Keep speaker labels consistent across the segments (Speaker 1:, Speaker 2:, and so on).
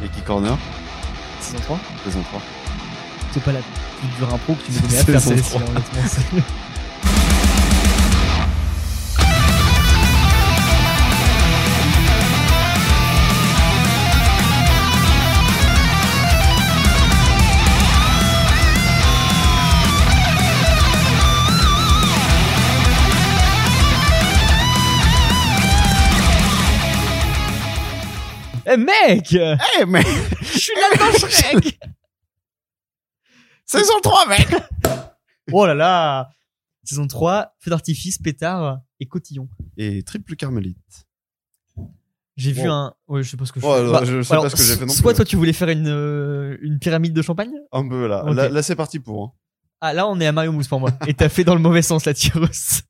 Speaker 1: Eh, Corner,
Speaker 2: saison 3.
Speaker 1: saison 3.
Speaker 2: C'est pas la plus dure impro que tu m'as donné à faire,
Speaker 1: Saison
Speaker 2: celle-ci,
Speaker 1: trois.
Speaker 2: honnêtement. C'est- Eh mec
Speaker 1: Eh, mais
Speaker 2: Je suis là dans Shrek
Speaker 1: saison 3, mec
Speaker 2: Oh là là Saison 3, feu d'artifice, pétard et cotillon.
Speaker 1: Et triple carmélite.
Speaker 2: J'ai vu
Speaker 1: Wow.
Speaker 2: un... Ouais, je sais pas ce que je... Bah,
Speaker 1: Oh, alors, je sais pas ce que j'ai fait non
Speaker 2: Soit
Speaker 1: plus.
Speaker 2: toi tu voulais faire une, euh, une pyramide de champagne
Speaker 1: Un peu là.
Speaker 2: Ok.
Speaker 1: Là, là, c'est parti pour. hein.
Speaker 2: Ah là on est à Mario Mousse pour moi. et t'as fait dans le mauvais sens la tireuse.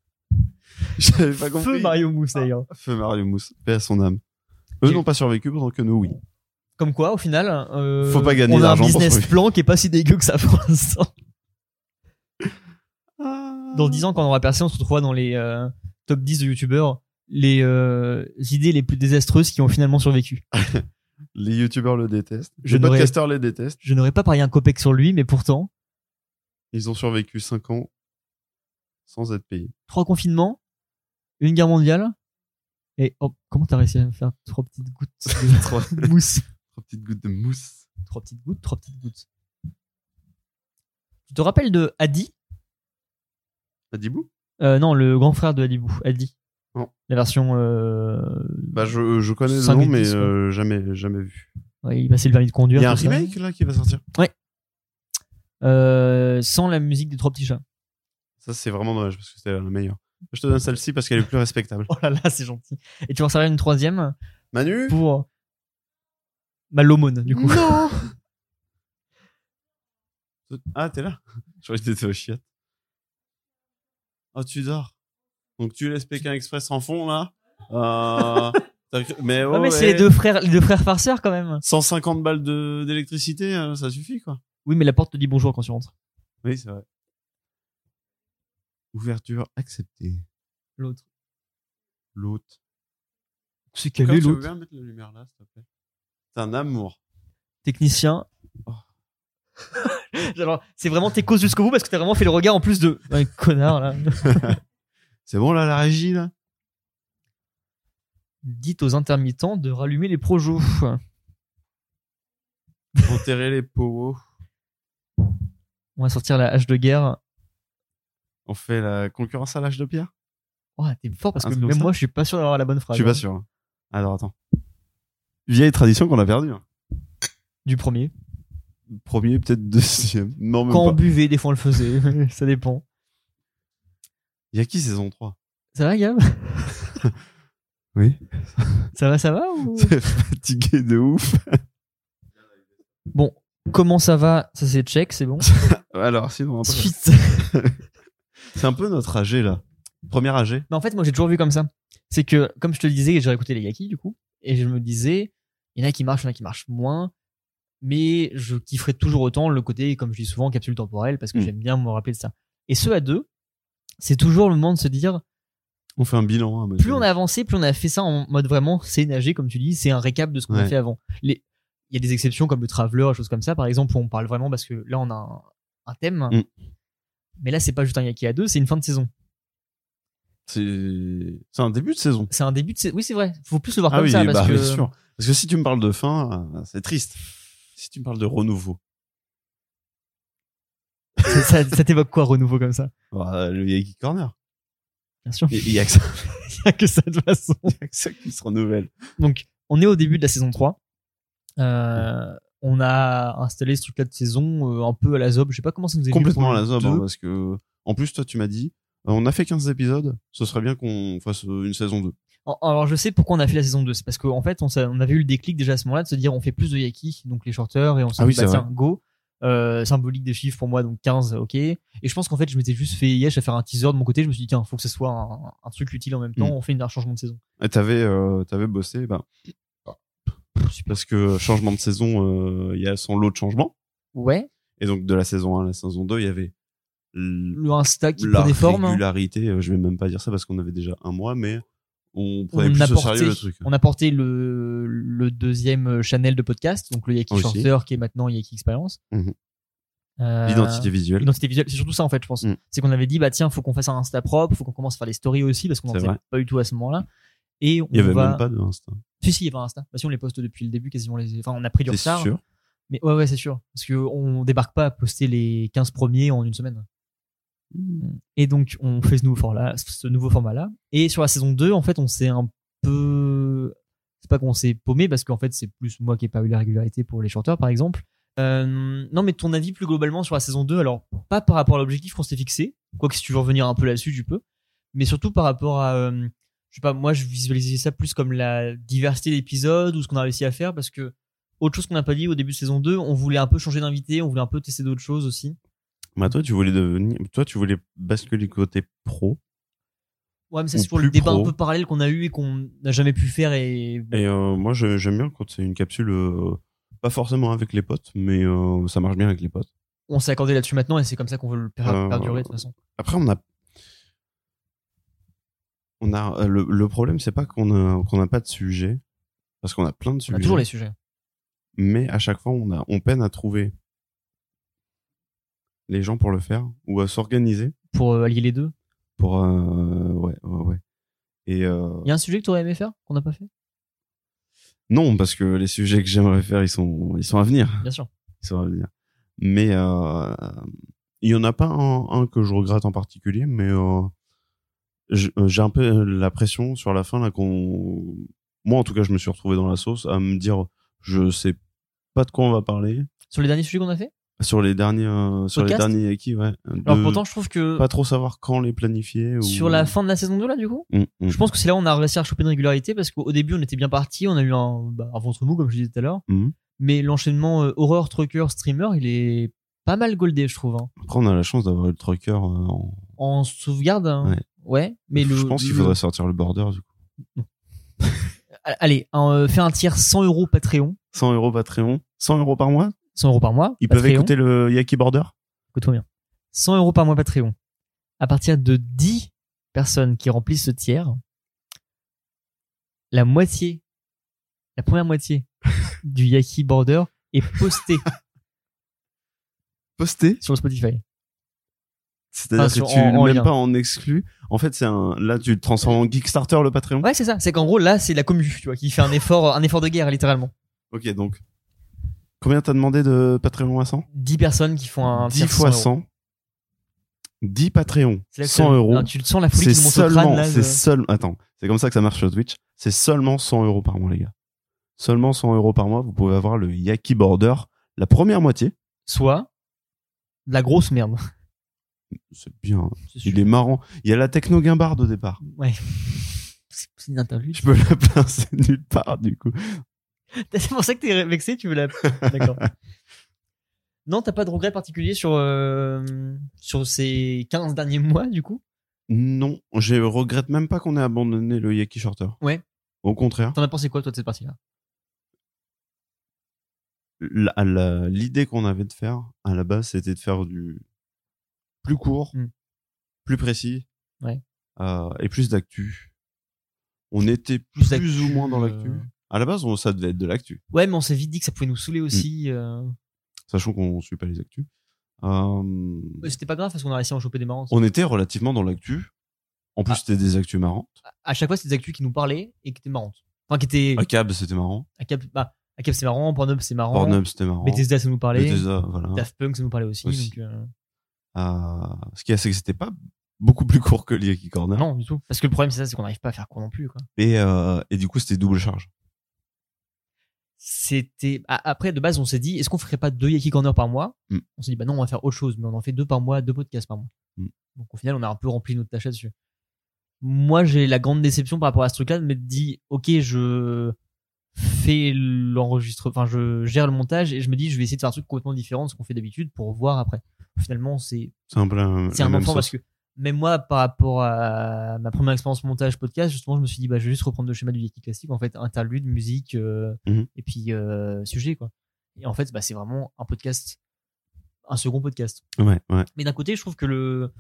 Speaker 1: J'avais pas compris.
Speaker 2: Feu Mario Mousse d'ailleurs.
Speaker 1: Feu Mario Mousse, paix à son âme. Eux
Speaker 2: J'ai-
Speaker 1: n'ont pas survécu pendant que nous, oui.
Speaker 2: Comme quoi au final... euh,
Speaker 1: Faut pas gagner
Speaker 2: On a un
Speaker 1: d'argent pour
Speaker 2: business
Speaker 1: survivre.
Speaker 2: plan qui est pas si dégueu que ça pour l'instant. dans 10 ans, quand on aura percé, on se retrouvera dans les euh, top 10 de youtubeurs, les euh, idées les plus désastreuses qui ont finalement survécu.
Speaker 1: Les youtubeurs le détestent.
Speaker 2: Je
Speaker 1: les
Speaker 2: n'aurais-
Speaker 1: podcasters les détestent.
Speaker 2: Je n'aurais pas parié un copec sur lui, mais pourtant,
Speaker 1: Ils ont survécu 5 ans sans être payés.
Speaker 2: trois confinements, une guerre mondiale, et oh, comment t'as réussi à me faire trois petites gouttes de
Speaker 1: Trois
Speaker 2: mousse
Speaker 1: trois petites gouttes de mousse.
Speaker 2: Trois petites gouttes, trois petites gouttes. Tu te rappelles de Adi
Speaker 1: Adibou
Speaker 2: Euh, Non, le grand frère de Adibou, Adi.
Speaker 1: Non.
Speaker 2: La version... euh,
Speaker 1: Bah, je, je connais le
Speaker 2: Cinq
Speaker 1: nom,
Speaker 2: et
Speaker 1: mais
Speaker 2: dix, ouais.
Speaker 1: euh, jamais, jamais vu.
Speaker 2: ouais, il passait le permis de
Speaker 1: Il
Speaker 2: conduire.
Speaker 1: y a un
Speaker 2: tout ça.
Speaker 1: remake là qui va sortir.
Speaker 2: Euh, Sans la musique des trois petits chats.
Speaker 1: Ça, c'est vraiment dommage parce que c'était la meilleure. Je te donne celle-ci parce qu'elle est plus respectable.
Speaker 2: Oh là là, c'est gentil. Et tu vas en servir une troisième
Speaker 1: Manu
Speaker 2: pour bah, l'aumône, du coup.
Speaker 1: Non Ah, t'es là J'aurais été au chiotte. Oh, tu dors. Donc, tu laisses Pékin Express en fond là Euh, t'as cru- Mais,
Speaker 2: Ouais, Ah, mais
Speaker 1: ouais.
Speaker 2: c'est les deux frères, les deux frères farceurs quand même.
Speaker 1: 150 balles de- d'électricité, euh, ça suffit quoi.
Speaker 2: Oui, mais la porte te dit bonjour quand tu rentres.
Speaker 1: Oui, c'est vrai. Ouverture acceptée.
Speaker 2: L'autre.
Speaker 1: L'hôte.
Speaker 2: C'est
Speaker 1: Quand euh,
Speaker 2: quel
Speaker 1: tu veux bien mettre la lumière là, s'il te plaît. C'est un amour.
Speaker 2: Technicien.
Speaker 1: Oh.
Speaker 2: Alors, c'est vraiment tes causes jusqu'au bout parce que t'as vraiment fait le regard en plus de un connard là.
Speaker 1: C'est bon là, la régie là
Speaker 2: Dites aux intermittents de rallumer les projos.
Speaker 1: Enterrer les powos.
Speaker 2: On va sortir la hache de guerre.
Speaker 1: On fait la concurrence à l'âge de pierre
Speaker 2: Oh, t'es fort parce
Speaker 1: Un
Speaker 2: que
Speaker 1: truc comme
Speaker 2: même
Speaker 1: ça
Speaker 2: moi, je suis pas sûr d'avoir la bonne
Speaker 1: Je
Speaker 2: phrase.
Speaker 1: suis pas sûr. hein. Alors attends. Vieille tradition qu'on a perdue. hein.
Speaker 2: Du premier.
Speaker 1: Premier, peut-être deuxième. Non, même
Speaker 2: Quand on
Speaker 1: pas.
Speaker 2: buvait, des fois on le faisait. Ça dépend.
Speaker 1: Y a qui saison 3
Speaker 2: Ça va, Gab
Speaker 1: Oui.
Speaker 2: Ça va, ça va ou...
Speaker 1: Fatigué de ouf.
Speaker 2: Bon, comment ça va Ça c'est check, c'est bon.
Speaker 1: Alors, sinon, après-
Speaker 2: Suite.
Speaker 1: c'est un peu notre AG là. Première AG.
Speaker 2: Mais en fait, moi j'ai toujours vu comme ça. C'est que, comme je te le disais, j'ai réécouté les Yaki du coup, et je me disais, il y en a qui marchent, il y en a qui marchent moins, mais je kifferais toujours autant le côté, comme je dis souvent, capsule temporelle, parce que
Speaker 1: Mm.
Speaker 2: j'aime bien me rappeler de ça. Et ce à deux, c'est toujours le moment de se dire,
Speaker 1: On fait un bilan. hein, monsieur.
Speaker 2: plus on a avancé, plus on a fait ça en mode vraiment, c'est nager, comme tu dis, c'est un récap de ce qu'on a
Speaker 1: Ouais.
Speaker 2: fait avant. Les- Il y a des exceptions comme le Traveler, choses comme ça, par exemple, où on parle vraiment parce que là, on a un, un thème.
Speaker 1: Mm.
Speaker 2: Mais là, c'est pas juste un Yaki à deux, c'est une fin de saison.
Speaker 1: C'est c'est un début de saison.
Speaker 2: C'est un début de saison. Oui, c'est vrai. Faut plus le voir
Speaker 1: Ah
Speaker 2: comme
Speaker 1: oui,
Speaker 2: ça
Speaker 1: bah,
Speaker 2: parce que.
Speaker 1: bien sûr. Parce que si tu me parles de fin, euh, c'est triste. Si tu me parles de renouveau,
Speaker 2: ça, ça- ça t'évoque quoi, renouveau comme ça
Speaker 1: bah, le Yaki Corner.
Speaker 2: Bien sûr.
Speaker 1: Il y a que ça,
Speaker 2: Il y a que ça de toute façon.
Speaker 1: il y a que ça qui se renouvelle.
Speaker 2: Donc, on est au début de la saison 3. Euh, on a installé ce truc-là de saison euh, un peu à la zob. Je sais pas comment ça nous est venu
Speaker 1: Complètement
Speaker 2: pour
Speaker 1: à la
Speaker 2: le
Speaker 1: zob,
Speaker 2: deux.
Speaker 1: hein, parce que, en plus, toi, tu m'as dit, euh, on a fait 15 épisodes, ce serait bien qu'on fasse euh, une saison 2.
Speaker 2: En- Alors, je sais pourquoi on a fait la saison 2. C'est parce qu'en fait, on, s'a- on avait eu le déclic déjà à ce moment-là de se dire on fait plus de Yaki, donc les shorters, et on s'est
Speaker 1: Ah oui,
Speaker 2: dit, bah,
Speaker 1: c'est
Speaker 2: tiens, go. Euh, symbolique des chiffres pour moi, donc 15, ok. Et je pense qu'en fait, je m'étais juste fait yesh à faire un teaser de mon côté. Je me suis dit, tiens, faut que ce soit un, un truc utile en même temps.
Speaker 1: Mm.
Speaker 2: On fait une- un changement de saison.
Speaker 1: Et t'avais, euh, t'avais bossé, bah, parce que changement de saison, euh, il y a son lot de changements.
Speaker 2: Ouais.
Speaker 1: Et donc, de la saison 1 à la saison 2, il y avait l-
Speaker 2: Le Insta qui
Speaker 1: la
Speaker 2: prenait forme. hein.
Speaker 1: régularité, euh, je vais même pas dire ça parce qu'on avait déjà un mois, mais On prenait
Speaker 2: on
Speaker 1: plus au
Speaker 2: apportait,
Speaker 1: sérieux le truc.
Speaker 2: on apportait le, le deuxième channel de podcast, donc le Yaki
Speaker 1: Aussi.
Speaker 2: Shorter qui est maintenant Yaki Experience.
Speaker 1: Mhm.
Speaker 2: Euh,
Speaker 1: L'identité visuelle.
Speaker 2: l'identité visuelle, c'est surtout ça en fait, je pense.
Speaker 1: Mm.
Speaker 2: C'est qu'on avait dit, bah tiens, faut qu'on fasse un Insta propre, faut qu'on commence à faire les stories aussi, parce qu'on en
Speaker 1: C'est
Speaker 2: faisait
Speaker 1: vrai.
Speaker 2: pas du tout à ce moment-là. Et on
Speaker 1: Il y avait
Speaker 2: va.
Speaker 1: même pas de Insta.
Speaker 2: Si, si, il y avait un Insta. Bah, si, on les poste depuis le début, quasiment les. Enfin, on a pris du
Speaker 1: T'es
Speaker 2: retard.
Speaker 1: sûr
Speaker 2: Mais ouais, ouais, c'est sûr. Parce que on débarque pas à poster les 15 premiers en une semaine. Et donc, on fait ce nouveau format-là. Ce nouveau format-là. Et sur la saison 2, en fait, on s'est un peu. C'est pas qu'on s'est paumé, parce qu'en fait, c'est plus moi qui ai pas eu la régularité pour les chanteurs, par exemple. Euh, non, mais ton avis plus globalement sur la saison 2, alors pas par rapport à l'objectif qu'on s'est fixé, quoique si tu veux revenir un peu là-dessus, tu peux, mais surtout par rapport à. euh, je sais pas, moi je visualisais ça plus comme la diversité d'épisodes ou ce qu'on a réussi à faire parce que autre chose qu'on n'a pas dit au début de saison 2, on voulait un peu changer d'invité, on voulait un peu tester d'autres choses aussi.
Speaker 1: Bah, toi, tu voulais devenir, toi, tu voulais basculer côté pro.
Speaker 2: Ouais, mais ça
Speaker 1: Ou
Speaker 2: c'est pour le
Speaker 1: plus
Speaker 2: débat
Speaker 1: pro.
Speaker 2: un peu parallèle qu'on a eu et qu'on n'a jamais pu faire et.
Speaker 1: Et euh, moi, je- j'aime bien quand c'est une capsule, euh, pas forcément avec les potes, mais euh, ça marche bien avec les potes.
Speaker 2: On s'est accordé là-dessus maintenant et c'est comme ça qu'on veut le per-
Speaker 1: Euh,
Speaker 2: perdurer de toute façon.
Speaker 1: Après, on a, on a euh, le, le problème, c'est pas qu'on a- qu'on n'a pas de sujet, parce qu'on a plein de
Speaker 2: On
Speaker 1: sujets.
Speaker 2: a toujours les sujets.
Speaker 1: mais à chaque fois on a on peine à trouver les gens pour le faire ou à s'organiser
Speaker 2: Pour euh, allier les deux.
Speaker 1: pour euh, ouais ouais ouais et euh,
Speaker 2: Il y a un sujet que tu aurais aimé faire qu'on n'a pas fait
Speaker 1: non parce que les sujets que j'aimerais faire ils sont ils sont à venir
Speaker 2: Bien sûr.
Speaker 1: ils sont à venir mais euh, il y en a pas un, un que je regrette en particulier mais euh, je- euh, j'ai un peu la pression sur la fin là qu'on moi en tout cas je me suis retrouvé dans la sauce à me dire je sais pas de quoi on va parler
Speaker 2: Sur les derniers sujets qu'on a fait
Speaker 1: sur les derniers euh, sur les
Speaker 2: Podcast
Speaker 1: derniers acquis ouais
Speaker 2: Alors
Speaker 1: de-
Speaker 2: pourtant, je trouve que
Speaker 1: pas trop savoir quand les planifier. Ou...
Speaker 2: sur la fin de la saison 2 là, du coup,
Speaker 1: Mm, mm.
Speaker 2: je pense que c'est là où on a réussi à choper une régularité parce qu'au début, on était bien parti, on a eu un, bah, un ventre mou comme je disais tout à l'heure.
Speaker 1: Mhm.
Speaker 2: Mais l'enchaînement euh, horreur, trucker, streamer, il est pas mal goldé, je trouve. hein.
Speaker 1: Après, on a la chance d'avoir eu le trucker. euh, en-
Speaker 2: En sauvegarde, hein.
Speaker 1: Ouais.
Speaker 2: ouais. Mais le,
Speaker 1: je pense qu'il
Speaker 2: le-
Speaker 1: faudrait sortir le border du coup.
Speaker 2: Allez, un, euh, faire un tiers 100 euros Patreon,
Speaker 1: 100 euros Patreon, 100 euros par mois.
Speaker 2: 100 euros par mois.
Speaker 1: Ils peuvent
Speaker 2: Patreon.
Speaker 1: écouter le Yaki Border.
Speaker 2: Écoute-moi bien. 100 euros par mois Patreon. À partir de 10 personnes qui remplissent ce tiers, la moitié, la première moitié du Yaki Border est postée
Speaker 1: Posté.
Speaker 2: sur le Spotify.
Speaker 1: C'est-à-dire
Speaker 2: Enfin, sur-
Speaker 1: que tu
Speaker 2: en- en
Speaker 1: le mets
Speaker 2: lien.
Speaker 1: pas en exclu. En fait, c'est un. Là, tu le transformes en Kickstarter le Patreon.
Speaker 2: Ouais, c'est ça. C'est qu'en gros, là, c'est la commu, tu vois, qui fait un effort, un effort de guerre, littéralement.
Speaker 1: Ok, donc. Combien t'as demandé de Patreon à 100
Speaker 2: 10 personnes qui font un
Speaker 1: 10
Speaker 2: tiers
Speaker 1: fois
Speaker 2: 100. euros.
Speaker 1: 100. 10 Patreon.
Speaker 2: C'est là que
Speaker 1: 100
Speaker 2: ça-
Speaker 1: euros.
Speaker 2: Ah, tu le sens la folie
Speaker 1: C'est
Speaker 2: qui te monte au crâne,
Speaker 1: seulement,
Speaker 2: là.
Speaker 1: c'est
Speaker 2: je-
Speaker 1: seul- attends, c'est comme ça que ça marche sur Twitch. C'est seulement 100 euros par mois, les gars. Seulement 100 euros par mois, vous pouvez avoir le Yaki Border, la première moitié.
Speaker 2: Soit de la grosse merde.
Speaker 1: C'est bien.
Speaker 2: C'est sûr.
Speaker 1: Il est marrant. Il y a la techno guimbarde au départ.
Speaker 2: Ouais. C'est- C'est une interlude.
Speaker 1: Je peux la placer nulle part, du coup.
Speaker 2: C'est pour ça que t'es vexé, tu veux la. D'accord. Non, t'as pas de regret particulier sur, euh, sur ces 15 derniers mois, du coup
Speaker 1: Non, je regrette même pas qu'on ait abandonné le Yaki Shorter.
Speaker 2: Ouais.
Speaker 1: Au contraire,
Speaker 2: T'en as pensé quoi, toi, de cette partie-là
Speaker 1: la- la- l'idée qu'on avait de faire, à la base, c'était de faire du plus court,
Speaker 2: Mm.
Speaker 1: plus précis,
Speaker 2: Ouais.
Speaker 1: euh, et plus d'actu. On était
Speaker 2: Plus
Speaker 1: plus,
Speaker 2: d'actu,
Speaker 1: ou moins dans l'actu.
Speaker 2: euh.
Speaker 1: À la base, on, ça devait être de l'actu,
Speaker 2: Ouais, mais on s'est vite dit que ça pouvait nous saouler aussi. euh.
Speaker 1: sachant qu'on suit pas les actus. Euh,
Speaker 2: Ouais, C'était pas grave parce qu'on a réussi à en choper des marrantes.
Speaker 1: on était relativement dans l'actu. En plus,
Speaker 2: Ah.
Speaker 1: c'était des actus marrantes.
Speaker 2: À chaque fois, c'était des actus qui nous parlaient et qui étaient marrantes. Enfin, qui étaient.
Speaker 1: À Cab, c'était marrant.
Speaker 2: À Cap, bah, à Cap c'est marrant, Pornhub, c'est marrant.
Speaker 1: Pornhub, c'était marrant.
Speaker 2: Bethesda, ça nous parlait.
Speaker 1: Bethesda, voilà.
Speaker 2: Daft Punk, ça nous parlait aussi.
Speaker 1: Aussi.
Speaker 2: donc, euh,
Speaker 1: Euh, ce qui est, c'est que c'était pas beaucoup plus court que l'Yaki Corner.
Speaker 2: Non, du tout. Parce que le problème, c'est ça, c'est qu'on n'arrive pas à faire court non plus. Quoi.
Speaker 1: Et, euh, et du coup, c'était double charge.
Speaker 2: C'était. a- Après, de base, on s'est dit, est-ce qu'on ferait pas deux Yaki Corner par mois
Speaker 1: Mm.
Speaker 2: On s'est dit, bah non, on va faire autre chose, mais on en fait deux par mois, deux podcasts par mois.
Speaker 1: Mm.
Speaker 2: Donc au final, on a un peu rempli notre tâche là-dessus. Moi, j'ai la grande déception par rapport à ce truc-là de me dire, ok, je fais l'enregistrement, enfin, je gère le montage et je me dis, je vais essayer de faire un truc complètement différent de ce qu'on fait d'habitude pour voir après. Finalement, c'est
Speaker 1: C'est un peu la-
Speaker 2: c'est
Speaker 1: la
Speaker 2: un
Speaker 1: même
Speaker 2: enfant
Speaker 1: sauce.
Speaker 2: parce que même moi par rapport à ma première expérience montage podcast justement je me suis dit bah je vais juste reprendre le schéma du Yaki classique en fait interlude musique euh,
Speaker 1: Mhm.
Speaker 2: et puis euh, sujet quoi et en fait bah, c'est vraiment un podcast un second podcast
Speaker 1: Ouais, ouais.
Speaker 2: mais d'un côté je trouve que le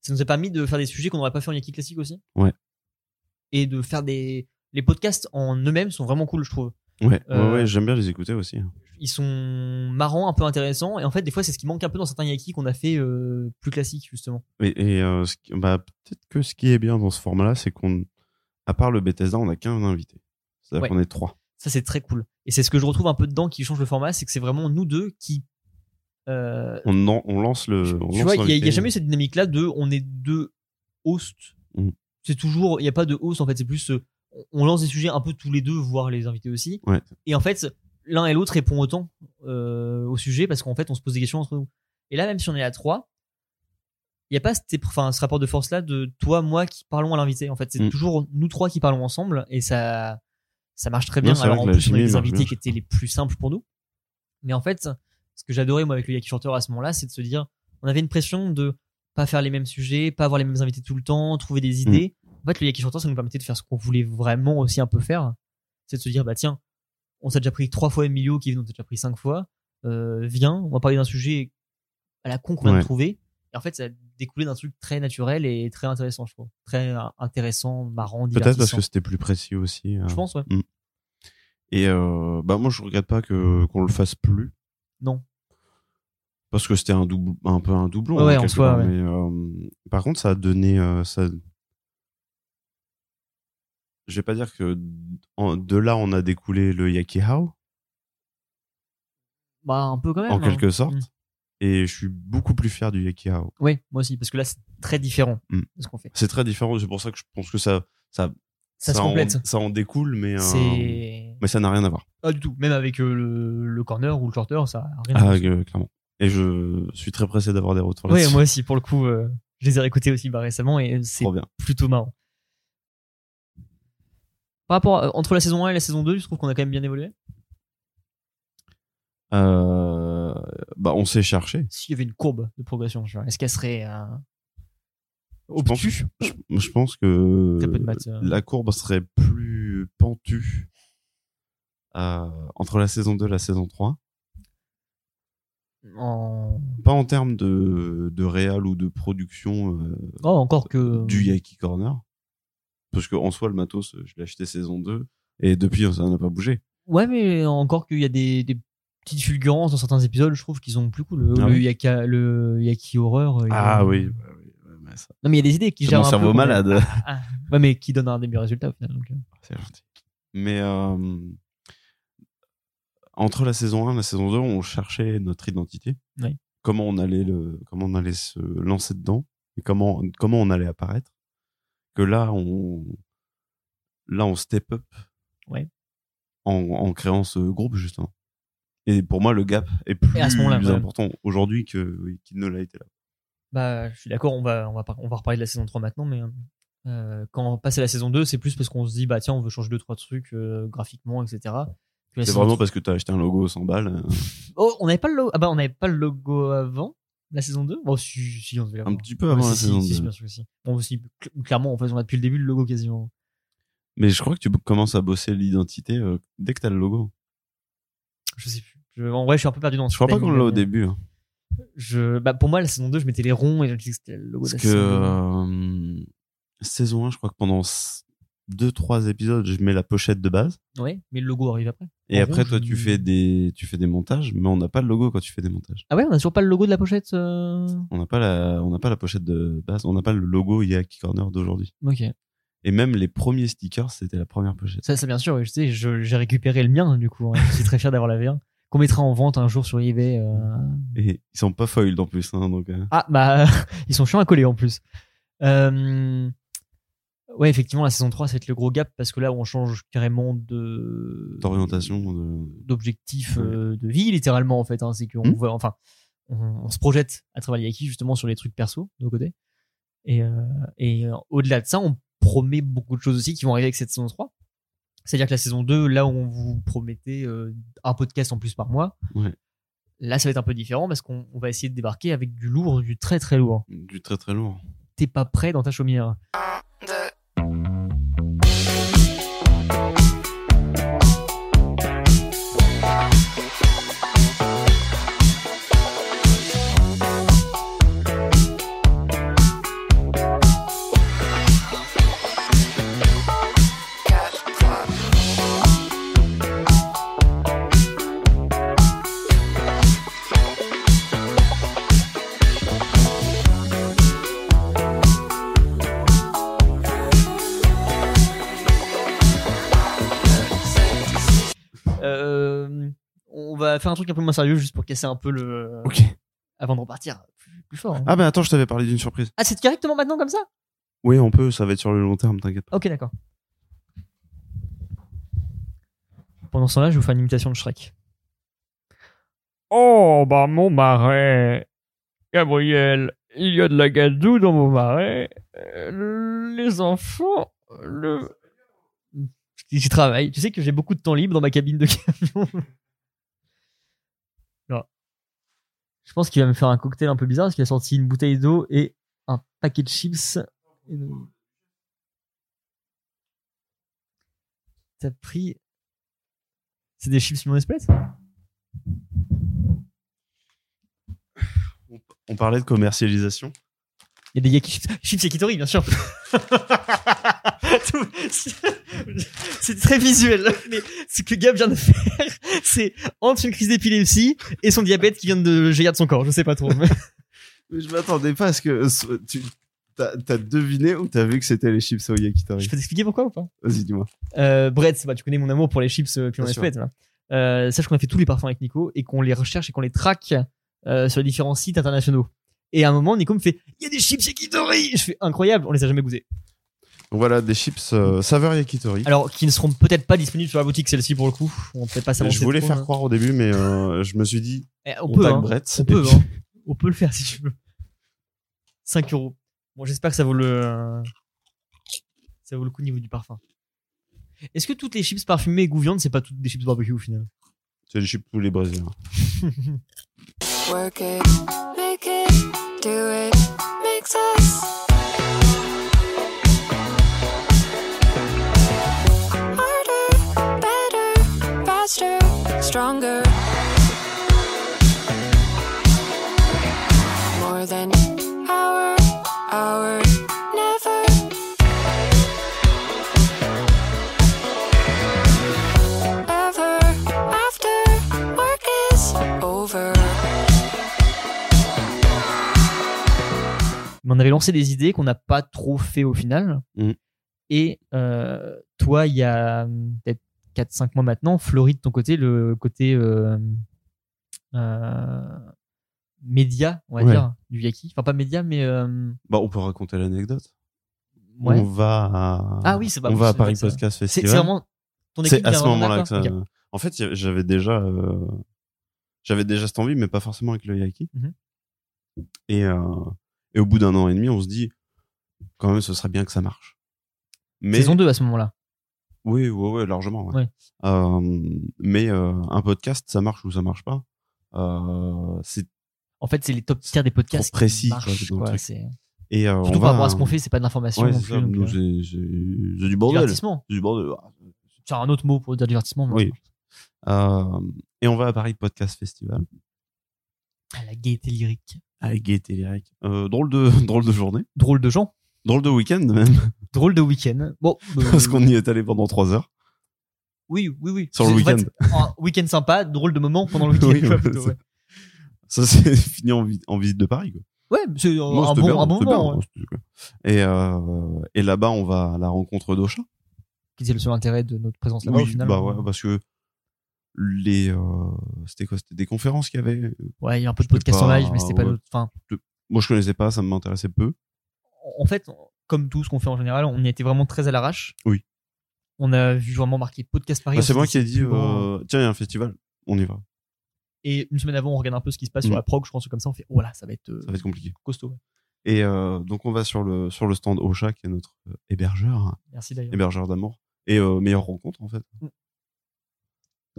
Speaker 2: ça nous a permis de faire des sujets qu'on n'aurait pas fait en Yaki classique aussi
Speaker 1: Ouais.
Speaker 2: et de faire des les podcasts en eux-mêmes sont vraiment cool, je trouve.
Speaker 1: Ouais, ouais,
Speaker 2: Euh,
Speaker 1: ouais, j'aime bien les écouter aussi.
Speaker 2: Ils sont marrants, un peu intéressants et en fait des fois c'est ce qui manque un peu dans certains yaki qu'on a fait euh, plus classiques justement.
Speaker 1: Et, et, euh, ce qui- bah, peut-être que ce qui est bien dans ce format-là, c'est qu'on, à part le Bethesda, on n'a qu'un invité. C'est-à-dire
Speaker 2: Ouais.
Speaker 1: qu'on est trois.
Speaker 2: Ça, c'est très cool. Et c'est ce que je retrouve un peu dedans qui change le format, c'est que c'est vraiment nous deux qui. euh,
Speaker 1: On, en- on lance le. Euh, on
Speaker 2: tu
Speaker 1: lance
Speaker 2: vois, il n'y a,
Speaker 1: l'invité.
Speaker 2: jamais eu cette dynamique-là de on est deux hosts.
Speaker 1: Mm.
Speaker 2: C'est toujours. Il n'y a pas de host, en fait. C'est plus. euh, on- on lance des sujets un peu tous les deux, voire les invités aussi.
Speaker 1: Ouais.
Speaker 2: Et en fait, l'un et l'autre répond autant euh, au sujet parce qu'en fait, on se pose des questions entre nous. Et là, même si on est à trois, il n'y a pas cette- enfin, ce rapport de force-là de toi, moi qui parlons à l'invité. En fait, c'est
Speaker 1: Mm.
Speaker 2: toujours nous trois qui parlons ensemble et ça, ça marche très
Speaker 1: Non,
Speaker 2: bien.
Speaker 1: c'est
Speaker 2: Alors
Speaker 1: vrai
Speaker 2: en
Speaker 1: que la
Speaker 2: plus, on a
Speaker 1: chimie
Speaker 2: des
Speaker 1: marche
Speaker 2: invités
Speaker 1: bien.
Speaker 2: qui étaient les plus simples pour nous. Mais en fait, ce que j'adorais moi avec le Yaki Chanteur à ce moment-là, c'est de se dire, on avait une pression de pas faire les mêmes sujets, pas avoir les mêmes invités tout le temps, trouver des
Speaker 1: Mm.
Speaker 2: idées. En fait, le Yaki Chanteur, ça nous permettait de faire ce qu'on voulait vraiment aussi un peu faire. C'est de se dire, bah tiens, on s'est déjà pris trois fois Emilio, qui on t'a déjà pris cinq fois. Euh, viens, on va parler d'un sujet à la con qu'on vient
Speaker 1: Ouais.
Speaker 2: de trouver. Et en fait, ça a découlé d'un truc très naturel et très intéressant, je trouve. Très euh, intéressant, marrant,
Speaker 1: Peut-être parce
Speaker 2: divertissant.
Speaker 1: que c'était plus précis aussi. euh.
Speaker 2: Je pense, ouais.
Speaker 1: Et euh, bah moi, je regrette pas que qu'on le fasse plus.
Speaker 2: Non.
Speaker 1: Parce que c'était un double, un peu un doublon.
Speaker 2: Ouais,
Speaker 1: hein,
Speaker 2: en
Speaker 1: quelque
Speaker 2: soi,
Speaker 1: part,
Speaker 2: ouais.
Speaker 1: mais, euh, par contre, ça a donné, euh, ça. Je vais pas dire que en- de là on a découlé le Yaki How
Speaker 2: Bah, un peu quand même.
Speaker 1: en
Speaker 2: hein.
Speaker 1: quelque sorte.
Speaker 2: Mm.
Speaker 1: Et je suis beaucoup plus fier du Yaki How.
Speaker 2: Ouais, moi aussi, parce que là, c'est très différent
Speaker 1: Mm.
Speaker 2: de ce qu'on fait.
Speaker 1: C'est très différent. C'est pour ça que je pense que ça, ça,
Speaker 2: Ça, se
Speaker 1: en-
Speaker 2: complète.
Speaker 1: ça en découle, mais euh,
Speaker 2: C'est.
Speaker 1: mais ça n'a rien à voir.
Speaker 2: Pas du tout. Même avec euh, le, le corner ou le shorter, ça a rien à
Speaker 1: Ah,
Speaker 2: voir.
Speaker 1: euh, clairement. Et je suis très pressé d'avoir des retours
Speaker 2: Ouais,
Speaker 1: là-dessus.
Speaker 2: moi aussi, pour le coup, euh, je les ai réécoutés aussi bah, récemment et c'est
Speaker 1: Trop bien.
Speaker 2: plutôt marrant. Par rapport à- entre la saison 1 et la saison 2, je trouve qu'on a quand même bien évolué.
Speaker 1: Euh, bah, on s'est cherché.
Speaker 2: S'il y avait une courbe de progression, genre, est-ce qu'elle serait euh,
Speaker 1: Je pense-
Speaker 2: obtuse
Speaker 1: Je, je pense que
Speaker 2: Très peu de maths. euh.
Speaker 1: la courbe serait plus pentue euh, entre la saison 2 et la saison 3.
Speaker 2: En-
Speaker 1: Pas en termes de, de réal ou de production euh,
Speaker 2: Oh, encore que.
Speaker 1: du Yaki Corner. Parce qu'en soi, le matos, euh, je l'ai acheté saison 2. Et depuis, ça n'a pas bougé.
Speaker 2: Ouais, mais encore qu'il y a des, des petites fulgurances dans certains épisodes, je trouve qu'ils sont plus cool. Le,
Speaker 1: Ah
Speaker 2: le
Speaker 1: oui.
Speaker 2: Yaka- le Yaki Horreur. il y a-
Speaker 1: Ah oui. bah oui, ouais, mais ça-
Speaker 2: Non, mais il y a des idées qui
Speaker 1: C'est
Speaker 2: gèrent.
Speaker 1: mon
Speaker 2: un peu
Speaker 1: cerveau
Speaker 2: quand même.
Speaker 1: malade.
Speaker 2: Ouais, mais qui donne un des meilleurs résultats au final. donc, euh.
Speaker 1: C'est gentil. Mais euh, entre la saison 1 et la saison 2, on cherchait notre identité.
Speaker 2: Oui.
Speaker 1: Comment on allait le, comment on allait se lancer dedans et comment comment on allait apparaître. Que là on là on step up.
Speaker 2: Ouais.
Speaker 1: En, en créant ce groupe justement. Et pour moi le gap est plus
Speaker 2: Et à ce moment-là, ouais.
Speaker 1: important aujourd'hui que oui, qu'il ne l'a été là.
Speaker 2: Bah, je suis d'accord, on va, on, va, par- on va reparler de la saison 3 maintenant, mais euh, quand on passe à la saison 2, c'est plus parce qu'on se dit, bah tiens, on veut changer deux, trois trucs euh, graphiquement, etc. Que la
Speaker 1: C'est
Speaker 2: saison
Speaker 1: vraiment
Speaker 2: 3
Speaker 1: parce que tu as acheté un logo 100 balles. euh,
Speaker 2: Oh, on n'avait pas, le logo... ah, bah, on n'avait pas le logo avant la saison 2 Bon, si, si, on devait l'avoir.
Speaker 1: un petit peu avant
Speaker 2: Ouais,
Speaker 1: la
Speaker 2: si,
Speaker 1: saison
Speaker 2: si,
Speaker 1: 2.
Speaker 2: si, bien sûr que si. Bon, aussi, cl- clairement, en fait, on a depuis le début le logo quasiment.
Speaker 1: Mais je crois que tu commences à bosser l'identité euh, dès que tu as le logo.
Speaker 2: Je sais plus. Je- en vrai, je suis un peu perdu dans ce
Speaker 1: Je crois pas
Speaker 2: timing,
Speaker 1: qu'on l'a au
Speaker 2: mais
Speaker 1: début.
Speaker 2: euh,
Speaker 1: hein.
Speaker 2: Je... Bah, pour moi, la saison 2, je mettais les ronds et je me disais que c'était le logo de
Speaker 1: Parce
Speaker 2: la
Speaker 1: que
Speaker 2: saison 2.
Speaker 1: euh, saison 1, je crois que pendant 2-3 épisodes, je mets la pochette de base.
Speaker 2: Ouais, mais le logo arrive après.
Speaker 1: Et
Speaker 2: En
Speaker 1: après,
Speaker 2: rouge,
Speaker 1: toi,
Speaker 2: je-
Speaker 1: tu fais, des, tu fais des montages, mais on n'a pas le logo quand tu fais des montages.
Speaker 2: Ah ouais, on a toujours pas le logo de la pochette euh,
Speaker 1: On n'a pas, la- on n'a pas la pochette de base, on n'a pas le logo Yaki Corner d'aujourd'hui.
Speaker 2: Ok.
Speaker 1: Et même les premiers stickers, c'était la première pochette.
Speaker 2: Ça, ça bien sûr, oui, je sais, je- j'ai récupéré le mien du coup. hein. Je suis très fier d'avoir la V1 qu'on mettra en vente un jour sur eBay. euh.
Speaker 1: Et ils sont pas foiled en plus. hein, donc, euh,
Speaker 2: Ah bah, ils sont chiants à coller en plus. Euh, Ouais, effectivement, la saison 3, ça va être le gros gap parce que là, on change carrément de.
Speaker 1: d'orientation. de-
Speaker 2: d'objectifs euh, de vie littéralement en fait hein. c'est qu'on
Speaker 1: Mhm.
Speaker 2: voit enfin on, on se projette à travers les Yaki justement sur les trucs perso de nos côtés et, euh, et euh, au-delà de ça on promet beaucoup de choses aussi qui vont arriver avec cette saison 3 c'est-à-dire que la saison 2 là où on vous promettait euh, un podcast en plus par mois
Speaker 1: Ouais.
Speaker 2: là ça va être un peu différent parce qu'on on va essayer de débarquer avec du lourd du très très lourd
Speaker 1: Du très très lourd.
Speaker 2: t'es pas prêt dans ta chaumière
Speaker 3: de
Speaker 2: Euh, va faire un truc un peu moins sérieux juste pour casser un peu le.
Speaker 1: Ok.
Speaker 2: Avant de repartir plus, plus fort. hein.
Speaker 1: Ah bah attends, je t'avais parlé d'une surprise.
Speaker 2: Ah, c'est directement maintenant comme ça
Speaker 1: Oui, on peut, ça va être sur le long terme, t'inquiète pas.
Speaker 2: Ok, d'accord. Pendant ce temps-là, je vais vous faire une imitation de Shrek.
Speaker 3: Oh, bah mon marais. Gabriel, il y a de la gadoue dans mon marais. Euh, Les enfants, le...
Speaker 2: J'y travaille. Tu sais que j'ai beaucoup de temps libre dans ma cabine de camion. Non. Je pense qu'il va me faire un cocktail un peu bizarre parce qu'il a sorti une bouteille d'eau et un paquet de chips. Et donc- T'as pris. C'est des chips non espèce
Speaker 1: On parlait de commercialisation.
Speaker 2: Il y a des yaki chips. Chips yakitori, bien sûr. Tout- c'est très visuel. Mais ce que Gab vient de faire, c'est entre une crise d'épilepsie et son diabète qui vient de jaillir de son corps. Je sais pas trop. mais-
Speaker 1: Mais je m'attendais pas à ce que euh, so- tu t'as t'as deviné ou t'as vu que c'était les chips au
Speaker 2: Je
Speaker 1: yakitori.
Speaker 2: peux t'expliquer pourquoi ou pas
Speaker 1: Vas-y, dis-moi.
Speaker 2: euh, Brett, bah, tu connais mon amour pour les chips euh, puis on
Speaker 1: Bien
Speaker 2: les
Speaker 1: sûr.
Speaker 2: fait. Voilà. Euh, sache qu'on a fait tous les parfums avec Nico et qu'on les recherche et qu'on les traque euh, sur les différents sites internationaux. Et à un moment, Nico me fait Il y a des chips yakitori Je fais Incroyable, on les a jamais goûtés.
Speaker 1: Donc Voilà des chips euh, saveur yakitori.
Speaker 2: Alors, qui ne seront peut-être pas disponibles sur la boutique, celle-ci pour le coup. On peut pas s'avancer
Speaker 1: je voulais
Speaker 2: trop,
Speaker 1: faire
Speaker 2: hein.
Speaker 1: croire au début, mais euh, je me suis dit,
Speaker 2: Eh, on,
Speaker 1: on,
Speaker 2: peut,
Speaker 1: tag
Speaker 2: hein.
Speaker 1: Brett.
Speaker 2: on
Speaker 1: Et
Speaker 2: peut,
Speaker 1: puis-
Speaker 2: hein. on peut le faire si tu veux. 5 euros. Bon, j'espère que ça vaut le ça vaut le coup au niveau du parfum. Est-ce que toutes les chips parfumées et goût viande, c'est pas toutes des chips barbecue au final
Speaker 1: C'est les chips poulet brésilien.
Speaker 4: Work it, make it, do it, makes us harder, better, faster, stronger. More than our, our, never. Ever after work is over.
Speaker 2: Mais on avait lancé des idées qu'on n'a pas trop fait au final.
Speaker 1: Mhm.
Speaker 2: Et euh, toi, il y a hum, peut-être 4-5 mois maintenant, Floride, ton côté, le côté euh, euh, média, on va
Speaker 1: Ouais.
Speaker 2: dire, du Yaki. Enfin, pas média, mais. euh,
Speaker 1: Bah, on peut raconter l'anecdote.
Speaker 2: ouais.
Speaker 1: On va à,
Speaker 2: Ah oui, c'est pas-
Speaker 1: on
Speaker 2: oui,
Speaker 1: va à
Speaker 2: c'est
Speaker 1: Paris
Speaker 2: vrai que ça-
Speaker 1: Podcast
Speaker 2: C'est
Speaker 1: Festival.
Speaker 2: c'est vraiment ton équipe
Speaker 1: C'est à
Speaker 2: vient
Speaker 1: ce
Speaker 2: vraiment
Speaker 1: moment-là que
Speaker 2: d'accord.
Speaker 1: ça.
Speaker 2: Ok.
Speaker 1: En fait, y- j'avais déjà, euh, j'avais déjà cette envie, mais pas forcément avec le yaki.
Speaker 2: Mhm.
Speaker 1: Et euh, et au bout d'un an et demi, on se dit, quand même, ce serait bien que ça marche. Mais
Speaker 2: Saison 2 à ce moment-là.
Speaker 1: oui, oui, oui, largement. ouais.
Speaker 2: Ouais.
Speaker 1: Euh, mais euh, un podcast, ça marche ou ça marche pas. Euh, c'est
Speaker 2: En fait, c'est les top tiers des podcasts.
Speaker 1: Trop précis,
Speaker 2: qui
Speaker 1: quoi,
Speaker 2: marchent,
Speaker 1: c'est dans le
Speaker 2: quoi,
Speaker 1: truc.
Speaker 2: c'est-
Speaker 1: et euh,
Speaker 2: Surtout
Speaker 1: on
Speaker 2: par
Speaker 1: va
Speaker 2: rapport à
Speaker 1: un-
Speaker 2: ce qu'on fait, c'est pas de l'information.
Speaker 1: Ouais,
Speaker 2: non
Speaker 1: c'est
Speaker 2: plus,
Speaker 1: ça.
Speaker 2: donc,
Speaker 1: Nous,
Speaker 2: euh,
Speaker 1: c'est- c'est- c'est du bordel.
Speaker 2: divertissement.
Speaker 1: Du bordel.
Speaker 2: C'est un autre mot pour dire divertissement. mais-
Speaker 1: Oui. Euh, et on va à Paris Podcast Festival.
Speaker 2: Ah, la gaieté lyrique.
Speaker 1: À Gaieté Lyrique. Euh, drôle de drôle de journée.
Speaker 2: Drôle de gens.
Speaker 1: Drôle de week-end même,
Speaker 2: Drôle de week-end. Bon. euh,
Speaker 1: parce qu'on y est allé pendant trois heures.
Speaker 2: Oui, oui, oui.
Speaker 1: Sur le
Speaker 2: C'est- en
Speaker 1: week-end.
Speaker 2: fait, Un week-end sympa, drôle de moment pendant le week-end.
Speaker 1: Oui,
Speaker 2: quoi,
Speaker 1: ouais,
Speaker 2: plutôt,
Speaker 1: c'est-
Speaker 2: ouais,
Speaker 1: Ça, c'est fini en, vi- en visite de Paris. Quoi.
Speaker 2: Ouais, c'est Euh, un,
Speaker 1: Non,
Speaker 2: un
Speaker 1: c'était
Speaker 2: bon,
Speaker 1: bien,
Speaker 2: un bon
Speaker 1: c'était
Speaker 2: moment. hein.
Speaker 1: bien,
Speaker 2: ouais.
Speaker 1: c'était cool. Et, euh, et là-bas, on va à la rencontre d'Ocha.
Speaker 2: Qui C'est le seul intérêt de notre présence là-bas au
Speaker 1: Oui,
Speaker 2: final.
Speaker 1: bah ouais, parce que les, euh, c'était quoi C'était des conférences qu'il y avait.
Speaker 2: Ouais, il y a un peu de
Speaker 1: C'était
Speaker 2: podcast en
Speaker 1: pas-
Speaker 2: live, mais c'était pas
Speaker 1: ouais.
Speaker 2: notre. Enfin,
Speaker 1: Moi, je connaissais pas, ça m'intéressait peu.
Speaker 2: en fait, comme tout ce qu'on fait en général, on y était vraiment très à l'arrache.
Speaker 1: Oui.
Speaker 2: On a vu vraiment marqué podcast Paris.
Speaker 1: Bah, c'est
Speaker 2: on
Speaker 1: moi
Speaker 2: s'est
Speaker 1: qui ai dit,
Speaker 2: plus grand.
Speaker 1: euh, tiens, il y a un festival, on y va.
Speaker 2: Et une semaine avant, on regarde un peu ce qui se passe
Speaker 1: Mm.
Speaker 2: sur la prog, je pense que comme ça, on fait, oh là, ça va être euh,
Speaker 1: Ça va être compliqué.
Speaker 2: costaud. ouais.
Speaker 1: Et euh, donc, on va sur le sur le stand Ocha, qui est notre euh, hébergeur, hein,
Speaker 2: Merci d'ailleurs.
Speaker 1: hébergeur d'amour et euh, meilleure rencontre en fait.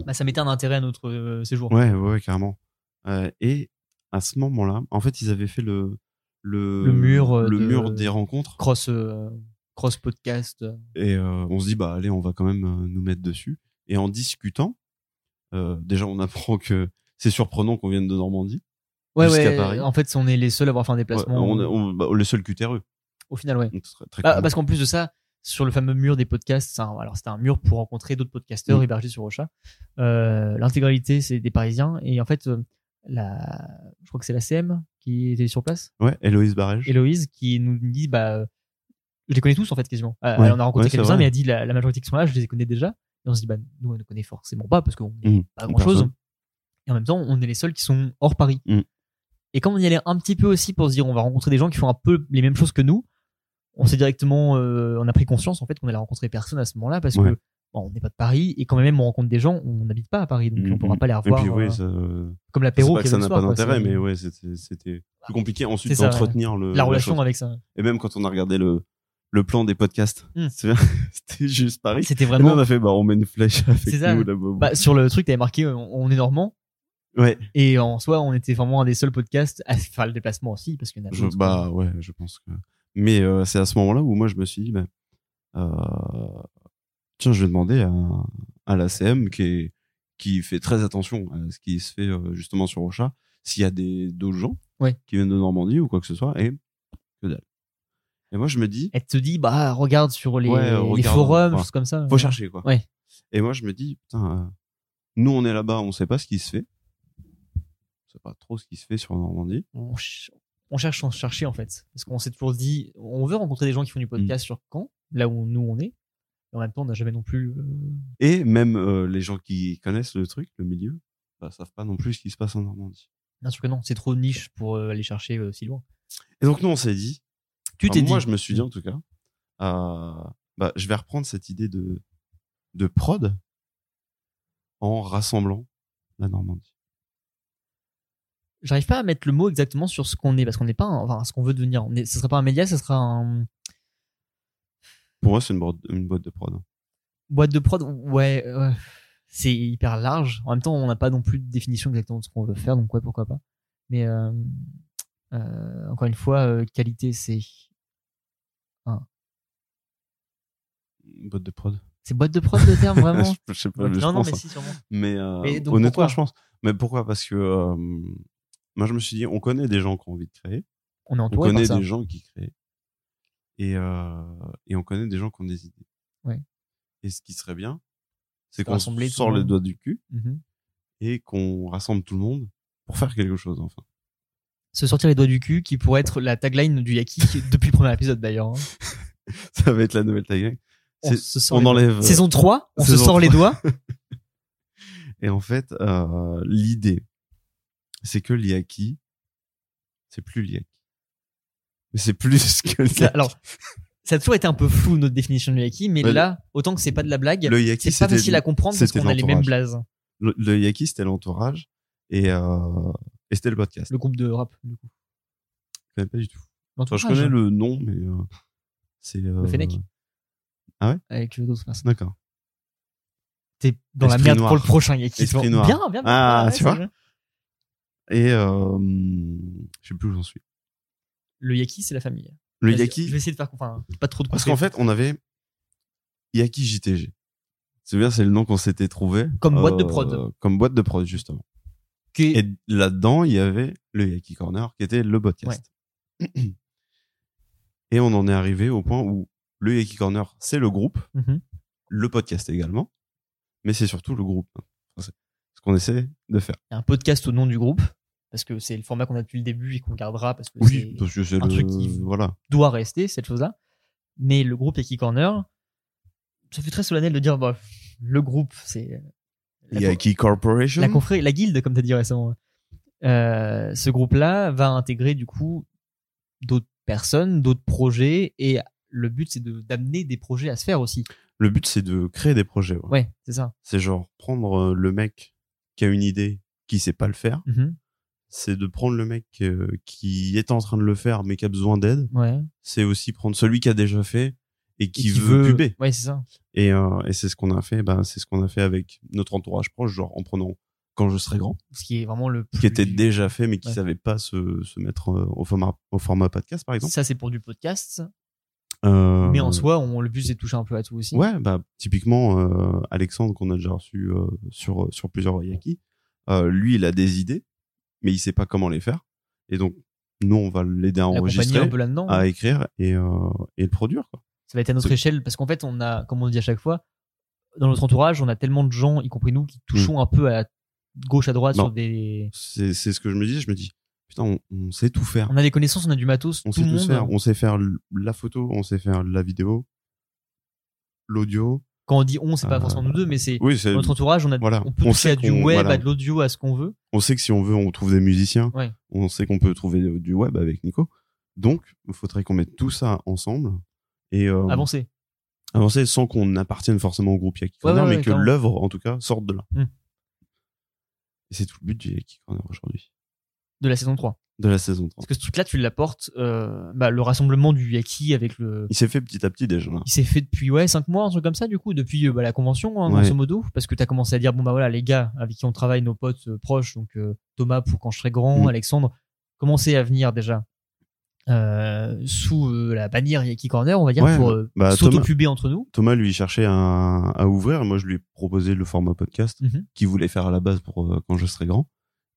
Speaker 2: Bah, ça mettait un intérêt à notre euh, séjour.
Speaker 1: Ouais, ouais, ouais, carrément. Euh, et à ce moment-là, en fait, ils avaient fait le le,
Speaker 2: Le mur, euh,
Speaker 1: le
Speaker 2: de-
Speaker 1: mur des rencontres.
Speaker 2: Cross, euh, cross podcast. euh,
Speaker 1: Et euh, on se dit bah allez, on va quand même euh, nous mettre dessus. Et en discutant, euh, déjà on apprend que c'est surprenant qu'on vienne de Normandie.
Speaker 2: Ouais,
Speaker 1: Jusqu'à
Speaker 2: ouais.
Speaker 1: Paris.
Speaker 2: En fait, on est les seuls à avoir fait un
Speaker 1: Ouais,
Speaker 2: déplacement.
Speaker 1: on, on- bah, le seul QTRE.
Speaker 2: Au final, ouais.
Speaker 1: donc c'est très- très
Speaker 2: Bah,
Speaker 1: cool.
Speaker 2: parce qu'en plus de ça, sur le fameux mur des podcasts, c'est un- alors c'était un mur pour rencontrer d'autres podcasteurs
Speaker 1: Mm.
Speaker 2: hébergés sur Ocha. Euh, L'intégralité, c'est des Parisiens. Et en fait, euh, la, je crois que c'est la CM qui était sur place,
Speaker 1: Ouais, Héloïse Barège.
Speaker 2: Héloïse, qui nous dit bah, euh, je les connais tous en fait quasiment. Euh,
Speaker 1: Ouais.
Speaker 2: Elle en a rencontré
Speaker 1: Ouais, c'est
Speaker 2: quelques-uns,
Speaker 1: vrai.
Speaker 2: mais elle a dit la, la majorité qui sont là, je les connais déjà. Et on se dit bah, nous, on ne connaît forcément pas parce qu'on
Speaker 1: Mm.
Speaker 2: pas grand chose.
Speaker 1: Personne.
Speaker 2: et en même temps, on est les seuls qui sont hors Paris.
Speaker 1: Mm.
Speaker 2: Et comme on y allait un petit peu aussi pour se dire, on va rencontrer des gens qui font un peu les mêmes choses que nous, on s'est directement, euh, on a pris conscience en fait qu'on allait rencontrer personne à ce moment-là parce
Speaker 1: Ouais.
Speaker 2: que bon, on n'est pas de Paris et quand même on rencontre des gens, on n'habite pas à Paris, donc
Speaker 1: Mm,
Speaker 2: on pourra
Speaker 1: mm.
Speaker 2: pas les
Speaker 1: Et
Speaker 2: revoir
Speaker 1: puis,
Speaker 2: euh,
Speaker 1: oui, ça, euh,
Speaker 2: comme
Speaker 1: c'est
Speaker 2: l'apéro.
Speaker 1: pas que
Speaker 2: qu'il y
Speaker 1: ça
Speaker 2: a le
Speaker 1: n'a
Speaker 2: soir,
Speaker 1: pas
Speaker 2: quoi,
Speaker 1: d'intérêt,
Speaker 2: c'est- Bah,
Speaker 1: mais ouais, c'était c'était plus compliqué ensuite
Speaker 2: C'est ça,
Speaker 1: d'entretenir le
Speaker 2: la relation
Speaker 1: chose.
Speaker 2: avec ça.
Speaker 1: Et même quand on a regardé le le plan des podcasts,
Speaker 2: Hmm.
Speaker 1: c'est- c'était juste Paris.
Speaker 2: C'était
Speaker 1: Et nous, on
Speaker 2: vraiment.
Speaker 1: a fait, bah, on met une flèche avec
Speaker 2: Ah C'est ça.
Speaker 1: nous là-bas.
Speaker 2: Bah, sur le truc, t'avais marqué, euh, on, on est normand.
Speaker 1: ouais,
Speaker 2: Et en soi, on était vraiment un des seuls podcasts à faire le déplacement aussi, parce qu'il y en a
Speaker 1: je,
Speaker 2: d'autres, quoi.
Speaker 1: bah, ouais, je pense que. Mais euh, c'est à ce moment-là où moi, je me suis dit, bah, euh, tiens, je vais demander à, à la CM qui, est, qui fait très attention à ce qui se fait euh, justement sur Ocha, s'il y a des d'autres gens
Speaker 2: Ouais.
Speaker 1: qui viennent de Normandie ou quoi que ce soit. Et que dalle. Et moi, je me dis,
Speaker 2: Elle te dit, bah, regarde sur les,
Speaker 1: Ouais,
Speaker 2: les
Speaker 1: regarde,
Speaker 2: forums,
Speaker 1: voilà.
Speaker 2: choses comme ça.
Speaker 1: faut chercher quoi.
Speaker 2: Ouais.
Speaker 1: Et moi je me dis putain, euh, nous on est là-bas, on sait pas ce qui se fait, on sait pas trop ce qui se fait sur Normandie.
Speaker 2: On, ch- on cherche sans chercher, en fait. Parce qu'on s'est toujours dit, on veut rencontrer des gens qui
Speaker 1: Mm.
Speaker 2: font du podcast sur Caen, là où nous on est. Et en même temps, on n'a jamais non plus. euh,
Speaker 1: Et même euh, les gens qui connaissent le truc, le milieu, bah, savent pas non plus ce qui se passe en Normandie.
Speaker 2: Bien sûr que non, c'est trop niche pour euh, aller chercher euh, si loin.
Speaker 1: Et donc nous on s'est dit,
Speaker 2: Tu
Speaker 1: enfin,
Speaker 2: t'es
Speaker 1: Ah,
Speaker 2: dit. Mm.
Speaker 1: moi je me suis dit hein. en tout cas, euh, bah, je vais reprendre cette idée de de prod en rassemblant la Normandie.
Speaker 2: J'arrive pas à mettre le mot exactement sur ce qu'on est, parce qu'on n'est pas, un- enfin, ce qu'on veut devenir. On est- Ce serait pas un média, ce sera un.
Speaker 1: Pour moi c'est une, boîte- une boîte de prod. hein.
Speaker 2: boîte de prod, ouais, euh, c'est hyper large. En même temps, on n'a pas non plus de définition exactement de ce qu'on veut faire, donc ouais, pourquoi pas. Mais euh, euh, encore une fois, euh, qualité, c'est
Speaker 1: Une boîte de prod.
Speaker 2: c'est boîte de prod le terme vraiment.
Speaker 1: Ah, je sais pas,
Speaker 2: non,
Speaker 1: mais je
Speaker 2: non,
Speaker 1: pense,
Speaker 2: mais
Speaker 1: hein.
Speaker 2: si sûrement.
Speaker 1: Mais euh,
Speaker 2: Et donc,
Speaker 1: honnêtement,
Speaker 2: pourquoi
Speaker 1: je pense. Mais pourquoi Parce que euh, moi, je me suis dit, on connaît des gens qui ont envie de créer,
Speaker 2: On est
Speaker 1: on
Speaker 2: entouré par
Speaker 1: connaît
Speaker 2: ça.
Speaker 1: des gens qui créent, et, euh, et on connaît des gens qui ont des idées.
Speaker 2: Ouais.
Speaker 1: Et ce qui serait bien, c'est qu'on
Speaker 2: Rassembler tout
Speaker 1: sort
Speaker 2: le
Speaker 1: les
Speaker 2: monde.
Speaker 1: doigts du cul
Speaker 2: Mhm.
Speaker 1: et qu'on rassemble tout le monde pour faire quelque chose, enfin.
Speaker 2: Se sortir les doigts du cul, qui pourrait être la tagline du Yaki depuis le premier épisode d'ailleurs. hein.
Speaker 1: Ça va être la nouvelle tagline.
Speaker 2: On
Speaker 1: C'est-
Speaker 2: se sort
Speaker 1: On
Speaker 2: les doigts.
Speaker 1: enlève. euh,
Speaker 2: Saison 3, on se
Speaker 1: Saison
Speaker 2: sort les doigts.
Speaker 1: Et en fait, euh, l'idée, c'est que l'IAKI, c'est plus l'IAKI. Mais c'est plus que
Speaker 2: Ça-
Speaker 1: l'IAKI.
Speaker 2: Alors, ça a toujours été un peu flou notre définition du Yaki, mais
Speaker 1: Ouais,
Speaker 2: là, autant que c'est pas de la blague,
Speaker 1: Le Yaki,
Speaker 2: c'est pas
Speaker 1: c'était-
Speaker 2: facile à comprendre parce
Speaker 1: c'était
Speaker 2: qu'on a les mêmes
Speaker 1: l'entourage.
Speaker 2: blazes.
Speaker 1: le, le Yaki, c'était l'entourage et, euh, et c'était le podcast.
Speaker 2: Le groupe de rap, du coup. hein,
Speaker 1: Je connais pas du tout. Enfin, je connais le nom, mais euh, c'est. euh,
Speaker 2: Ah, Le Fennec.
Speaker 1: Ah ouais
Speaker 2: avec d'autres personnes.
Speaker 1: D'accord.
Speaker 2: T'es dans la
Speaker 1: Esprit
Speaker 2: merde
Speaker 1: noir.
Speaker 2: pour le prochain Yaki.
Speaker 1: Esprit
Speaker 2: Bien,
Speaker 1: noir.
Speaker 2: bien, bien.
Speaker 1: Ah,
Speaker 2: ouais,
Speaker 1: tu
Speaker 2: c'est
Speaker 1: vois
Speaker 2: bien.
Speaker 1: Et euh, je sais plus où j'en suis.
Speaker 2: Le Yaki, c'est la famille.
Speaker 1: Le
Speaker 2: Vas-y,
Speaker 1: Yaki.
Speaker 2: Je vais essayer de faire enfin, pas trop de
Speaker 1: Parce
Speaker 2: couper.
Speaker 1: qu'en fait, on avait Yaki JTG. C'est bien, c'est le nom qu'on s'était trouvé. euh,
Speaker 2: Comme boîte de prod.
Speaker 1: Comme boîte de prod, justement.
Speaker 2: Qui-
Speaker 1: Et là-dedans, il y avait le Yaki Corner, qui était le podcast. Et on en est arrivé au point où le Yaki Corner, c'est le groupe.
Speaker 2: Mhm.
Speaker 1: le podcast également, mais c'est surtout le groupe. hein. Enfin, c'est ce qu'on essaie de faire.
Speaker 2: Il y a un podcast au nom du groupe, parce que c'est le format qu'on a depuis le début et qu'on gardera, parce que
Speaker 1: Oui,
Speaker 2: c'est-
Speaker 1: parce que c'est le
Speaker 2: un truc qui-
Speaker 1: voilà.
Speaker 2: doit rester, cette chose-là. Mais le groupe Yaki Corner, ça fait très solennel de dire, bah, le groupe, c'est... la
Speaker 1: Il y a Key Corporation.
Speaker 2: la confré- la guilde, comme t'as dit récemment. Euh, ce groupe-là va intégrer du coup d'autres personnes, d'autres projets, et le but c'est de d'amener des projets à se faire aussi.
Speaker 1: Le but c'est de créer des projets. ouais.
Speaker 2: Ouais, c'est ça.
Speaker 1: C'est genre prendre euh, le mec qui a une idée qui sait pas le faire,
Speaker 2: Mhm.
Speaker 1: c'est de prendre le mec euh, qui est en train de le faire mais qui a besoin d'aide.
Speaker 2: Ouais.
Speaker 1: C'est aussi prendre celui qui a déjà fait et
Speaker 2: Et
Speaker 1: qui, veut, puber.
Speaker 2: Ouais, c'est ça.
Speaker 1: Et, euh, et c'est ce qu'on a fait. Ben c'est ce qu'on a fait avec notre entourage proche, genre en prenant quand je serai grand.
Speaker 2: Ce qui est vraiment le.
Speaker 1: qui était
Speaker 2: plus-
Speaker 1: déjà fait mais qui
Speaker 2: Ouais.
Speaker 1: savait pas se, se mettre euh, au format au format podcast par exemple
Speaker 2: Ça c'est pour du podcast,
Speaker 1: Euh,
Speaker 2: mais en soi, on, le but c'est de toucher un peu à tout aussi.
Speaker 1: ouais bah typiquement euh, Alexandre qu'on a déjà reçu euh, sur sur plusieurs Yaki euh, lui il a des idées mais il sait pas comment les faire et donc nous on va l'aider à
Speaker 2: L'accompagner
Speaker 1: enregistrer
Speaker 2: un peu là-dedans.
Speaker 1: à écrire et euh, et le produire quoi
Speaker 2: Ça va être à notre
Speaker 1: C'est-
Speaker 2: échelle parce qu'en fait, on a, comme on dit à chaque fois, dans notre entourage, on a tellement de gens, y compris nous, qui touchons un peu à gauche à droite
Speaker 1: Hmm. Non.
Speaker 2: sur des.
Speaker 1: c'est c'est ce que je me dis je me dis putain on, on sait tout faire
Speaker 2: On a des connaissances, on a du matos,
Speaker 1: on
Speaker 2: tout
Speaker 1: sait
Speaker 2: le
Speaker 1: tout
Speaker 2: monde. hein.
Speaker 1: faire on sait faire l- la photo on sait faire la vidéo l'audio
Speaker 2: Quand on dit on, c'est pas
Speaker 1: Euh,
Speaker 2: forcément nous deux, mais c'est
Speaker 1: Oui, c'est.
Speaker 2: notre entourage. On, a,
Speaker 1: voilà.
Speaker 2: on peut
Speaker 1: On
Speaker 2: toucher
Speaker 1: sait
Speaker 2: à du
Speaker 1: qu'on-
Speaker 2: web,
Speaker 1: voilà.
Speaker 2: à de l'audio, à ce qu'on veut.
Speaker 1: On sait que si on veut, on trouve des musiciens.
Speaker 2: Ouais.
Speaker 1: On sait qu'on peut trouver euh, du web avec Nico. Donc, il faudrait qu'on mette tout ça ensemble et euh,
Speaker 2: Avancer.
Speaker 1: avancer sans qu'on appartienne forcément au groupe Yaki
Speaker 2: Ouais,
Speaker 1: Corner,
Speaker 2: ouais,
Speaker 1: mais
Speaker 2: ouais,
Speaker 1: que
Speaker 2: clairement.
Speaker 1: l'œuvre, en tout cas, sorte de là.
Speaker 2: Hmm.
Speaker 1: Et c'est tout le but du Yaki Corner aujourd'hui,
Speaker 2: De la saison 3.
Speaker 1: de la saison 3.
Speaker 2: Parce que ce truc-là, tu l'apportes, euh, bah, le rassemblement du Yaki avec le,
Speaker 1: Il s'est fait petit à petit déjà. là.
Speaker 2: Il s'est fait depuis ouais 5 mois, un truc comme ça, du coup, depuis euh, bah, la convention, hein,
Speaker 1: Ouais.
Speaker 2: grosso modo, parce que tu as commencé à dire bon bah voilà les gars avec qui on travaille, nos potes euh, proches, donc euh, Thomas pour quand je serai grand,
Speaker 1: Mm.
Speaker 2: Alexandre, commencez à venir déjà euh, sous euh, la bannière Yaki Corner, on va dire,
Speaker 1: Ouais,
Speaker 2: pour euh,
Speaker 1: bah,
Speaker 2: s'auto-puber entre nous.
Speaker 1: Thomas, lui, cherchait un- à ouvrir. Moi, je lui ai proposé le format podcast
Speaker 2: Mhm.
Speaker 1: qu'il voulait faire à la base pour euh, quand je serai grand.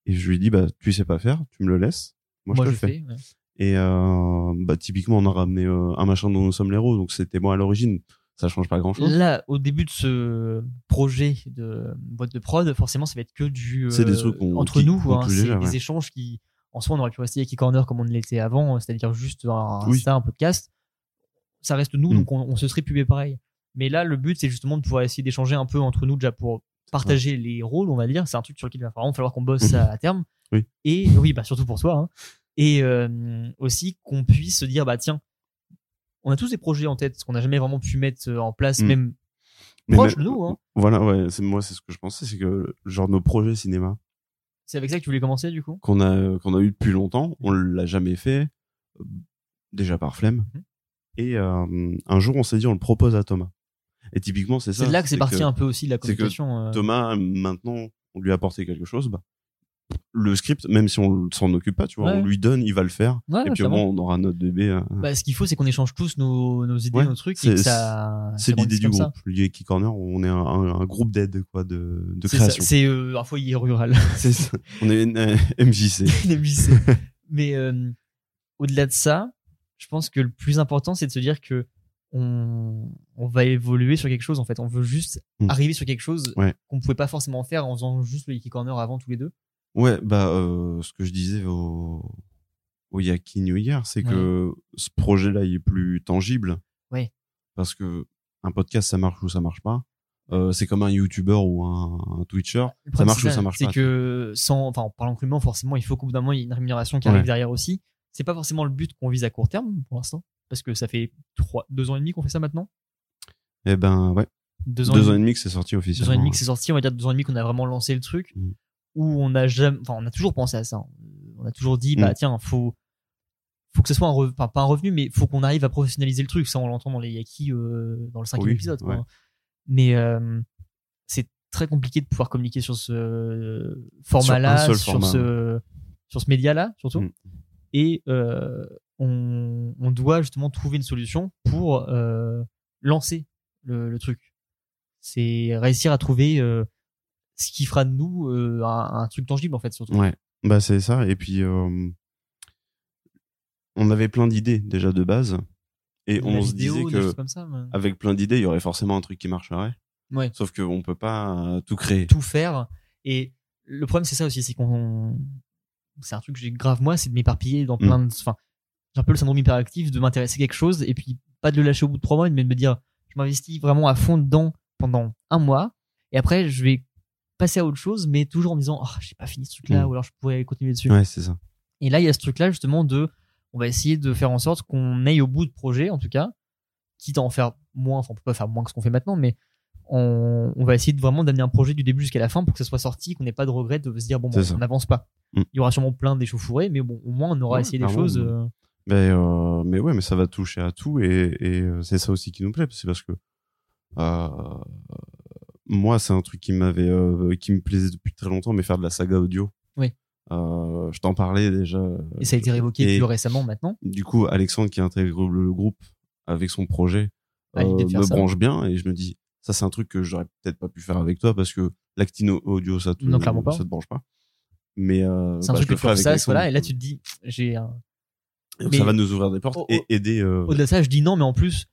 Speaker 1: Et je lui ai dit, bah, tu sais pas faire, tu me le laisses. Moi, je te le fais.
Speaker 2: ouais.
Speaker 1: Et euh, bah, typiquement, on a ramené euh, un machin dont nous sommes les héros. Donc, c'était moi à l'origine. Ça change pas grand chose.
Speaker 2: Là, au début de ce projet de boîte de prod, forcément, ça va être que du euh,
Speaker 1: C'est des trucs qu'on-
Speaker 2: entre
Speaker 1: qui-
Speaker 2: nous,
Speaker 1: qu'on
Speaker 2: hein,
Speaker 1: touche
Speaker 2: c'est
Speaker 1: déjà,
Speaker 2: des
Speaker 1: ouais.
Speaker 2: échanges qui, en soi, on aurait pu rester Yaki Corner comme on l'était avant, euh, c'est-à-dire juste un
Speaker 1: Oui.
Speaker 2: Insta, un podcast. Ça reste nous,
Speaker 1: Mm.
Speaker 2: donc on, on se serait publié pareil. Mais là, le but, c'est justement de pouvoir essayer d'échanger un peu entre nous déjà pour partager les rôles, on va dire. C'est un truc sur lequel il va vraiment falloir qu'on bosse ça à terme.
Speaker 1: Mm-hmm. Oui.
Speaker 2: Et oui, bah surtout pour toi. hein. Et euh, aussi qu'on puisse se dire, bah tiens, on a tous des projets en tête qu'on n'a jamais vraiment pu mettre euh, en place,
Speaker 1: Mm.
Speaker 2: même
Speaker 1: Mais
Speaker 2: proche
Speaker 1: même-
Speaker 2: de nous. hein.
Speaker 1: Voilà, ouais, c'est, moi, c'est ce que je pensais. C'est que, genre, nos projets cinéma
Speaker 2: C'est avec ça que tu voulais commencer, du coup
Speaker 1: qu'on a, qu'on a eu depuis longtemps, on l'a jamais fait. euh, Déjà par flemme.
Speaker 2: Mhm.
Speaker 1: Et euh, un jour, on s'est dit, on le propose à Thomas. Et typiquement, c'est ça.
Speaker 2: C'est de là que c'est
Speaker 1: c'était
Speaker 2: parti hein. un peu aussi la
Speaker 1: que
Speaker 2: communication. euh,
Speaker 1: Thomas, maintenant, on lui a apporté quelque chose, bah, le script, même si on s'en occupe pas, tu vois,
Speaker 2: Ouais.
Speaker 1: on lui donne, il va le faire.
Speaker 2: ouais,
Speaker 1: et puis au moins,
Speaker 2: clairement.
Speaker 1: on aura notre bébé. euh,
Speaker 2: Bah, ce qu'il faut, c'est qu'on échange tous nos, nos idées,
Speaker 1: Ouais,
Speaker 2: nos trucs,
Speaker 1: c'est-
Speaker 2: et que ça.
Speaker 1: c'est
Speaker 2: ça grandisse
Speaker 1: l'idée du
Speaker 2: comme ça.
Speaker 1: groupe. Yaki Corner, on est un, un- un groupe d'aide, quoi, de, de
Speaker 2: C'est ça,
Speaker 1: création.
Speaker 2: C'est euh, un foyer rural,
Speaker 1: C'est ça. On est une, euh, MJC.
Speaker 2: les lycées. Mais euh, au-delà de ça, je pense que le plus important, c'est de se dire que on, on va évoluer sur quelque chose, en fait. On veut juste
Speaker 1: Mm.
Speaker 2: arriver sur quelque chose
Speaker 1: Ouais.
Speaker 2: qu'on pouvait pas forcément faire en faisant juste le Yiki Corner avant tous les deux.
Speaker 1: Ouais, bah, euh, ce que je disais au, au Yaki New Year, c'est que ce projet-là, il est plus tangible.
Speaker 2: Ouais.
Speaker 1: Parce que un podcast, ça marche ou ça marche pas. Euh, c'est comme un YouTuber ou un, un Twitcher.
Speaker 2: Le
Speaker 1: Ça
Speaker 2: problème,
Speaker 1: marche
Speaker 2: c'est
Speaker 1: ou ça marche
Speaker 2: C'est
Speaker 1: pas.
Speaker 2: que, sans, enfin, en parlant crûment, forcément, il faut qu'au bout d'un moment, il y ait une rémunération qui
Speaker 1: Ouais.
Speaker 2: arrive derrière aussi. C'est pas forcément le but qu'on vise à court terme pour l'instant, parce que ça fait trois, deux ans et demi qu'on fait ça maintenant.
Speaker 1: Eh ben, ouais.
Speaker 2: Deux
Speaker 1: Deux
Speaker 2: ans, et,
Speaker 1: ans et
Speaker 2: demi,
Speaker 1: demi que c'est sorti officiellement.
Speaker 2: deux ans et demi que c'est sorti, on va dire deux ans et demi qu'on a vraiment lancé le truc,
Speaker 1: Mm.
Speaker 2: où on a jamais, enfin, on a toujours pensé à ça. hein. On a toujours dit, bah
Speaker 1: Mm.
Speaker 2: tiens, faut, faut que ce soit un, re- enfin, pas un revenu, mais faut qu'on arrive à professionnaliser le truc. Ça, on l'entend dans les Yaki, euh, dans le cinquième
Speaker 1: Oui,
Speaker 2: épisode. quoi.
Speaker 1: ouais.
Speaker 2: Mais euh, c'est très compliqué de pouvoir communiquer sur ce
Speaker 1: Sur
Speaker 2: format-là,
Speaker 1: un
Speaker 2: sur,
Speaker 1: seul format,
Speaker 2: ce, sur ce média-là, surtout.
Speaker 1: Mm.
Speaker 2: Et euh, on, on doit justement trouver une solution pour euh, lancer le, le truc. C'est réussir à trouver euh, ce qui fera de nous euh, un, un truc tangible, en fait, surtout.
Speaker 1: Ouais, bah c'est ça. Et puis, euh, on avait plein d'idées déjà de base. Et
Speaker 2: De la
Speaker 1: on se
Speaker 2: vidéo,
Speaker 1: disait
Speaker 2: des
Speaker 1: que
Speaker 2: choses comme ça, mais-
Speaker 1: avec plein d'idées, il y aurait forcément un truc qui marcherait.
Speaker 2: Ouais.
Speaker 1: Sauf qu'on peut pas euh, tout créer.
Speaker 2: tout faire. Et le problème, c'est ça aussi, c'est qu'on. C'est un truc que j'ai grave moi, c'est de m'éparpiller
Speaker 1: Mm.
Speaker 2: dans plein de. Enfin, j'ai un peu le syndrome hyperactif de m'intéresser à quelque chose et puis pas de le lâcher au bout de trois mois, mais de me dire, je m'investis vraiment à fond dedans pendant un mois et après, je vais passer à autre chose, mais toujours en me disant, oh, j'ai pas fini ce truc-là,
Speaker 1: Mm.
Speaker 2: ou alors je pourrais continuer dessus.
Speaker 1: Ouais, c'est ça.
Speaker 2: Et là, il y a ce truc-là, justement, de. On va essayer de faire en sorte qu'on aille au bout de projet, en tout cas, quitte à en faire moins. Enfin, on peut pas faire moins que ce qu'on fait maintenant, mais on, on va essayer de vraiment d'amener un projet du début jusqu'à la fin pour que ça soit sorti, qu'on n'ait pas de regret de se dire, bon,
Speaker 1: C'est
Speaker 2: bah,
Speaker 1: ça.
Speaker 2: on n'avance pas.
Speaker 1: Mm.
Speaker 2: Il y aura sûrement plein d'échauffourées, mais bon, au moins, on aura
Speaker 1: Ouais,
Speaker 2: essayé des
Speaker 1: clairement,
Speaker 2: choses.
Speaker 1: ouais.
Speaker 2: euh,
Speaker 1: Mais, euh, mais ouais, mais ça va toucher à tout. Et, et, euh, c'est ça aussi qui nous plaît. C'est parce que euh, moi, c'est un truc qui m'avait, euh, qui me plaisait depuis très longtemps, mais faire de la saga audio.
Speaker 2: Oui.
Speaker 1: Euh, je t'en parlais déjà. euh,
Speaker 2: et ça a été révoqué
Speaker 1: Et-
Speaker 2: plus récemment maintenant.
Speaker 1: du coup, Alexandre qui intègre le, le groupe avec son projet
Speaker 2: Ah, l'idée
Speaker 1: euh,
Speaker 2: de faire
Speaker 1: me
Speaker 2: ça.
Speaker 1: branche bien et je me dis, ça c'est un truc que j'aurais peut-être pas pu faire avec toi parce que l'actino audio ça te,
Speaker 2: Non, clairement pas.
Speaker 1: ça te branche pas. Mais euh,
Speaker 2: C'est un
Speaker 1: bah, je
Speaker 2: truc
Speaker 1: le fais
Speaker 2: que tu
Speaker 1: avec
Speaker 2: ressasses,
Speaker 1: Alexandre.
Speaker 2: voilà, et là, tu te dis, j'ai un.
Speaker 1: Donc,
Speaker 2: mais-
Speaker 1: ça va nous ouvrir des portes
Speaker 2: Oh,
Speaker 1: et
Speaker 2: oh.
Speaker 1: aider. euh,
Speaker 2: Au-delà de ça, je dis non, mais en plus,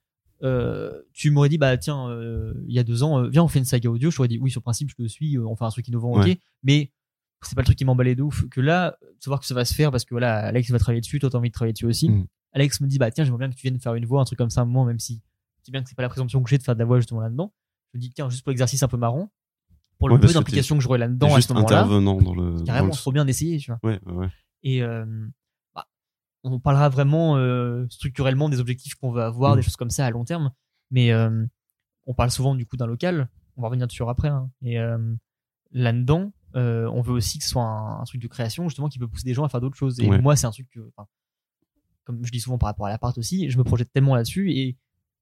Speaker 2: euh, tu m'aurais dit, bah tiens, euh, il y a deux ans, euh, viens, on fait une saga audio. Je t'aurais dit, oui, sur principe, je te suis, euh, on fait un truc innovant, ok.
Speaker 1: Ouais.
Speaker 2: Mais c'est pas le truc qui m'emballait de ouf. Que là, savoir que ça va se faire parce que voilà, Alex va travailler dessus, toi t'as envie de travailler dessus aussi.
Speaker 1: Mm.
Speaker 2: Alex me dit, bah tiens, j'aimerais bien que tu viennes faire une voix, un truc comme ça, à un moment, même si c'est bien que c'est pas la présomption que j'ai de faire de la voix justement là-dedans. Je me dis, tiens, juste pour l'exercice un peu marrant, pour le
Speaker 1: Ouais,
Speaker 2: peu
Speaker 1: parce que
Speaker 2: d'implication que j'aurais là-dedans à
Speaker 1: juste
Speaker 2: ce moment-là,
Speaker 1: intervenant dans le.
Speaker 2: carrément,
Speaker 1: dans le-
Speaker 2: trop bien d'essayer, tu vois.
Speaker 1: Ouais, ouais.
Speaker 2: Et euh, bah, on parlera vraiment euh, structurellement des objectifs qu'on veut avoir,
Speaker 1: Mm.
Speaker 2: des choses comme ça à long terme. Mais euh, on parle souvent du coup d'un local. On va revenir dessus après. hein. Et euh, là-dedans, euh, on veut aussi que ce soit un, un truc de création justement qui peut pousser des gens à faire d'autres choses. Et
Speaker 1: Ouais.
Speaker 2: moi, c'est un truc que, enfin, comme je dis souvent par rapport à l'appart aussi, je me projette tellement là-dessus. Et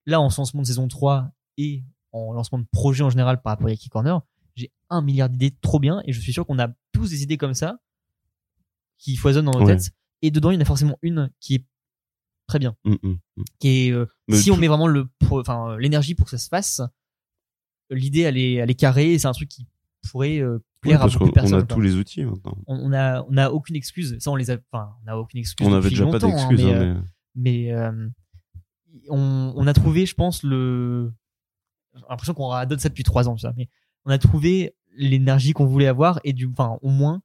Speaker 2: là, en ce lancement de saison 3 et en lancement de projet en général par rapport à Yaki Corner, j'ai un milliard d'idées trop bien et je suis sûr qu'on a tous des idées comme ça qui foisonnent dans nos
Speaker 1: Ouais.
Speaker 2: têtes. Et dedans, il y en a forcément une qui est très bien.
Speaker 1: Mm, mm, mm.
Speaker 2: Qui est, euh,
Speaker 1: Mais
Speaker 2: si on
Speaker 1: tout-
Speaker 2: met vraiment le, pro- enfin, euh, l'énergie pour que ça se fasse, l'idée, elle est, elle est carrée et c'est un truc qui pourrait euh,
Speaker 1: Oui,
Speaker 2: plaire à
Speaker 1: parce
Speaker 2: beaucoup
Speaker 1: qu'on
Speaker 2: de
Speaker 1: on
Speaker 2: personnes.
Speaker 1: a
Speaker 2: quoi.
Speaker 1: tous les outils maintenant.
Speaker 2: On- on a, on a aucune excuse. Ça, on les a, enfin, on a aucune excuse.
Speaker 1: On avait
Speaker 2: depuis
Speaker 1: déjà pas
Speaker 2: longtemps, hein,
Speaker 1: d'excuses.
Speaker 2: mais,
Speaker 1: hein,
Speaker 2: euh,
Speaker 1: mais-
Speaker 2: mais euh, on, on a trouvé, je pense, le. J'ai l'impression qu'on adopte ça depuis trois ans, ça. Mais on a trouvé l'énergie qu'on voulait avoir et du, enfin, au moins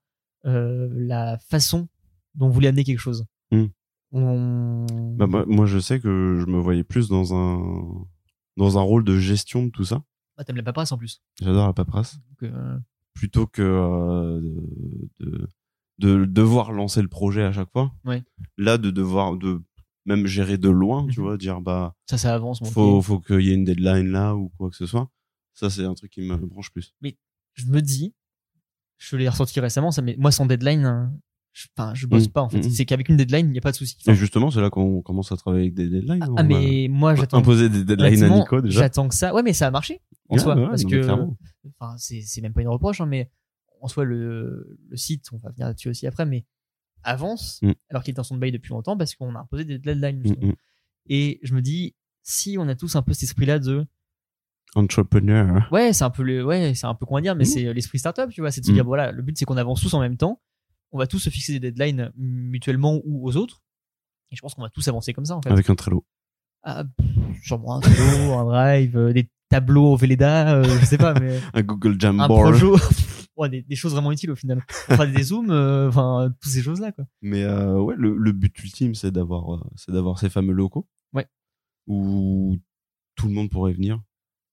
Speaker 2: euh, la façon dont on voulait amener quelque chose.
Speaker 1: Hmm.
Speaker 2: On...
Speaker 1: Bah, moi, moi, je sais que je me voyais plus dans un dans un rôle de gestion de tout ça.
Speaker 2: Ah, t'aimes la paperasse en plus.
Speaker 1: J'adore la paperasse.
Speaker 2: Donc, euh,
Speaker 1: plutôt que euh, de, de, de devoir lancer le projet à chaque fois.
Speaker 2: Ouais.
Speaker 1: Là, de devoir de même gérer de loin, tu
Speaker 2: Mhm.
Speaker 1: vois, dire bah
Speaker 2: ça, ça avance. mon
Speaker 1: faut
Speaker 2: pied.
Speaker 1: faut qu'il y ait une deadline là ou quoi que ce soit. Ça, c'est un truc qui me branche plus.
Speaker 2: Je me dis, je l'ai ressorti récemment, ça, mais moi, sans deadline, hein, je, enfin, je bosse
Speaker 1: Hmm.
Speaker 2: pas, en fait.
Speaker 1: Hmm.
Speaker 2: C'est qu'avec une deadline, il n'y a pas de souci.
Speaker 1: Et
Speaker 2: Enfin,
Speaker 1: justement, c'est là qu'on commence à travailler avec des deadlines.
Speaker 2: ah,
Speaker 1: On
Speaker 2: ah,
Speaker 1: va
Speaker 2: mais moi, j'attends.
Speaker 1: imposer des deadlines à
Speaker 2: honnêtement,
Speaker 1: Nico déjà.
Speaker 2: J'attends que ça. Ouais, mais ça a marché. en
Speaker 1: Ouais,
Speaker 2: soi,
Speaker 1: ouais,
Speaker 2: parce
Speaker 1: non, mais
Speaker 2: que-
Speaker 1: clairement.
Speaker 2: enfin c'est c'est même pas une reproche hein, mais en soi le, le site on va venir là-dessus aussi après mais avance
Speaker 1: Mm.
Speaker 2: alors qu'il est en son bail depuis longtemps parce qu'on a imposé des deadlines
Speaker 1: Mm,
Speaker 2: justement.
Speaker 1: mm.
Speaker 2: et je me dis si on a tous un peu cet esprit là de
Speaker 1: Entrepreneur.
Speaker 2: ouais c'est un peu le ouais c'est un peu comment dire mais
Speaker 1: Mm.
Speaker 2: c'est euh, l'esprit startup tu vois c'est de se
Speaker 1: Mm.
Speaker 2: dire voilà le but c'est qu'on avance tous en même temps on va tous se fixer des deadlines mutuellement ou aux autres et je pense qu'on va tous avancer comme ça en fait
Speaker 1: Avec un Trello.
Speaker 2: Ah, pff, sûrement un Trello un drive euh, des tableaux au Velleda euh, je sais pas mais
Speaker 1: Un Google Jam
Speaker 2: un
Speaker 1: Board.
Speaker 2: projo. Ouais, des, des choses vraiment utiles au final. Enfin, des zooms, euh, enfin, toutes ces choses-là, quoi.
Speaker 1: Mais euh, ouais, le, le but ultime, c'est d'avoir, euh, c'est d'avoir ces fameux locaux.
Speaker 2: Ouais.
Speaker 1: Où tout le monde pourrait venir,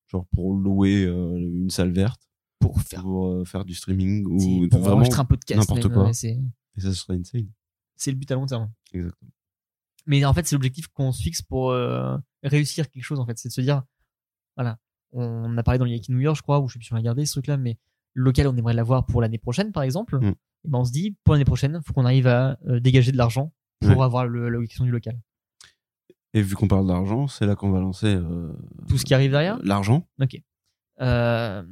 Speaker 1: genre pour louer euh, une salle verte,
Speaker 2: Pour faire,
Speaker 1: pour euh, faire du streaming
Speaker 2: c'est-
Speaker 1: ou
Speaker 2: pour
Speaker 1: vraiment.
Speaker 2: enregistrer un podcast.
Speaker 1: n'importe
Speaker 2: même,
Speaker 1: quoi.
Speaker 2: ouais, c'est,
Speaker 1: Et ça serait insane.
Speaker 2: c'est le but à long terme.
Speaker 1: Exactement.
Speaker 2: Mais en fait, c'est l'objectif qu'on se fixe pour euh, réussir quelque chose, en fait. C'est de se dire, voilà, on a parlé dans le Yaki New York, je crois, ou je sais plus si on a gardé ce truc-là, mais le local, on aimerait l'avoir pour l'année prochaine, par exemple.
Speaker 1: Mm.
Speaker 2: Et ben, on se dit, pour l'année prochaine, faut qu'on arrive à euh, dégager de l'argent pour
Speaker 1: Ouais.
Speaker 2: avoir le, la location du local.
Speaker 1: Et vu qu'on parle d'argent, c'est là qu'on va lancer euh,
Speaker 2: Tout ce qui arrive derrière,
Speaker 1: l'argent.
Speaker 2: euh,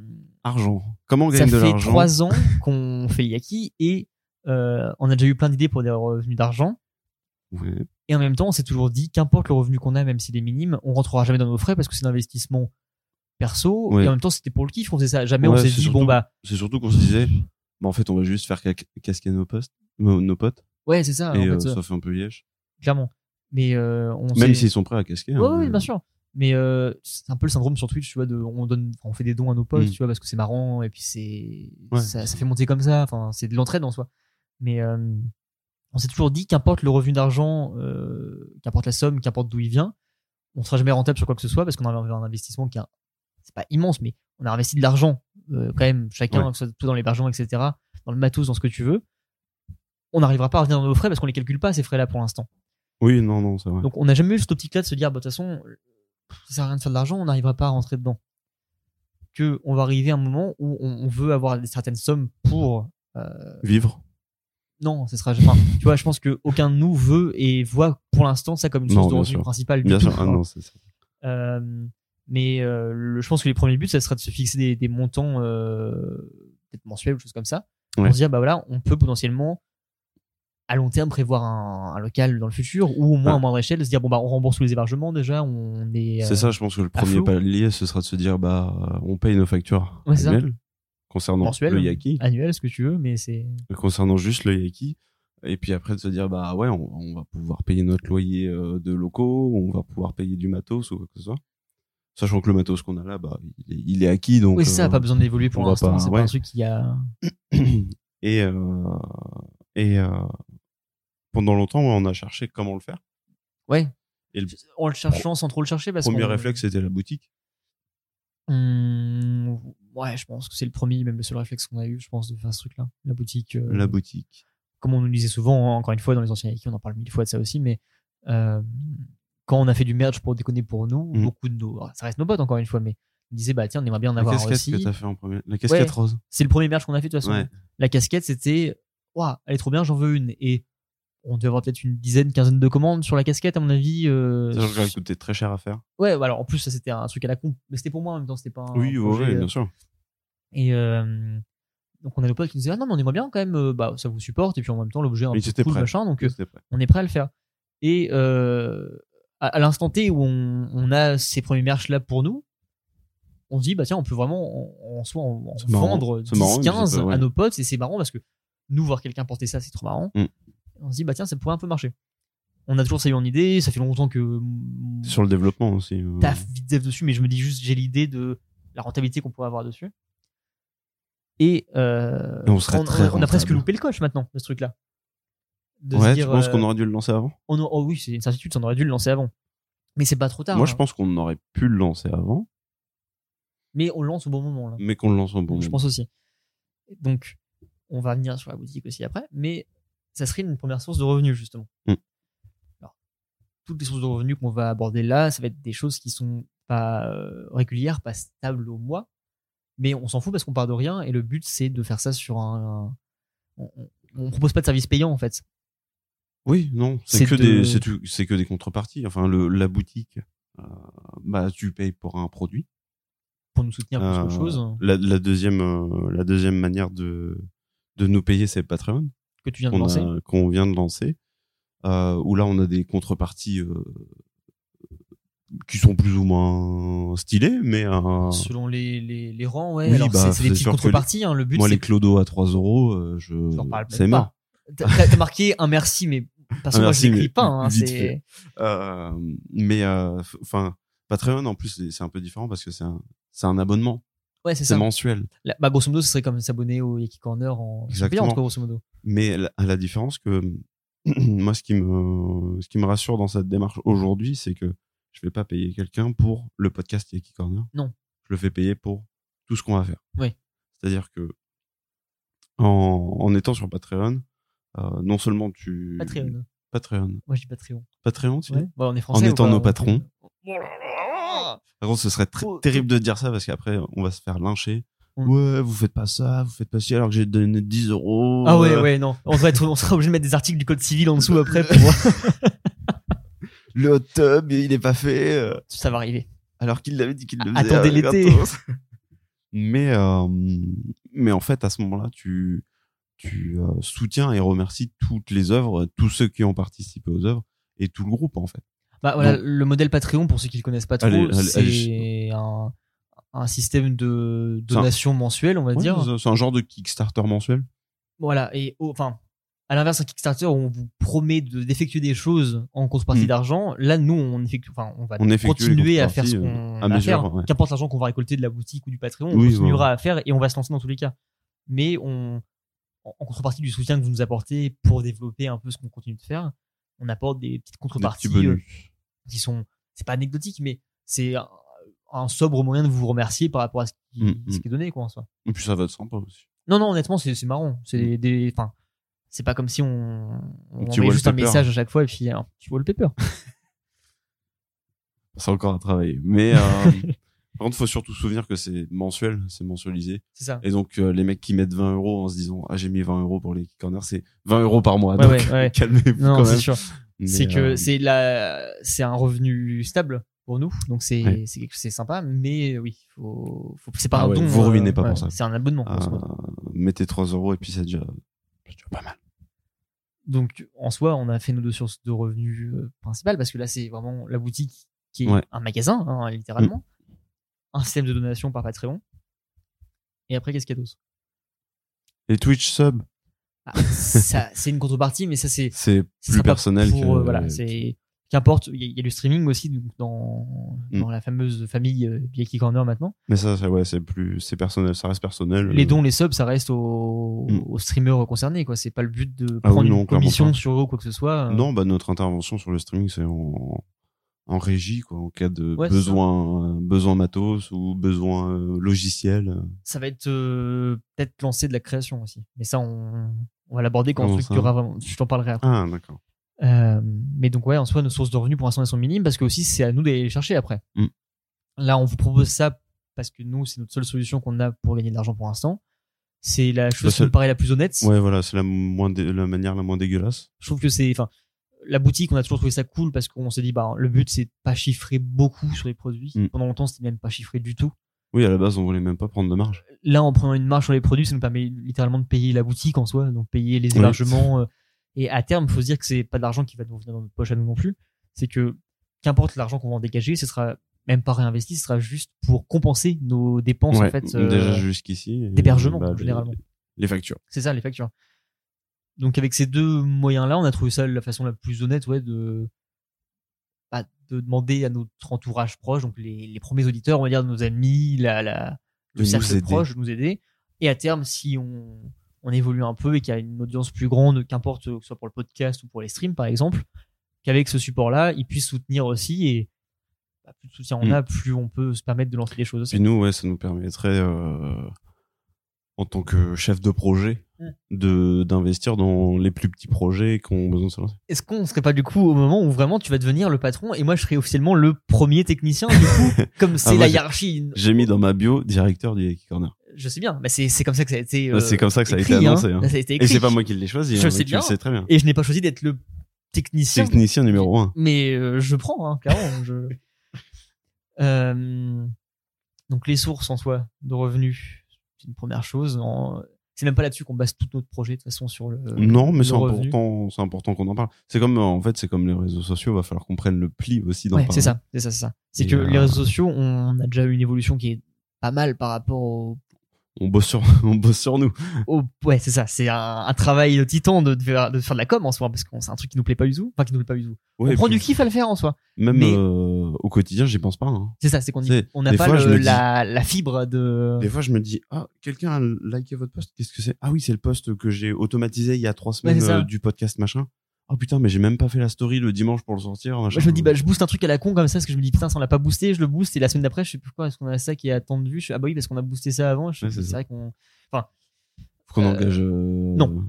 Speaker 1: Argent. Comment on
Speaker 2: ça
Speaker 1: gagne de
Speaker 2: fait
Speaker 1: l'argent
Speaker 2: trois ans qu'on fait Yaki et euh, on a déjà eu plein d'idées pour des revenus d'argent.
Speaker 1: Ouais.
Speaker 2: Et en même temps, on s'est toujours dit qu'importe le revenu qu'on a, même s'il est minime, on rentrera jamais dans nos frais parce que c'est l'investissement perso.
Speaker 1: Ouais.
Speaker 2: Et en même temps, c'était pour le kiff, on faisait ça. Jamais on
Speaker 1: Ouais,
Speaker 2: s'est
Speaker 1: c'est
Speaker 2: dit,
Speaker 1: surtout-
Speaker 2: bon bah,
Speaker 1: C'est surtout qu'on se disait, bah, en fait, on va juste faire ca- casquer nos, postes, nos nos potes.
Speaker 2: ouais, c'est ça, en
Speaker 1: et
Speaker 2: fait,
Speaker 1: euh,
Speaker 2: euh,
Speaker 1: ça fait un peu yesh.
Speaker 2: clairement. Mais euh, on
Speaker 1: Même
Speaker 2: s'est-
Speaker 1: s'ils sont prêts à casquer. hein,
Speaker 2: Ouais, ouais,
Speaker 1: mais-
Speaker 2: bien sûr. Mais euh, c'est un peu le syndrome sur Twitch, tu vois, de, on donne, enfin, on fait des dons à nos potes,
Speaker 1: Mm.
Speaker 2: tu vois, parce que c'est marrant et puis c'est,
Speaker 1: Ouais.
Speaker 2: ça, ça fait monter comme ça. Enfin, c'est de l'entraide en soi. Mais euh, on s'est toujours dit qu'importe le revenu d'argent, euh, qu'importe la somme, qu'importe d'où il vient, on sera jamais rentable sur quoi que ce soit parce qu'on a un investissement qui est, un- c'est pas immense, mais on a investi de l'argent euh, quand même chacun,
Speaker 1: Ouais.
Speaker 2: que ce soit tout dans l'hébergement, etc., dans le matos, dans ce que tu veux. On n'arrivera pas à revenir dans nos frais parce qu'on les calcule pas ces frais-là pour l'instant.
Speaker 1: Oui, non, non, c'est vrai.
Speaker 2: Donc on n'a jamais eu cette optique-là de se dire, bah, de toute façon, pff, ça sert à rien de faire de l'argent, on n'arrivera pas à rentrer dedans. Que on va arriver à un moment où on, on veut avoir des- certaines sommes pour. euh,
Speaker 1: Vivre.
Speaker 2: non, ce sera. Enfin, tu vois, je pense que aucun de nous veut et voit pour l'instant ça comme une
Speaker 1: Non,
Speaker 2: source de
Speaker 1: bien
Speaker 2: revenu
Speaker 1: sûr.
Speaker 2: principale. du
Speaker 1: Bien
Speaker 2: tout,
Speaker 1: sûr. Ah
Speaker 2: hein.
Speaker 1: non, c'est ça.
Speaker 2: Euh, mais euh, le- je pense que les premiers buts, ça serait de se fixer des, des montants euh, peut-être mensuels ou choses comme ça.
Speaker 1: Ouais.
Speaker 2: Pour se dire, bah voilà, on peut potentiellement à long terme prévoir un, un local dans le futur ou au
Speaker 1: Ouais.
Speaker 2: moins à moindre échelle se dire bon bah on rembourse tous les hébergements déjà on est euh,
Speaker 1: C'est ça, je pense que le
Speaker 2: à
Speaker 1: premier
Speaker 2: flot.
Speaker 1: palier, ce sera de se dire, bah, on paye nos factures
Speaker 2: Ouais, c'est ça.
Speaker 1: annuelles concernant
Speaker 2: Mensuelles. hein.
Speaker 1: le yaki,
Speaker 2: euh, annuel ce que tu veux mais c'est
Speaker 1: concernant juste le yaki, et puis après de se dire, bah ouais, on, on va pouvoir payer notre loyer euh, de locaux, on va pouvoir payer du matos ou quoi que ce soit. Sachant que le matos qu'on a là, bah, il est, il est acquis, donc.
Speaker 2: oui c'est ça
Speaker 1: euh,
Speaker 2: pas besoin d'évoluer pour
Speaker 1: on va
Speaker 2: l'instant
Speaker 1: pas-
Speaker 2: c'est
Speaker 1: ouais.
Speaker 2: pas un truc qui a
Speaker 1: et euh, et euh, pendant longtemps, ouais, on a cherché comment le faire.
Speaker 2: ouais
Speaker 1: Et le
Speaker 2: en le cherchant sans trop le chercher parce
Speaker 1: premier
Speaker 2: qu'on-
Speaker 1: réflexe, c'était la boutique.
Speaker 2: Hum, ouais, je pense que c'est le premier, même le seul réflexe qu'on a eu, je pense, de faire ce truc-là. La boutique. euh,
Speaker 1: La boutique.
Speaker 2: comme on nous le disait souvent, hein, encore une fois, dans les anciens Nike, on en parle mille fois de ça aussi, mais euh, quand on a fait du merch pour déconner pour nous,
Speaker 1: Mm.
Speaker 2: beaucoup de nos. alors, Ça reste nos potes, encore une fois, mais on disait, bah tiens, on aimerait bien en
Speaker 1: La
Speaker 2: avoir
Speaker 1: casquette
Speaker 2: aussi.
Speaker 1: que t'as fait en premier. La casquette
Speaker 2: Ouais.
Speaker 1: rose.
Speaker 2: C'est le premier merch qu'on a fait, de toute façon.
Speaker 1: Ouais.
Speaker 2: La casquette, c'était, waouh, elle est trop bien, j'en veux une. Et on devait avoir peut-être une dizaine, quinzaine de commandes sur la casquette, à mon avis. euh,
Speaker 1: Ça ça coûtait très cher à faire.
Speaker 2: ouais, bah, alors en plus, ça c'était un truc à la con, mais c'était pour moi en même temps, c'était pas un.
Speaker 1: oui, ouais,
Speaker 2: projet, euh,
Speaker 1: bien sûr.
Speaker 2: Et euh, donc on a nos potes qui nous disaient, ah non, mais on aimerait bien quand même, euh, bah ça vous supporte, et puis en même temps, l'objet est un
Speaker 1: Ils
Speaker 2: peu
Speaker 1: étaient
Speaker 2: cool,
Speaker 1: prêts.
Speaker 2: machin, donc euh,
Speaker 1: C'était prêt.
Speaker 2: on est prêt à le faire. Et euh, à, à l'instant T où on, on a ces premiers merch là pour nous, on se dit bah tiens on peut vraiment en, en soi en, en
Speaker 1: C'est marrant.
Speaker 2: vendre
Speaker 1: C'est marrant,
Speaker 2: 10,
Speaker 1: mais c'est
Speaker 2: 15
Speaker 1: pas- ouais.
Speaker 2: à nos potes et c'est marrant parce que nous voir quelqu'un porter ça c'est trop marrant.
Speaker 1: Mm.
Speaker 2: On se dit bah tiens ça pourrait un peu marcher. On a toujours ça eu en idée, ça fait longtemps que mon
Speaker 1: Sur le développement aussi. euh,
Speaker 2: taf vite dev dessus mais je me dis juste j'ai l'idée de la rentabilité qu'on pourrait avoir dessus. Et, euh,
Speaker 1: Et on serait
Speaker 2: on,
Speaker 1: très
Speaker 2: on a presque
Speaker 1: rentable.
Speaker 2: loupé le coche maintenant de ce truc là. De
Speaker 1: Ouais,
Speaker 2: se
Speaker 1: tu
Speaker 2: dire,
Speaker 1: penses
Speaker 2: euh,
Speaker 1: qu'on aurait dû le lancer avant
Speaker 2: on a- oh oui, c'est une certitude, ça, on aurait dû le lancer avant. Mais c'est pas trop tard.
Speaker 1: Moi,
Speaker 2: hein.
Speaker 1: je pense qu'on aurait pu le lancer avant,
Speaker 2: Mais on le lance au bon moment. Là.
Speaker 1: mais qu'on le lance au bon
Speaker 2: je
Speaker 1: moment.
Speaker 2: pense aussi. Donc, on va venir sur la boutique aussi après. Mais ça serait une première source de revenus, justement.
Speaker 1: Mm.
Speaker 2: Alors, toutes les sources de revenus qu'on va aborder là, ça va être des choses qui sont pas euh, régulières, pas stables au mois. Mais on s'en fout parce qu'on part de rien. Et le but, c'est de faire ça sur un. un- On, on- on propose pas de service payant, en fait.
Speaker 1: Oui, non, c'est
Speaker 2: C'est
Speaker 1: que
Speaker 2: de-
Speaker 1: des, c'est tout- c'est que des contreparties. Enfin, le, la boutique, euh, bah, tu payes pour un produit.
Speaker 2: Pour nous soutenir plus
Speaker 1: Euh,
Speaker 2: qu'autre chose
Speaker 1: La, la deuxième, euh, la deuxième manière de de nous payer, c'est Patreon
Speaker 2: que tu viens de
Speaker 1: qu'on
Speaker 2: lancer.
Speaker 1: a- qu'on vient de lancer, euh, où là, on a des contreparties euh, qui sont plus ou moins stylées, mais euh,
Speaker 2: selon les, les, les rangs, ouais.
Speaker 1: Oui,
Speaker 2: Alors,
Speaker 1: bah,
Speaker 2: c'est- c'est
Speaker 1: c'est
Speaker 2: des petites
Speaker 1: sûr que
Speaker 2: contreparties, hein. le but
Speaker 1: moi,
Speaker 2: c'est
Speaker 1: les clodos à 3 euros, euh, je,
Speaker 2: Je n'en parle même
Speaker 1: c'est
Speaker 2: pas.
Speaker 1: mort.
Speaker 2: T'as- T'as t'as marqué un merci, mais parce que
Speaker 1: Un
Speaker 2: moi
Speaker 1: merci,
Speaker 2: je
Speaker 1: mais
Speaker 2: l'écris pas. Hein,
Speaker 1: vite
Speaker 2: c'est
Speaker 1: fait. Euh, mais euh, enfin Patreon en plus c'est- c'est un peu différent parce que c'est un c'est un abonnement
Speaker 2: ouais, c'est
Speaker 1: c'est
Speaker 2: ça.
Speaker 1: mensuel
Speaker 2: La- bah, grosso modo, ce serait comme s'abonner au Yaki Corner en
Speaker 1: Exactement.
Speaker 2: payant, en tout cas, grosso modo.
Speaker 1: mais la, à la différence que moi ce qui me ce qui me rassure dans cette démarche aujourd'hui c'est que je vais pas payer quelqu'un pour le podcast Yaki Corner
Speaker 2: Non.
Speaker 1: je le fais payer pour tout ce qu'on va faire
Speaker 2: Oui.
Speaker 1: c'est à dire que en, en étant sur Patreon euh, non seulement tu
Speaker 2: Patreon.
Speaker 1: Patreon
Speaker 2: Moi je dis Patreon.
Speaker 1: Patreon tu
Speaker 2: Ouais.
Speaker 1: dis
Speaker 2: Bah, on est français.
Speaker 1: Euh, En
Speaker 2: ou
Speaker 1: étant
Speaker 2: pas
Speaker 1: nos
Speaker 2: On-
Speaker 1: patrons.
Speaker 3: Oh là là
Speaker 1: Par contre, ce serait très
Speaker 2: Oh,
Speaker 1: terrible de dire ça parce qu'après, on va se faire lyncher.
Speaker 2: Mm.
Speaker 1: Ouais, vous faites pas ça, vous faites pas ci alors que j'ai donné 10 euros.
Speaker 2: Ah ouais,
Speaker 1: euh,
Speaker 2: ouais, non. On, va être, on sera obligé de mettre des articles du code civil en dessous après pour voir.
Speaker 1: Le hot tub, il est pas fait euh,
Speaker 2: ça va arriver.
Speaker 1: alors qu'il avait dit qu'il le
Speaker 2: Ah,
Speaker 1: faisait.
Speaker 2: attendez
Speaker 1: euh,
Speaker 2: l'été.
Speaker 1: gratos. mais, euh, mais en fait, à ce moment-là, tu, tu euh, soutiens et remercies toutes les œuvres, tous ceux qui ont participé aux œuvres et tout le groupe en fait.
Speaker 2: Bah, voilà,
Speaker 1: Donc-
Speaker 2: le modèle Patreon, pour ceux qui le connaissent pas trop,
Speaker 1: Allez, allez,
Speaker 2: c'est un, un système de
Speaker 1: C'est un-
Speaker 2: donation mensuelle, on va
Speaker 1: Ouais,
Speaker 2: dire.
Speaker 1: c'est- C'est un genre de Kickstarter mensuel.
Speaker 2: Voilà, et au- enfin, à l'inverse d'un Kickstarter où on vous promet de- d'effectuer des choses en contrepartie
Speaker 1: Mm.
Speaker 2: d'argent, là, nous, on, effectue, enfin, on va
Speaker 1: On effectue les
Speaker 2: continuer à faire ce
Speaker 1: contreparties,
Speaker 2: qu'on
Speaker 1: euh,
Speaker 2: a
Speaker 1: à
Speaker 2: à
Speaker 1: mesure,
Speaker 2: faire.
Speaker 1: ouais.
Speaker 2: Qu'importe l'argent qu'on va récolter de la boutique ou du Patreon, on
Speaker 1: Oui,
Speaker 2: continuera à faire et on va se lancer dans tous les cas. Mais on, en en contrepartie du soutien que vous nous apportez pour développer un peu ce qu'on continue de faire, on apporte des petites
Speaker 1: Des
Speaker 2: contreparties
Speaker 1: petits
Speaker 2: euh,
Speaker 1: bonus.
Speaker 2: qui sont, c'est pas anecdotique, mais c'est un, un sobre moyen de vous remercier par rapport à ce qui,
Speaker 1: Mm,
Speaker 2: ce
Speaker 1: mm.
Speaker 2: qui est donné, quoi, en soi.
Speaker 1: Et puis ça va être sympa aussi.
Speaker 2: Non, non, honnêtement, c'est c'est marrant. C'est des- des. Enfin, c'est pas comme si on. On
Speaker 1: petit
Speaker 2: envoyait juste un
Speaker 1: Mm. wallpaper.
Speaker 2: message à chaque fois et puis alors, tu vois le paper.
Speaker 1: C'est encore à travailler. Mais euh, par contre, faut surtout se souvenir que c'est mensuel, c'est mensualisé.
Speaker 2: C'est ça.
Speaker 1: Et donc, euh, les mecs qui mettent 20 euros en se disant Ah, j'ai mis 20 euros pour les corners, c'est 20 euros par mois.
Speaker 2: Ouais,
Speaker 1: donc,
Speaker 2: ouais, ouais.
Speaker 1: calmez-vous
Speaker 2: Non,
Speaker 1: quand
Speaker 2: c'est
Speaker 1: même.
Speaker 2: sûr.
Speaker 1: Mais,
Speaker 2: C'est que
Speaker 1: euh,
Speaker 2: c'est la, c'est un revenu stable pour nous, donc c'est
Speaker 1: Ouais.
Speaker 2: c'est quelque- c'est sympa, mais oui, faut, faut c'est pas
Speaker 1: Ah
Speaker 2: un
Speaker 1: ouais,
Speaker 2: don. euh,
Speaker 1: vous ruinez pas pour ça.
Speaker 2: C'est un abonnement. en soi.
Speaker 1: euh, mettez 3 euros et puis c'est déjà, c'est déjà pas mal.
Speaker 2: Donc en soi, on a fait nos deux sources de revenus euh, principales parce que là, c'est vraiment la boutique qui est
Speaker 1: Ouais. Mm.
Speaker 2: un magasin, hein, littéralement, un système de donation par Patreon. Et après, qu'est-ce qu'il y a d'autre
Speaker 1: Et Twitch sub,
Speaker 2: Ah, ça, c'est une contrepartie, mais ça c'est
Speaker 1: c'est
Speaker 2: ça
Speaker 1: plus
Speaker 2: sera pas
Speaker 1: personnel
Speaker 2: Pour,
Speaker 1: que.
Speaker 2: euh, voilà, c'est qu'importe. Il y, a- il y a du streaming aussi donc, dans
Speaker 1: Mm.
Speaker 2: dans la fameuse famille euh, Yaki Corner maintenant.
Speaker 1: Mais ça, c'est ouais, c'est plus, c'est personnel, ça reste personnel.
Speaker 2: Les
Speaker 1: Euh,
Speaker 2: dons, les subs, ça reste aux,
Speaker 1: Mm.
Speaker 2: aux streamers concernés quoi. C'est pas le but de
Speaker 1: Ah oui,
Speaker 2: prendre
Speaker 1: non, clairement
Speaker 2: une commission
Speaker 1: pas.
Speaker 2: sur eux ou quoi que ce soit. Euh,
Speaker 1: Non, bah, notre intervention sur le streaming, c'est en, en régie quoi en cas de
Speaker 2: Ouais, c'est
Speaker 1: besoin euh, besoin matos ou besoin euh, logiciel
Speaker 2: ça va être euh, peut-être lancé de la création aussi. Mais ça, on, on va l'aborder quand
Speaker 1: Comment
Speaker 2: le
Speaker 1: ça
Speaker 2: truc qu'il y aura vraiment. Je t'en parlerai après.
Speaker 1: ah d'accord
Speaker 2: Euh, mais donc, ouais, en soi, nos sources de revenus pour l'instant, elles sont minimes parce que aussi, c'est à nous d'aller les chercher après.
Speaker 1: Mm.
Speaker 2: Là, on vous propose ça parce que nous, c'est notre seule solution qu'on a pour gagner de l'argent pour l'instant. C'est la chose qui
Speaker 1: seule-
Speaker 2: me paraît la plus honnête.
Speaker 1: ouais voilà c'est la moins dé- la manière la moins dégueulasse
Speaker 2: Je trouve que c'est. Enfin, la boutique, on a toujours trouvé ça cool parce qu'on s'est dit, bah, le but, c'est de pas chiffrer beaucoup sur les produits.
Speaker 1: Mm.
Speaker 2: Pendant longtemps, c'était même pas chiffré du tout.
Speaker 1: oui à la base on voulait même pas prendre de marge
Speaker 2: là en prenant une marge sur les produits ça nous permet littéralement de payer la boutique en soi donc payer les
Speaker 1: Oui.
Speaker 2: hébergements euh, et à terme faut se dire que c'est pas de l'argent qui va nous venir dans notre poche à nous non plus c'est que qu'importe l'argent qu'on va en dégager ce sera même pas réinvesti ce sera juste pour compenser nos dépenses
Speaker 1: Ouais,
Speaker 2: en fait euh,
Speaker 1: déjà jusqu'ici et,
Speaker 2: d'hébergement,
Speaker 1: bah, les-
Speaker 2: généralement.
Speaker 1: les factures
Speaker 2: c'est ça les factures donc avec ces deux moyens là on a trouvé ça la façon la plus honnête ouais de bah, de demander à notre entourage proche donc les, les premiers auditeurs on va dire nos amis la, la,
Speaker 1: de
Speaker 2: le cercle
Speaker 1: nous aider.
Speaker 2: proche, de nous aider. Et à terme, si on, on évolue un peu et qu'il y a une audience plus grande, qu'importe que ce soit pour le podcast ou pour les streams par exemple, qu'avec ce support-là, ils puissent soutenir aussi. Et bah, plus de soutien on
Speaker 1: Mm.
Speaker 2: a, plus on peut se permettre de lancer des choses aussi.
Speaker 1: Puis nous, ouais, ça nous permettrait, euh, en tant que chef de projet,
Speaker 2: Mm.
Speaker 1: de d'investir dans les plus petits projets qui ont besoin de se lancer.
Speaker 2: Est-ce qu'on serait pas du coup au moment où vraiment tu vas devenir le patron et moi je serai officiellement le premier technicien du coup, comme c'est
Speaker 1: Ah, moi,
Speaker 2: la
Speaker 1: j'ai-
Speaker 2: hiérarchie
Speaker 1: J'ai mis dans ma bio directeur du Yaki Corner.
Speaker 2: Je sais bien, mais c'est c'est comme ça que ça a été. euh,
Speaker 1: Bah, c'est comme ça que ça a été annoncé. hein. Et c'est pas moi qui l'ai choisi.
Speaker 2: Je
Speaker 1: hein,
Speaker 2: sais
Speaker 1: tu
Speaker 2: bien.
Speaker 1: le sais très bien.
Speaker 2: Et je n'ai pas choisi d'être le technicien.
Speaker 1: Technicien numéro un.
Speaker 2: mais euh, je prends hein, clairement je... Euh, donc les sources en soi de revenus c'est une première chose En- c'est même pas là-dessus qu'on base tout notre projet de toute façon sur le
Speaker 1: Non, mais
Speaker 2: le
Speaker 1: c'est
Speaker 2: revenu.
Speaker 1: important, c'est important qu'on en parle. C'est comme, euh, en fait, c'est comme les réseaux sociaux. Va falloir qu'on prenne le pli aussi d'en
Speaker 2: ouais
Speaker 1: parler.
Speaker 2: c'est ça c'est ça c'est ça c'est
Speaker 1: Et,
Speaker 2: que
Speaker 1: euh,
Speaker 2: les réseaux sociaux on a déjà eu une évolution qui est pas mal par rapport au,
Speaker 1: On bosse sur, on bosse sur nous.
Speaker 2: au- ouais c'est ça c'est un, un travail de titan de, de faire, de faire de la com en soi parce que c'est un truc qui nous plaît pas du tout enfin qui nous plaît pas du tout
Speaker 1: Ouais,
Speaker 2: on
Speaker 1: et
Speaker 2: prend
Speaker 1: puis,
Speaker 2: du kiff à le faire en soi
Speaker 1: Même
Speaker 2: mais-
Speaker 1: euh, au quotidien, j'y pense pas. hein.
Speaker 2: c'est ça c'est qu'on y-
Speaker 1: C'est-
Speaker 2: on n'a
Speaker 1: des
Speaker 2: pas
Speaker 1: fois, je
Speaker 2: le-
Speaker 1: me dis-
Speaker 2: la, la fibre de
Speaker 1: Des fois, je me dis, ah, quelqu'un a liké votre post. Qu'est-ce que c'est Ah oui, c'est le post que j'ai automatisé il y a trois semaines
Speaker 2: c'est ça.
Speaker 1: euh, du podcast machin. Oh putain, mais j'ai même pas fait la story le dimanche pour le sortir.
Speaker 2: Moi,
Speaker 1: Machin.
Speaker 2: je me dis, bah, je booste un truc à la con comme ça, parce que je me dis, putain, ça on l'a pas boosté, je le booste, et la semaine d'après, je sais plus quoi, est-ce qu'on a ça qui a tant de vues Je fais, Ah bah oui, parce qu'on a boosté ça avant, je fais,
Speaker 1: Ouais, c'est
Speaker 2: c'est
Speaker 1: ça.
Speaker 2: vrai qu'on.
Speaker 1: Faut qu'on
Speaker 2: euh,
Speaker 1: engage. euh,
Speaker 2: non.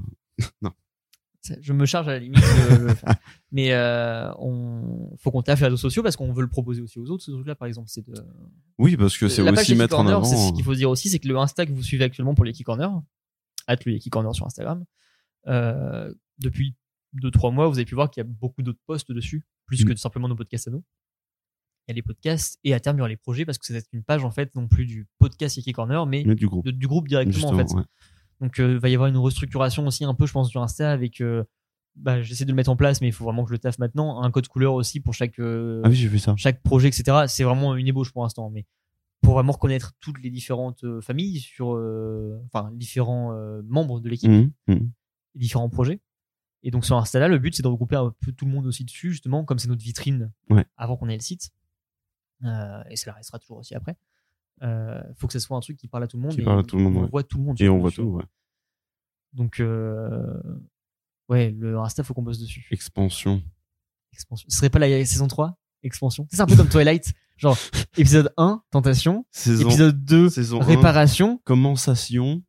Speaker 2: ça- Je me charge à la limite de le faire. Mais euh, on... faut qu'on taffe les réseaux sociaux parce qu'on veut le proposer aussi aux autres, ce truc-là, par exemple. C'est de...
Speaker 1: Oui, parce que c'est
Speaker 2: Euh, La page
Speaker 1: aussi
Speaker 2: Yaki
Speaker 1: mettre en
Speaker 2: Corner,
Speaker 1: avant.
Speaker 2: c'est Ce qu'il faut dire aussi, c'est que le Insta que vous suivez actuellement pour l'Eki Corner, at le Yaki Corner sur Instagram, euh, depuis 2-3 mois, vous avez pu voir qu'il y a beaucoup d'autres posts dessus, plus
Speaker 1: Mm.
Speaker 2: que simplement nos podcasts à nous. Il y a les podcasts et à terme, il y aura les projets parce que c'est une page en fait non plus du podcast Yaki Corner, mais
Speaker 1: euh, mettre du groupe.
Speaker 2: de- du groupe directement en
Speaker 1: justement,
Speaker 2: fait.
Speaker 1: ouais.
Speaker 2: Donc euh, il va y avoir une restructuration aussi un peu, je pense, du Insta avec. euh, bah, j'essaie de le mettre en place, mais il faut vraiment que je le taffe maintenant. Un code couleur aussi pour chaque. euh,
Speaker 1: Ah oui, j'ai vu ça.
Speaker 2: chaque projet, etc. C'est vraiment une ébauche pour l'instant, mais pour vraiment reconnaître toutes les différentes euh, familles sur, euh, enfin, différents euh, membres de l'équipe,
Speaker 1: Mhm, mhm.
Speaker 2: les différents projets. Et donc sur Insta, là, le but c'est de regrouper un peu tout le monde aussi dessus, justement, comme c'est notre vitrine
Speaker 1: Ouais.
Speaker 2: avant qu'on ait le site. Euh, et ça la restera toujours aussi après. Euh, faut que ce soit un truc qui parle à tout le monde.
Speaker 1: Qui
Speaker 2: et
Speaker 1: parle à tout le monde,
Speaker 2: On
Speaker 1: ouais.
Speaker 2: voit tout le monde.
Speaker 1: Et
Speaker 2: sur-
Speaker 1: on voit tout.
Speaker 2: sur-
Speaker 1: Ouais.
Speaker 2: Donc, euh, ouais, le Insta, faut qu'on bosse dessus.
Speaker 1: Expansion.
Speaker 2: Expansion. Ce serait pas la saison 3 Expansion. C'est un peu comme Twilight. Genre, épisode 1, Tentation.
Speaker 1: Saison.
Speaker 2: Épisode 2,
Speaker 1: saison un,
Speaker 2: réparation.
Speaker 1: Commensation.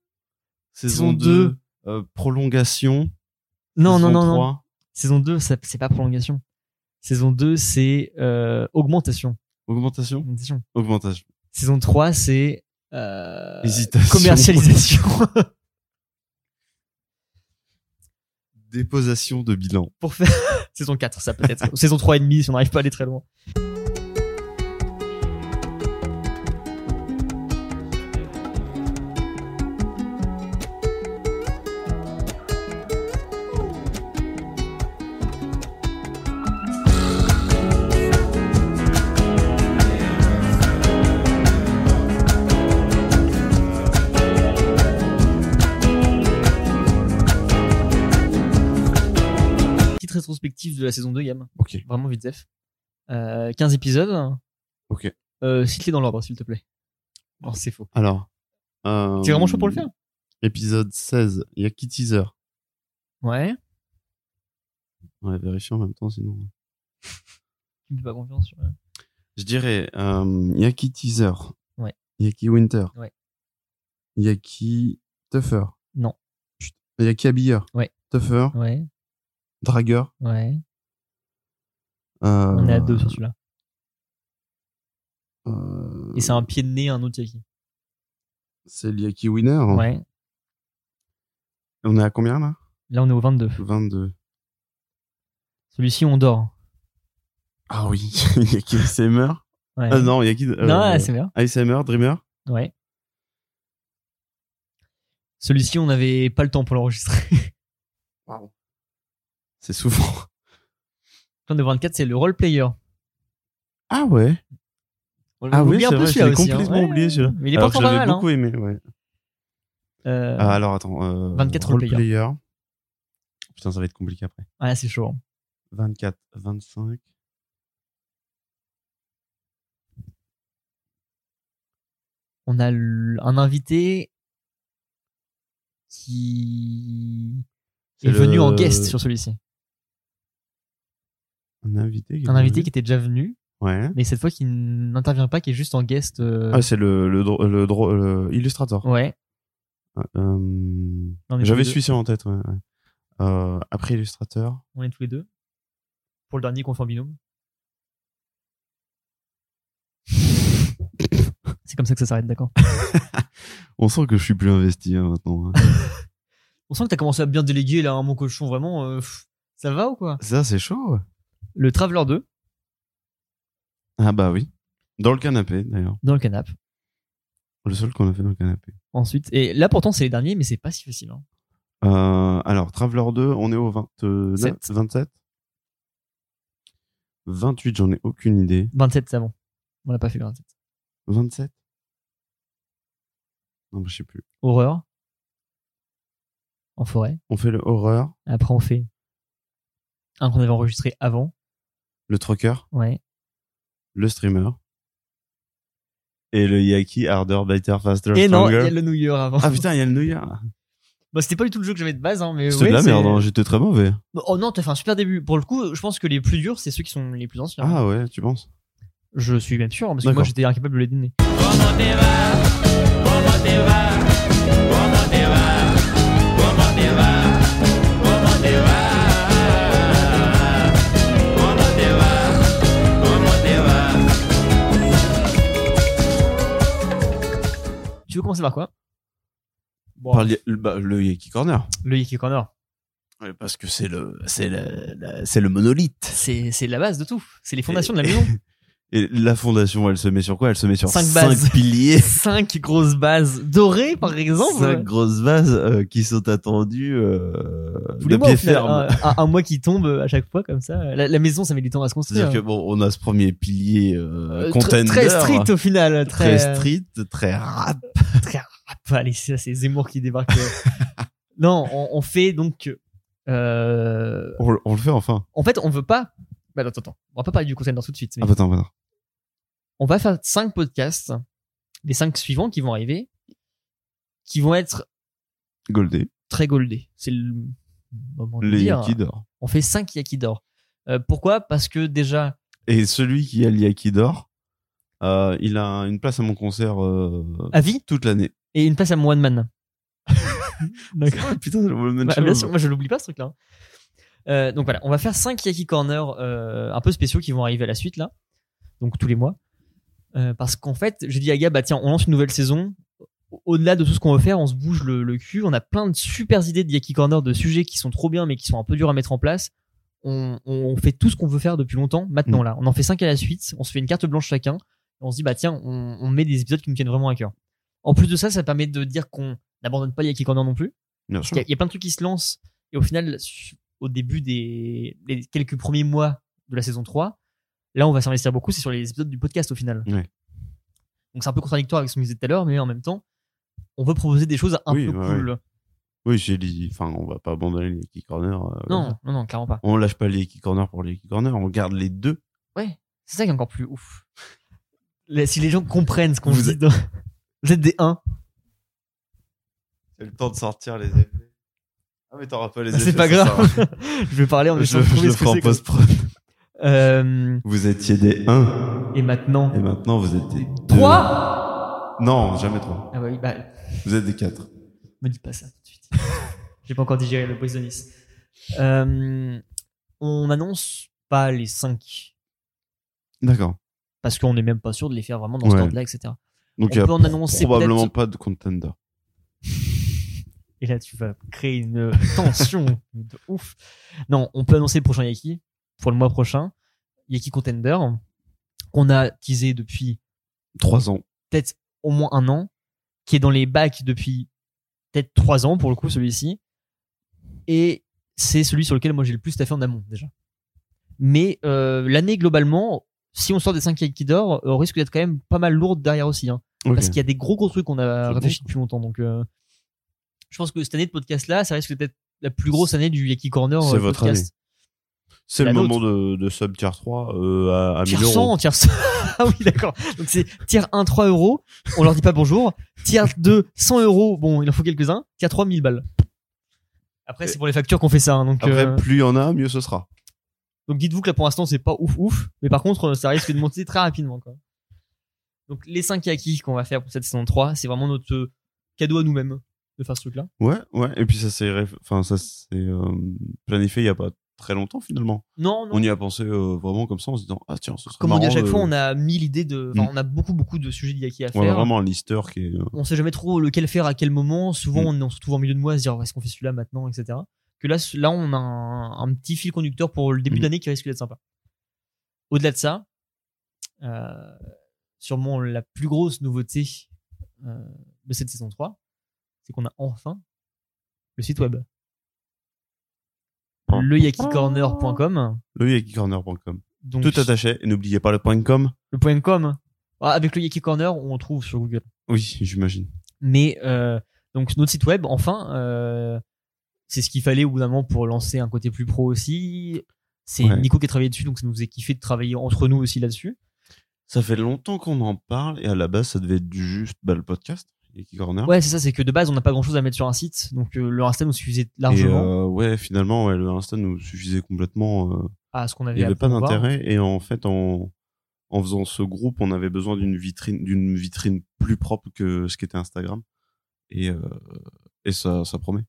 Speaker 1: Saison
Speaker 2: Saison
Speaker 1: 2. euh, prolongation.
Speaker 2: Non, non,
Speaker 1: Saison
Speaker 2: non, non.
Speaker 1: 3,
Speaker 2: Saison 2, ça- c'est pas prolongation. Saison 2, c'est euh, augmentation.
Speaker 1: Augmentation.
Speaker 2: Augmentation.
Speaker 1: Augmentation.
Speaker 2: Saison 3, c'est euh,
Speaker 1: Hésitation.
Speaker 2: commercialisation.
Speaker 1: Déposation de bilan.
Speaker 2: Pour faire saison 4, ça peut être. Ou saison 3 et demi, si on n'arrive pas à aller très loin. Petite rétrospective de la saison 2, Yam.
Speaker 1: Ok.
Speaker 2: Vraiment vite, Zef. Euh, 15 épisodes.
Speaker 1: Ok.
Speaker 2: Euh, Cite-les dans l'ordre, s'il te plaît. Oh, c'est faux.
Speaker 1: Alors. euh,
Speaker 2: T'es vraiment chaud pour le faire
Speaker 1: Épisode 16, il y a qui teaser
Speaker 2: Ouais.
Speaker 1: On va vérifier en même temps sinon.
Speaker 2: qui me fait pas confiance. sur- euh.
Speaker 1: Je dirais euh, Yaki Teaser.
Speaker 2: Ouais.
Speaker 1: Yaki Winter.
Speaker 2: Ouais.
Speaker 1: Yaki Tougher.
Speaker 2: Non.
Speaker 1: Chut. Yaki Habilleur.
Speaker 2: Ouais.
Speaker 1: Tougher.
Speaker 2: Ouais,
Speaker 1: Dragueur.
Speaker 2: ouais.
Speaker 1: euh,
Speaker 2: On est à deux sur celui-là.
Speaker 1: euh,
Speaker 2: Et c'est un pied de nez, un autre Yaki.
Speaker 1: c'est le Yaki Winner. hein.
Speaker 2: Ouais.
Speaker 1: On est à combien là
Speaker 2: Là, on est au 22.
Speaker 1: 22.
Speaker 2: Celui-ci, on dort.
Speaker 1: Ah oui. Yaki ASMR.
Speaker 2: Ouais.
Speaker 1: Ah non, Yaki. euh,
Speaker 2: non, c'est bien.
Speaker 1: ASMR, Dreamer.
Speaker 2: Ouais. Celui-ci, on n'avait pas le temps pour l'enregistrer.
Speaker 1: C'est souvent.
Speaker 2: Plan de 24, c'est le role player.
Speaker 1: Ah ouais.
Speaker 2: On
Speaker 1: Ah oui,
Speaker 2: l'oublie un
Speaker 1: c'est
Speaker 2: peu
Speaker 1: vrai, je
Speaker 2: celui-là
Speaker 1: l'ai
Speaker 2: aussi, hein.
Speaker 1: complètement
Speaker 2: Ouais.
Speaker 1: oublié celui-là.
Speaker 2: Mais il est
Speaker 1: Alors
Speaker 2: pourtant
Speaker 1: que
Speaker 2: pas
Speaker 1: j'avais
Speaker 2: mal. hein.
Speaker 1: beaucoup aimé, ouais.
Speaker 2: Euh,
Speaker 1: Ah, alors attends. Euh,
Speaker 2: 24
Speaker 1: role
Speaker 2: player.
Speaker 1: player. Putain, ça va être compliqué après.
Speaker 2: ah, c'est chaud. hein.
Speaker 1: 24, 25.
Speaker 2: On a l- un invité qui est,
Speaker 1: C'est le-
Speaker 2: venu en guest sur celui-ci.
Speaker 1: Un invité. qui est
Speaker 2: Un invité
Speaker 1: venu.
Speaker 2: qui Euh. était déjà venu,
Speaker 1: Ouais.
Speaker 2: mais cette fois qui n'intervient pas, qui est juste en guest. euh,
Speaker 1: Ah, c'est le, le, dro- le, dro- le illustrator.
Speaker 2: ouais.
Speaker 1: Euh,
Speaker 2: On est tous
Speaker 1: J'avais
Speaker 2: les deux.
Speaker 1: celui-ci en tête, ouais. ouais. Euh, après illustrateur.
Speaker 2: On est tous les deux. Pour le dernier qu'on fait en binôme. C'est comme ça que ça s'arrête, d'accord.
Speaker 1: On sent que je suis plus investi hein, maintenant. hein.
Speaker 2: On sent que t'as commencé à bien déléguer là, hein, mon cochon, vraiment. euh, pff, ça va ou quoi
Speaker 1: Ça, c'est chaud. ouais.
Speaker 2: Le Traveler 2,
Speaker 1: Ah bah oui. Dans le canapé, d'ailleurs.
Speaker 2: dans le canap.
Speaker 1: Le seul qu'on a fait dans le canapé.
Speaker 2: Ensuite, et là pourtant c'est les derniers, mais c'est pas si facile. hein.
Speaker 1: Euh, alors, Traveler 2, on est au 29,
Speaker 2: Sept.
Speaker 1: 27. 28, j'en ai aucune idée.
Speaker 2: 27, c'est avant. On l'a pas fait le 27.
Speaker 1: 27 Non, bah, je sais plus.
Speaker 2: Horreur. En forêt.
Speaker 1: On fait le horreur,
Speaker 2: Après, on fait un qu'on avait enregistré avant.
Speaker 1: le trucker,
Speaker 2: Ouais.
Speaker 1: le streamer. Et le Yaki, harder, better, faster,
Speaker 2: Et non, il y
Speaker 1: stronger.
Speaker 2: a le New Year avant.
Speaker 1: Ah putain, il y a le New Year.
Speaker 2: Bah, c'était pas du tout le jeu que j'avais de base, hein, mais.
Speaker 1: C'était
Speaker 2: ouais,
Speaker 1: de la
Speaker 2: c'est-
Speaker 1: merde, hein, j'étais très mauvais.
Speaker 2: Oh non, t'as fait un super début. Pour le coup, je pense que les plus durs, c'est ceux qui sont les plus anciens.
Speaker 1: Ah ouais, tu penses
Speaker 2: Je suis même sûr, parce que
Speaker 1: D'accord.
Speaker 2: moi j'étais incapable de les donner. Tu veux commencer par quoi Bon,
Speaker 1: Par le, le- bah, le Yaki Corner.
Speaker 2: le Yiki Corner,
Speaker 1: Ouais, Parce que c'est le, c'est le, la- c'est le monolithe.
Speaker 2: c'est c'est la base de tout. C'est les fondations de la maison.
Speaker 1: Et la fondation, elle se met sur quoi Elle se met sur
Speaker 2: Cinq
Speaker 1: cinq,
Speaker 2: bases.
Speaker 1: piliers.
Speaker 2: Cinq grosses bases dorées, par exemple.
Speaker 1: Cinq grosses bases euh, qui sont attendues euh,
Speaker 2: Tous
Speaker 1: de
Speaker 2: les mois,
Speaker 1: pied
Speaker 2: au final,
Speaker 1: ferme.
Speaker 2: Un, un- un mois qui tombe à chaque fois comme ça. La, la maison, ça met du temps à se construire.
Speaker 1: C'est-à-dire que bon, on a ce premier pilier euh,
Speaker 2: Euh,
Speaker 1: contender,
Speaker 2: tr- très strict au final. Très, euh,
Speaker 1: très street, très rap.
Speaker 2: très rap. Allez, ça, c'est Zemmour qui débarque. non, on, on fait donc. euh,
Speaker 1: On, on le fait enfin.
Speaker 2: en fait, on veut pas. Bah, attends, attends. On va pas parler du container tout de suite. mais
Speaker 1: Ah, attends, attends.
Speaker 2: On va faire cinq podcasts, les cinq suivants qui vont arriver, qui vont être
Speaker 1: Goldé,
Speaker 2: très goldés. C'est le moment de le hein.
Speaker 1: les
Speaker 2: dire.
Speaker 1: Yaki d'or.
Speaker 2: On fait cinq Yaki d'or. Euh, pourquoi Parce que déjà,
Speaker 1: Et celui qui a le Yaki d'or, euh, il a une place à mon concert euh,
Speaker 2: à vie
Speaker 1: toute l'année.
Speaker 2: et une place à mon one man. D'accord.
Speaker 1: Ah, Putain, le One Man
Speaker 2: Bah,
Speaker 1: Show.
Speaker 2: bien sûr, moi je l'oublie pas ce truc là. donc voilà, on va faire 5 Yaki Corner euh, un peu spéciaux qui vont arriver à la suite là, donc tous les mois. Euh, parce qu'en fait, j'ai dit à Gab, bah tiens, on lance une nouvelle saison. Au- Au-delà de tout ce qu'on veut faire, on se bouge le, le cul. On a plein de super idées de Yaki Corner, de sujets qui sont trop bien mais qui sont un peu durs à mettre en place. On, on- on fait tout ce qu'on veut faire depuis longtemps maintenant là. On en fait 5 à la suite, on se fait une carte blanche chacun. Et on se dit, bah tiens, on, on met des épisodes qui nous tiennent vraiment à cœur. En plus de ça, ça permet de dire qu'on n'abandonne pas Yaki Corner non plus.
Speaker 1: Bien
Speaker 2: Parce qu'il y a- Il y, a plein de trucs qui se lancent. Et au final, su- au début des les quelques premiers mois de la saison 3, là, on va s'investir beaucoup. C'est sur les épisodes du podcast au final.
Speaker 1: Ouais.
Speaker 2: Donc c'est un peu contradictoire avec ce qu'on disait tout à l'heure, mais en même temps, on veut proposer des choses un
Speaker 1: Oui,
Speaker 2: peu
Speaker 1: ouais,
Speaker 2: cool.
Speaker 1: Oui, j'ai dit, enfin, on va pas abandonner les Yaki Corner. euh,
Speaker 2: Non, non, non, clairement pas.
Speaker 1: On lâche pas les Yaki Corner pour les Yaki Corner, on garde les deux.
Speaker 2: C'est ça qui est encore plus ouf. Là, si les gens comprennent ce qu'on
Speaker 1: Vous
Speaker 2: dit,
Speaker 1: êtes-
Speaker 2: dans- vous êtes des 1.
Speaker 1: C'est le temps de sortir les effets. Ah, mais t'auras pas les
Speaker 2: C'est pas grave. je vais parler en
Speaker 1: hein. Je,
Speaker 2: essayant de trouver
Speaker 1: le
Speaker 2: ce que
Speaker 1: ferai en
Speaker 2: c'est, quoi.
Speaker 1: post-prod.
Speaker 2: Euh,
Speaker 1: Vous étiez des 1
Speaker 2: et maintenant,
Speaker 1: et maintenant vous êtes des 2.
Speaker 2: 3
Speaker 1: Non, jamais 3.
Speaker 2: Ah bah oui, bah,
Speaker 1: Vous êtes des 4.
Speaker 2: me dis pas ça tout de suite. J'ai pas encore digéré le Boys de Nice. Euh, on annonce pas les 5
Speaker 1: D'accord.
Speaker 2: parce qu'on n'est même pas sûr de les faire vraiment dans ce
Speaker 1: Ouais.
Speaker 2: ordre-là, etc.
Speaker 1: Donc
Speaker 2: On
Speaker 1: il y a
Speaker 2: peut en annoncer
Speaker 1: probablement
Speaker 2: peut-être-
Speaker 1: pas de contender.
Speaker 2: Et là, tu vas créer une tension de ouf. Non, on peut annoncer le prochain Yaki pour le mois prochain. Yaki Contender, qu'on a teasé depuis
Speaker 1: 3 ans.
Speaker 2: peut-être au moins un an, qui est dans les bacs depuis peut-être trois ans pour le coup, celui-ci. Et c'est celui sur lequel moi j'ai le plus taffé en amont déjà. Mais euh, l'année globalement, si on sort des 5 Yaki d'or, on risque d'être quand même pas mal lourde derrière aussi. hein.
Speaker 1: Ok.
Speaker 2: Parce qu'il y a des gros gros trucs qu'on a
Speaker 1: C'est
Speaker 2: réfléchi depuis longtemps. Donc, euh, je pense que cette année de podcast là, ça risque d'être la plus grosse année du Yaki Corner.
Speaker 1: C'est
Speaker 2: euh,
Speaker 1: votre
Speaker 2: podcast.
Speaker 1: C'est
Speaker 2: la
Speaker 1: le moment de, de sub tier 3 euh, à, à 1000
Speaker 2: Tiers
Speaker 1: euros.
Speaker 2: 100, tiers 100. ah oui, d'accord. Donc c'est tiers 1, 3 euros. On leur dit pas bonjour. Tiers 2, 100 euros. Bon, il en faut quelques-uns. Tiers 3, 1000 balles. Après, c'est pour les factures qu'on fait ça. hein. donc,
Speaker 1: Après,
Speaker 2: euh,
Speaker 1: plus il y en a, mieux ce sera.
Speaker 2: donc dites-vous que là pour l'instant, c'est pas ouf ouf. Mais par contre, euh, ça risque de monter très rapidement. Quoi. Donc les 5 Yaki qu'on va faire pour cette saison 3, c'est vraiment notre euh, cadeau à nous-mêmes de faire ce truc là.
Speaker 1: Ouais, ouais. Et puis ça s'est réf- enfin, ça s'est, euh, planifié il y a pas très longtemps finalement.
Speaker 2: Non, non.
Speaker 1: On y a pensé euh, vraiment comme ça en se disant Ah tiens, ce serait
Speaker 2: Ah Comme on dit à
Speaker 1: marrant
Speaker 2: chaque
Speaker 1: de-
Speaker 2: fois, on a mille idées de. Enfin,
Speaker 1: Mm.
Speaker 2: on a beaucoup, beaucoup de sujets de yaki à
Speaker 1: Ouais,
Speaker 2: faire.
Speaker 1: vraiment un lister qui est. euh,
Speaker 2: on sait jamais trop lequel faire à quel moment. Souvent,
Speaker 1: Mm.
Speaker 2: on, est- on se trouve en milieu de mois à se dire oh, est-ce qu'on fait celui-là maintenant, etc. Que là, ce- là, on a un, un petit fil conducteur pour le début
Speaker 1: Mm.
Speaker 2: d'année qui risque d'être sympa. Au-delà de ça, euh, sûrement la plus grosse nouveauté euh, de cette saison 3, c'est qu'on a enfin le site web. Le yakicorner.com.
Speaker 1: Le yakicorner.com.
Speaker 2: Donc,
Speaker 1: Tout attaché. Et n'oubliez pas le point .com.
Speaker 2: le point .com. Ah, Avec le Yaki Corner, on trouve sur Google.
Speaker 1: Oui, j'imagine.
Speaker 2: Mais euh, donc notre site web, enfin, euh, c'est ce qu'il fallait au bout d'un moment pour lancer un côté plus pro aussi. C'est
Speaker 1: Ouais.
Speaker 2: Nico qui a travaillé dessus, donc ça nous faisait kiffer de travailler entre nous aussi là-dessus.
Speaker 1: Ça fait longtemps qu'on en parle et à la base, ça devait être juste bah, le podcast, Yakicorner.
Speaker 2: Ouais, c'est ça, c'est que de base, on n'a pas grand-chose à mettre sur un site, donc euh, le Insta nous suffisait
Speaker 1: Et
Speaker 2: largement
Speaker 1: euh, ouais, finalement, ouais, le Insta nous suffisait complètement. euh,
Speaker 2: à ce qu'on
Speaker 1: il
Speaker 2: avait.
Speaker 1: n'y
Speaker 2: à
Speaker 1: avait pas
Speaker 2: pouvoir.
Speaker 1: d'intérêt. Et en fait, en, en faisant ce groupe, on avait besoin d'une vitrine, d'une vitrine plus propre que ce qu'était Instagram. Et, euh, et ça, ça promet.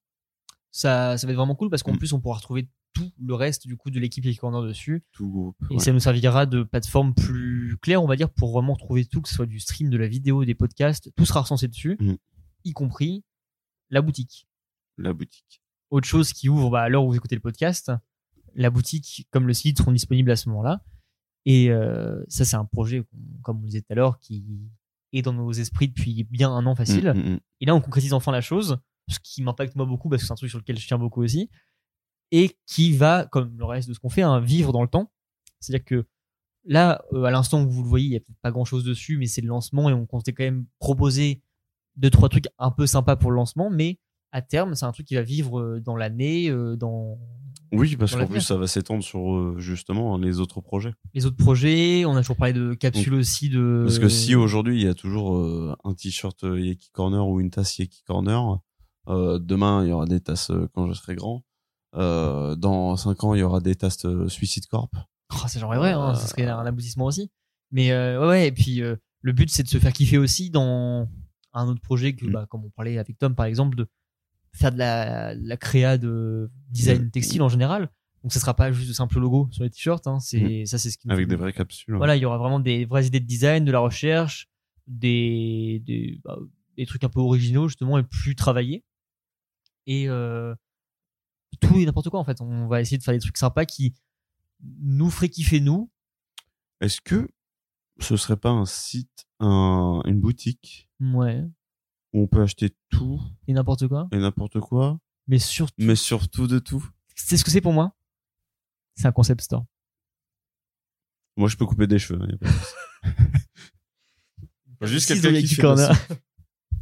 Speaker 2: Ça, ça va être vraiment cool parce qu'en
Speaker 1: Mm.
Speaker 2: plus, on pourra retrouver tout le reste du coup de l'équipe Yaki Corner dessus.
Speaker 1: Tout groupe.
Speaker 2: Et
Speaker 1: ouais.
Speaker 2: ça nous servira de plateforme plus claire, on va dire, pour vraiment trouver tout, que ce soit du stream, de la vidéo, des podcasts, tout sera recensé dessus,
Speaker 1: Mm.
Speaker 2: y compris la boutique.
Speaker 1: La boutique.
Speaker 2: autre chose qui ouvre bah, à l'heure où vous écoutez le podcast. La boutique comme le site seront disponibles à ce moment-là. Et euh, ça, c'est un projet, qu'on- comme on le disait tout à l'heure, qui est dans nos esprits depuis bien un an facile.
Speaker 1: Mm, mm, mm.
Speaker 2: Et là, on concrétise enfin la chose, ce qui m'impacte moi beaucoup parce que c'est un truc sur lequel je tiens beaucoup aussi, et qui va, comme le reste de ce qu'on fait, hein, vivre dans le temps. C'est-à-dire que là, euh, à l'instant où vous le voyez, il n'y a peut-être pas grand-chose dessus, mais c'est le lancement et on comptait quand même proposer deux, trois trucs un peu sympas pour le lancement, mais à terme, c'est un truc qui va vivre euh, dans l'année, euh, dans
Speaker 1: Oui, parce
Speaker 2: Dans
Speaker 1: qu'en plus,
Speaker 2: l'avenir.
Speaker 1: ça va s'étendre sur euh, justement les autres projets.
Speaker 2: les autres projets. On a toujours parlé de capsules aussi de.
Speaker 1: Parce que
Speaker 2: Euh,
Speaker 1: si aujourd'hui, il y a toujours euh, un t-shirt euh, Yaki Corner ou une tasse Yaki Corner, euh, demain, il y aura des tasses euh, quand je serai grand. Euh, dans 5 ans, il y aura des tasses euh, Suicide Corp.
Speaker 2: Oh, ça j'en rêverais, hein.
Speaker 1: Euh,
Speaker 2: ce serait un aboutissement aussi. Mais euh, ouais, ouais, et puis euh, le but c'est de se faire kiffer aussi dans un autre projet que,
Speaker 1: Mm.
Speaker 2: bah, comme on parlait avec Tom par exemple, de faire de la, la créa de design
Speaker 1: Mm.
Speaker 2: textile en général. Donc ça sera pas juste de simples logos sur les t-shirts, hein. c'est ça c'est ce qui nous
Speaker 1: Mm. Avec
Speaker 2: fait-
Speaker 1: des vraies capsules.
Speaker 2: Mhm. Voilà, il y aura vraiment des vraies idées de design, de la recherche, des des, bah, des trucs un peu originaux justement et plus travaillés. Et euh, tout et n'importe quoi en fait. On va essayer de faire des trucs sympas qui nous feraient kiffer nous
Speaker 1: Est-ce que ce serait pas un site, un- une boutique
Speaker 2: Ouais,
Speaker 1: où on peut acheter tout
Speaker 2: et n'importe quoi.
Speaker 1: et n'importe quoi,
Speaker 2: Mais surtout,
Speaker 1: mais surtout de tout
Speaker 2: c'est ce que c'est pour moi C'est un concept store.
Speaker 1: Moi, je peux couper des cheveux. hein, y a pas de souci. Faut Juste
Speaker 2: Six
Speaker 1: quelqu'un
Speaker 2: Yaki
Speaker 1: qui fait
Speaker 2: Corner.
Speaker 1: des-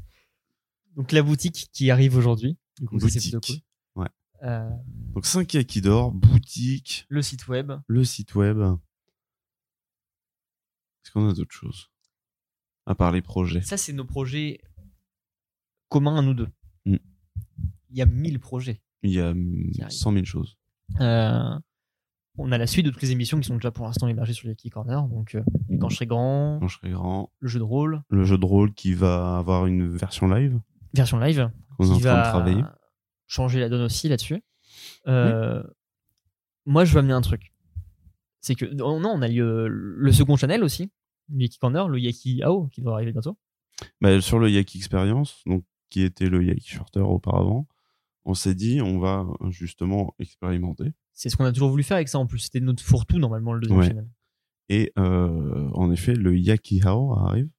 Speaker 2: Donc la boutique qui arrive aujourd'hui. Du coup, ça, c'est plutôt cool.
Speaker 1: boutique. Ouais.
Speaker 2: Euh,
Speaker 1: Donc 5 Yaki d'or, boutique,
Speaker 2: le site web.
Speaker 1: le site web. Est-ce qu'on a d'autres choses à part les projets
Speaker 2: Ça, c'est nos projets communs à nous deux.
Speaker 1: Mm.
Speaker 2: Il y a mille projets.
Speaker 1: Il y a mm,
Speaker 2: Qui arrive.
Speaker 1: 100 000 choses.
Speaker 2: Euh, on a la suite de toutes les émissions qui sont déjà pour l'instant hébergées sur Jackie Corner. Donc, euh,
Speaker 1: Mm.
Speaker 2: Et quand je serai grand,
Speaker 1: Quand je serai grand,
Speaker 2: le jeu de rôle,
Speaker 1: le jeu de rôle qui va avoir une version live
Speaker 2: version live,
Speaker 1: qu'on est en
Speaker 2: qui
Speaker 1: train de
Speaker 2: va
Speaker 1: travailler.
Speaker 2: changer la donne aussi là-dessus. Euh, Moi, je veux amener un truc. C'est que, oh non, on a le, le second channel aussi, le Yaki Corner, le Yaki AO, qui doit arriver bientôt.
Speaker 1: Bah, sur le Yak Experience, donc, qui était le Yak Shorter auparavant, on s'est dit, on va euh, justement expérimenter.
Speaker 2: C'est ce qu'on a toujours voulu faire avec ça en plus. C'était notre fourre-tout normalement, le deuxième
Speaker 1: Ouais.
Speaker 2: channel.
Speaker 1: Et euh, en effet, le Yakihao arrive.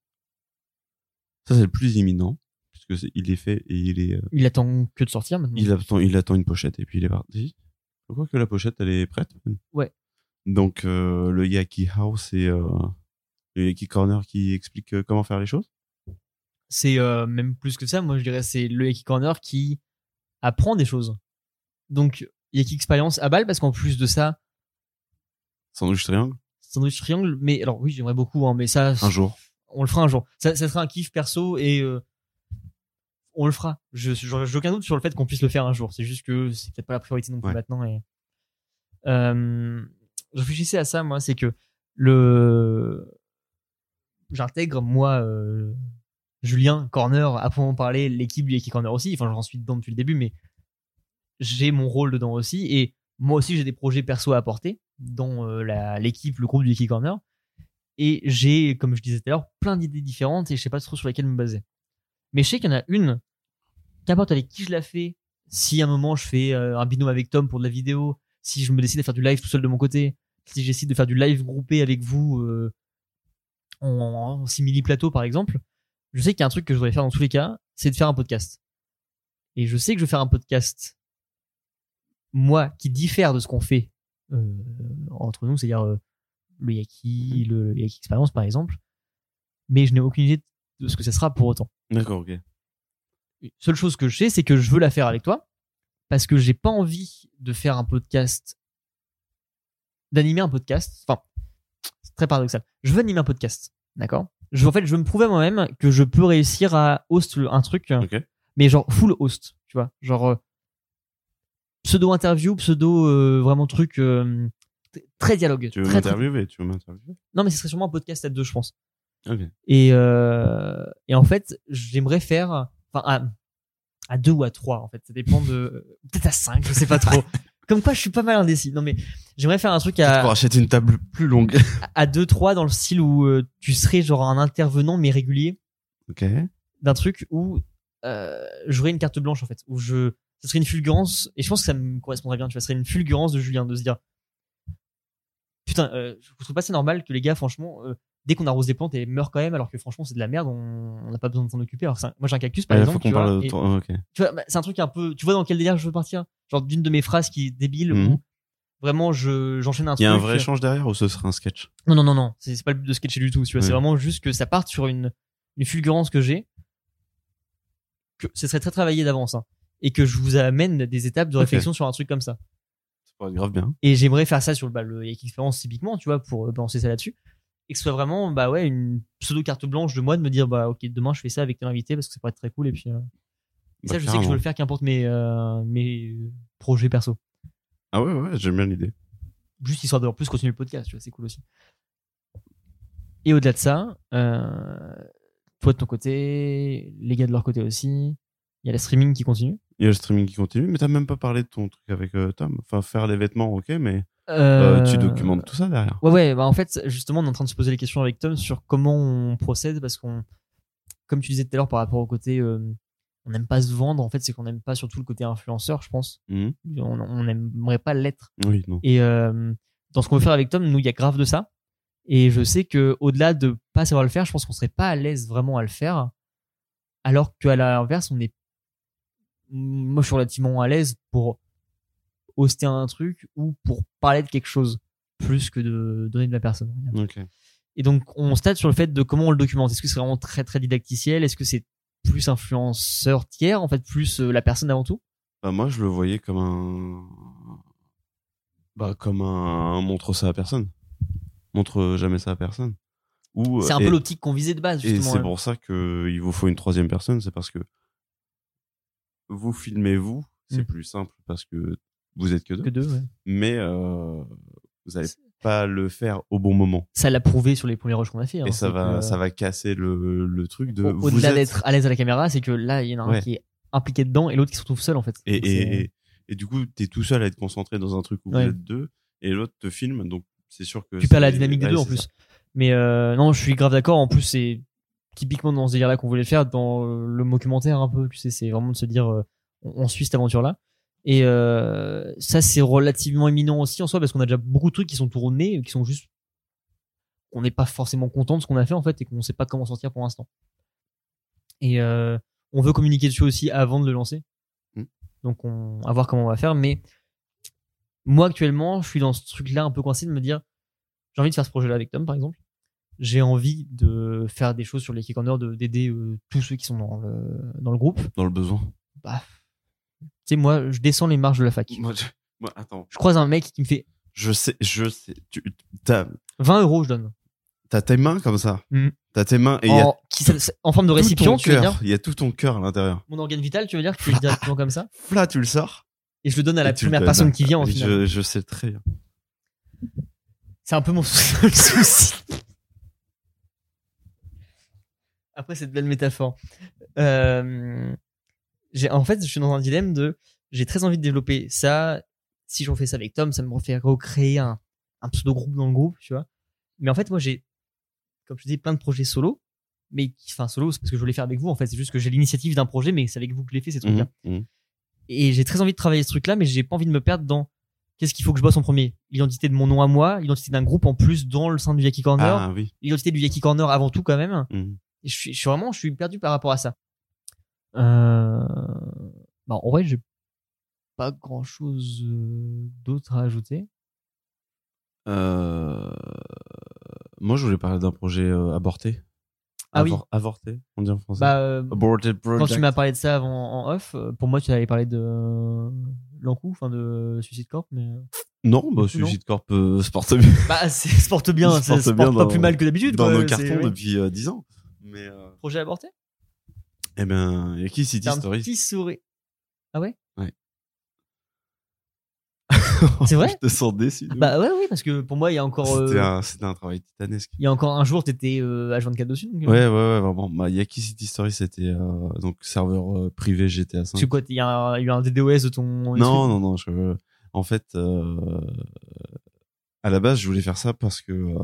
Speaker 1: Ça, c'est le plus imminent, puisque c'est- il est fait et il est. euh,
Speaker 2: Il attend que de sortir maintenant.
Speaker 1: il, attend, il attend une pochette et puis il est parti. Je crois que la pochette, elle est prête.
Speaker 2: Ouais.
Speaker 1: Donc, euh, le Yakihao, c'est euh, le Yaki Corner qui explique euh, comment faire les choses.
Speaker 2: C'est euh, même plus que ça, moi je dirais c'est le Yaki Corner qui apprend des choses. Donc, Yaki Experience à balle parce qu'en plus de ça,
Speaker 1: Sandwich Triangle,
Speaker 2: Sandwich Triangle, mais alors oui, j'aimerais beaucoup, hein, mais ça,
Speaker 1: un jour.
Speaker 2: on le fera un jour. Ça, ça sera un kiff perso et euh, on le fera. Je je- j'ai aucun doute sur le fait qu'on puisse le faire un jour. C'est juste que c'est peut-être pas la priorité non plus
Speaker 1: Ouais.
Speaker 2: maintenant. Et euh, je réfléchissais à ça moi, c'est que le j'intègre moi euh, Julien Corner à proprement parler l'équipe du Yaki Corner aussi. Enfin, j'en suis dedans depuis le début, mais j'ai mon rôle dedans aussi et moi aussi j'ai des projets perso à apporter dans euh, la- l'équipe, le groupe du Yaki Corner et j'ai, comme je disais tout à l'heure, plein d'idées différentes et je sais pas trop sur laquelle me baser. Mais je sais qu'il y en a une, qu'importe avec qui je la fais, si à un moment je fais euh, un binôme avec Tom pour de la vidéo, si je me décide à faire du live tout seul de mon côté, si j'essaie de faire du live groupé avec vous euh, en, en simili plateau par exemple, je sais qu'il y a un truc que je voudrais faire dans tous les cas, c'est de faire un podcast. Et je sais que je vais faire un podcast, moi, qui diffère de ce qu'on fait euh, entre nous, c'est-à-dire euh, le Yaki,
Speaker 1: Mm.
Speaker 2: le, le Yaki Experience par exemple, mais je n'ai aucune idée de ce que ça sera pour autant.
Speaker 1: D'accord, ok.
Speaker 2: Seule chose que je sais, c'est que je veux la faire avec toi, parce que j'ai pas envie de faire un podcast, d'animer un podcast. Enfin, c'est très paradoxal. Je veux animer un podcast, d'accord Je veux- en fait, je veux me prouver à moi-même que je peux réussir à host le- un truc, euh,
Speaker 1: Ok.
Speaker 2: mais genre full host, tu vois, genre euh, pseudo interview, pseudo euh, vraiment truc euh, t- très dialogue,
Speaker 1: Tu veux
Speaker 2: très, très-
Speaker 1: m'interviewer Tu veux m'interviewer
Speaker 2: non, mais ce serait sûrement un podcast à deux, je pense.
Speaker 1: Ok.
Speaker 2: Et, euh, et en fait, j'aimerais faire, enfin, à, à deux ou à trois, en fait. Ça dépend de, peut-être à cinq, je sais pas trop. Comme quoi, je suis pas mal indécis. Non, mais j'aimerais faire un truc
Speaker 1: Pour
Speaker 2: à,
Speaker 1: acheter une table plus longue.
Speaker 2: à deux, trois dans le style où euh, tu serais genre un intervenant, mais régulier
Speaker 1: Ok. Ah,
Speaker 2: d'un truc où, euh, j'aurais une carte blanche, en fait, où je, ce serait une fulgurance, et je pense que ça me correspondrait bien, tu vois, ce serait une fulgurance de Julien, de se dire, putain, euh, je trouve pas ça normal que les gars, franchement, euh, dès qu'on arrose des plantes, elles meurent quand même, alors que franchement, c'est de la merde, on on n'a pas besoin de s'en occuper. Alors, que c'est un- moi, j'ai un cactus, par
Speaker 1: Il faut
Speaker 2: exemple.
Speaker 1: qu'on
Speaker 2: tu vois,
Speaker 1: parle
Speaker 2: et-
Speaker 1: de toi. Ok.
Speaker 2: tu vois, bah, c'est un truc un peu, tu vois dans quel délire je veux partir? Genre d'une de mes phrases qui est débile,
Speaker 1: Mhm.
Speaker 2: où vraiment, je, j'enchaîne un
Speaker 1: Il y
Speaker 2: truc. euh,
Speaker 1: a un vrai échange derrière ou ce sera un sketch
Speaker 2: Non, non, non, non. C'est c'est pas le but de sketcher du tout. Tu vois, c'est
Speaker 1: Ouais.
Speaker 2: vraiment juste que ça parte sur une, une fulgurance que j'ai. Que ce serait très travaillé d'avance. hein, et que je vous amène des étapes de
Speaker 1: Ok.
Speaker 2: réflexion sur un truc comme ça.
Speaker 1: Ça pourrait être grave bien.
Speaker 2: Et j'aimerais faire ça sur le, bah, le Yak Experience typiquement, tu vois, pour euh, balancer ça là-dessus. Et que ce soit vraiment, bah ouais, une pseudo carte blanche de moi de me dire, bah ok, demain je fais ça avec tel invité parce que ça pourrait être très cool. Et puis, euh, et
Speaker 1: Bah,
Speaker 2: ça, je sais que je
Speaker 1: carrément.
Speaker 2: veux le faire qu'importe mes, euh, mes projets perso.
Speaker 1: Ah ouais, ouais, j'aime bien l'idée.
Speaker 2: juste histoire de en plus continuer le podcast, tu vois, c'est cool aussi. Et au-delà de ça, euh, toi de ton côté, les gars de leur côté aussi, il y a la streaming qui continue.
Speaker 1: Il y a le streaming qui continue, mais t'as même pas parlé de ton truc avec euh, Tom. Enfin, faire les vêtements, ok, mais euh, tu documentes tout ça derrière.
Speaker 2: Ouais, ouais, bah en fait, justement, on est en train de se poser les questions avec Tom sur comment on procède parce qu'on, comme tu disais tout à l'heure par rapport au côté, euh, on n'aime pas se vendre, en fait, c'est qu'on n'aime pas surtout le côté influenceur, je pense.
Speaker 1: Mhm.
Speaker 2: On- on n'aimerait pas l'être.
Speaker 1: Oui, non.
Speaker 2: Et euh, dans ce qu'on veut faire avec Tom, nous, il y a grave de ça. Et je sais que au-delà de pas savoir le faire, je pense qu'on serait pas à l'aise vraiment à le faire. Alors qu'à l'inverse, on est. Moi, je suis relativement à l'aise pour hoster un truc ou pour parler de quelque chose plus que de donner de la personne.
Speaker 1: Ok.
Speaker 2: Et donc, on stade sur le fait de comment on le documente. Est-ce que c'est vraiment très très didacticiel Est-ce que c'est plus influenceur tiers en fait, plus euh, la personne avant tout
Speaker 1: Bah, moi, je le voyais comme un. Bah, comme un. Montre ça à personne. Montre euh, jamais ça à personne. Ou, euh,
Speaker 2: C'est un
Speaker 1: et-
Speaker 2: peu l'optique qu'on visait de base
Speaker 1: Et
Speaker 2: justement. hein,
Speaker 1: c'est pour ça que il vous faut une troisième personne, c'est parce que vous filmez vous, c'est
Speaker 2: Mm.
Speaker 1: plus simple parce que vous êtes que deux.
Speaker 2: que deux. ouais.
Speaker 1: Mais euh, Vous allez pas le faire au bon moment.
Speaker 2: Ça l'a prouvé sur les premiers rushs qu'on a fait. hein,
Speaker 1: Et ça
Speaker 2: c'est
Speaker 1: va,
Speaker 2: que,
Speaker 1: ça va casser le, le truc de.
Speaker 2: au-
Speaker 1: vous
Speaker 2: Au-delà
Speaker 1: êtes-
Speaker 2: d'être à l'aise à la caméra, c'est que là, il y en a un
Speaker 1: Ouais.
Speaker 2: qui est impliqué dedans et l'autre qui se retrouve seul en fait.
Speaker 1: Et,
Speaker 2: Donc,
Speaker 1: et,
Speaker 2: c'est-
Speaker 1: et, et du coup, t'es tout seul à être concentré dans un truc où
Speaker 2: Ouais.
Speaker 1: vous êtes deux et l'autre te filme, donc c'est sûr que.
Speaker 2: tu perds la
Speaker 1: c'est-
Speaker 2: dynamique des
Speaker 1: ouais,
Speaker 2: deux en
Speaker 1: c'est
Speaker 2: plus.
Speaker 1: ça.
Speaker 2: Mais euh, non, je suis grave d'accord. En plus, c'est typiquement dans ce délire-là qu'on voulait le faire, dans euh, le documentaire un peu. Tu sais, c'est vraiment de se dire, euh, on, on suit cette aventure-là. Et euh, ça, c'est relativement éminent aussi en soi, parce qu'on a déjà beaucoup de trucs qui sont tournés, qui sont juste, on n'est pas forcément content de ce qu'on a fait en fait, et qu'on sait pas comment sortir pour l'instant. Et euh, on veut communiquer dessus aussi avant de le lancer.
Speaker 1: Mm.
Speaker 2: Donc, on, à voir comment on va faire. Mais moi, actuellement, je suis dans ce truc-là un peu coincé de me dire, j'ai envie de faire ce projet-là avec Tom, par exemple. J'ai envie de faire des choses sur les kick en de d'aider euh, tous ceux qui sont dans le, dans le groupe. Tu
Speaker 1: Dans le besoin.
Speaker 2: sais, moi, je descends les marches de la fac.
Speaker 1: Moi, je- moi, attends,
Speaker 2: Je croise un mec qui me fait
Speaker 1: je sais, je sais. Tu, t'as,
Speaker 2: 20 euros, je donne.
Speaker 1: t'as tes mains comme ça.
Speaker 2: Mhm.
Speaker 1: T'as tes mains et il y a
Speaker 2: En, qui- ça- ça- en forme de
Speaker 1: tout ton
Speaker 2: récipient, tu veux
Speaker 1: cœur.
Speaker 2: dire.
Speaker 1: Il y a tout ton cœur à l'intérieur.
Speaker 2: Mon organe vital, tu veux dire, que je le directement comme ça.
Speaker 1: Là, tu le sors.
Speaker 2: Et je le donne à la
Speaker 1: et tu le
Speaker 2: première
Speaker 1: donnes.
Speaker 2: personne qui vient, en
Speaker 1: Je-
Speaker 2: final.
Speaker 1: Je, sais très bien.
Speaker 2: C'est un peu mon seul souci. Après cette belle métaphore. Euh, j'ai- en fait, je suis dans un dilemme de j'ai très envie de développer ça. Si j'en fais ça avec Tom, ça me refait recréer un, un pseudo-groupe dans le groupe, tu vois. Mais en fait, moi, j'ai, comme je te dis, plein de projets solo. Mais qui- enfin, solo, c'est parce que je voulais faire avec vous. En fait, c'est juste que j'ai l'initiative d'un projet, mais c'est avec vous que je l'ai fait, ces trucs-là.
Speaker 1: Mhm, mhm.
Speaker 2: Et j'ai très envie de travailler ce truc-là, mais j'ai pas envie de me perdre dans qu'est-ce qu'il faut que je bosse en premier. L'identité de mon nom à moi, l'identité d'un groupe en plus dans le sein du Yaki Corner,
Speaker 1: Ah oui.
Speaker 2: l'identité du Yaki Corner avant tout quand même.
Speaker 1: Mhm.
Speaker 2: Et je suis, je suis vraiment, je suis perdu par rapport à ça. Euh... Bah, en vrai, j'ai pas grand-chose euh, d'autre à ajouter.
Speaker 1: Euh, Moi, je voulais parler d'un projet euh, aborté.
Speaker 2: Ah oui.
Speaker 1: Avorté, on dit en français.
Speaker 2: Bah, euh,
Speaker 1: Aborted
Speaker 2: quand
Speaker 1: project.
Speaker 2: tu m'as parlé de ça avant en off, euh, pour moi, tu avais parlé de euh, l'encou, enfin de Suicide Corp, mais
Speaker 1: Non, bah,
Speaker 2: Non.
Speaker 1: Suicide Corp euh, se porte bien
Speaker 2: bah, c'est- se porte bien,
Speaker 1: Il se
Speaker 2: ça
Speaker 1: porte
Speaker 2: se
Speaker 1: bien
Speaker 2: porte pas
Speaker 1: dans-
Speaker 2: plus mal que d'habitude.
Speaker 1: dans
Speaker 2: quoi,
Speaker 1: nos
Speaker 2: c'est-
Speaker 1: cartons
Speaker 2: oui.
Speaker 1: depuis euh, 10 ans. Mais euh,
Speaker 2: Projet aborté.
Speaker 1: eh ben, il y a qui City
Speaker 2: C'est un
Speaker 1: Story
Speaker 2: petit sourire. Ah ouais
Speaker 1: Oh,
Speaker 2: C'est vrai
Speaker 1: Je te sens déçu. de ouf.
Speaker 2: Bah ouais, oui, parce que pour moi, il y a encore,
Speaker 1: C'était
Speaker 2: euh,
Speaker 1: un, c'était un travail titanesque.
Speaker 2: il y a encore un jour, t'étais euh, à 24 dessus. Donc, euh,
Speaker 1: Ouais, ouais, ouais, vraiment. Bah, Yaki City Story, c'était euh, donc serveur euh, privé GTA
Speaker 2: Parce
Speaker 1: 5.
Speaker 2: que quoi, il y a un- il y a eu un DDoS de ton.
Speaker 1: Non, non, non. Je... En fait, euh, à la base, je voulais faire ça parce que euh,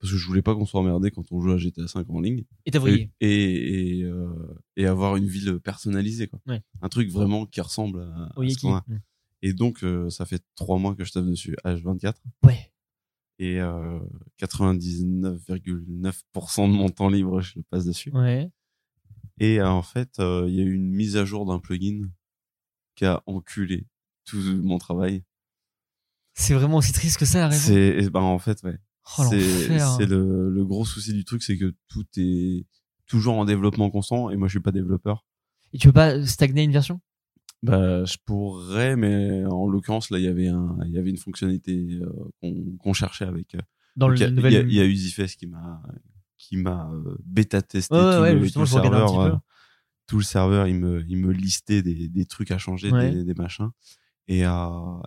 Speaker 1: parce que je voulais pas qu'on soit emmerdé quand on joue à GTA 5 en ligne
Speaker 2: Et t'as
Speaker 1: et
Speaker 2: voyé.
Speaker 1: et, euh, et avoir une ville personnalisée quoi.
Speaker 2: Ouais.
Speaker 1: Un truc vraiment qui ressemble à, à
Speaker 2: Voyez
Speaker 1: ce
Speaker 2: qui
Speaker 1: qu'on a.
Speaker 2: Mm.
Speaker 1: Et donc, euh, ça fait trois mois que je tape dessus H24
Speaker 2: Ouais.
Speaker 1: et euh, 99,9% de mon temps libre, je le passe dessus.
Speaker 2: Ouais.
Speaker 1: Et euh, en fait, euh, il y a eu une mise à jour d'un plugin qui a enculé tout mon travail.
Speaker 2: C'est vraiment aussi triste que ça, la raison.
Speaker 1: C'est eh ben, en fait, ouais.
Speaker 2: Oh,
Speaker 1: c'est
Speaker 2: l'enfer.
Speaker 1: c'est le, le gros souci du truc, c'est que tout est toujours en développement constant et moi je suis pas développeur.
Speaker 2: Et tu peux pas stagner une version
Speaker 1: Bah, je pourrais, mais en l'occurrence là, il y avait un, il y avait une fonctionnalité euh, qu'on qu'on cherchait avec. euh,
Speaker 2: Dans
Speaker 1: donc,
Speaker 2: le
Speaker 1: il y a-
Speaker 2: nouvel.
Speaker 1: Il y, a- il y a Uziface qui m'a, qui m'a euh, bêta testé
Speaker 2: Ouais,
Speaker 1: tout,
Speaker 2: ouais,
Speaker 1: le,
Speaker 2: justement,
Speaker 1: tout
Speaker 2: je
Speaker 1: le
Speaker 2: regardais un
Speaker 1: serveur.
Speaker 2: petit peu.
Speaker 1: euh, tout le serveur, il me, il me listait des, des trucs à changer,
Speaker 2: Ouais.
Speaker 1: des, des machins. Et euh,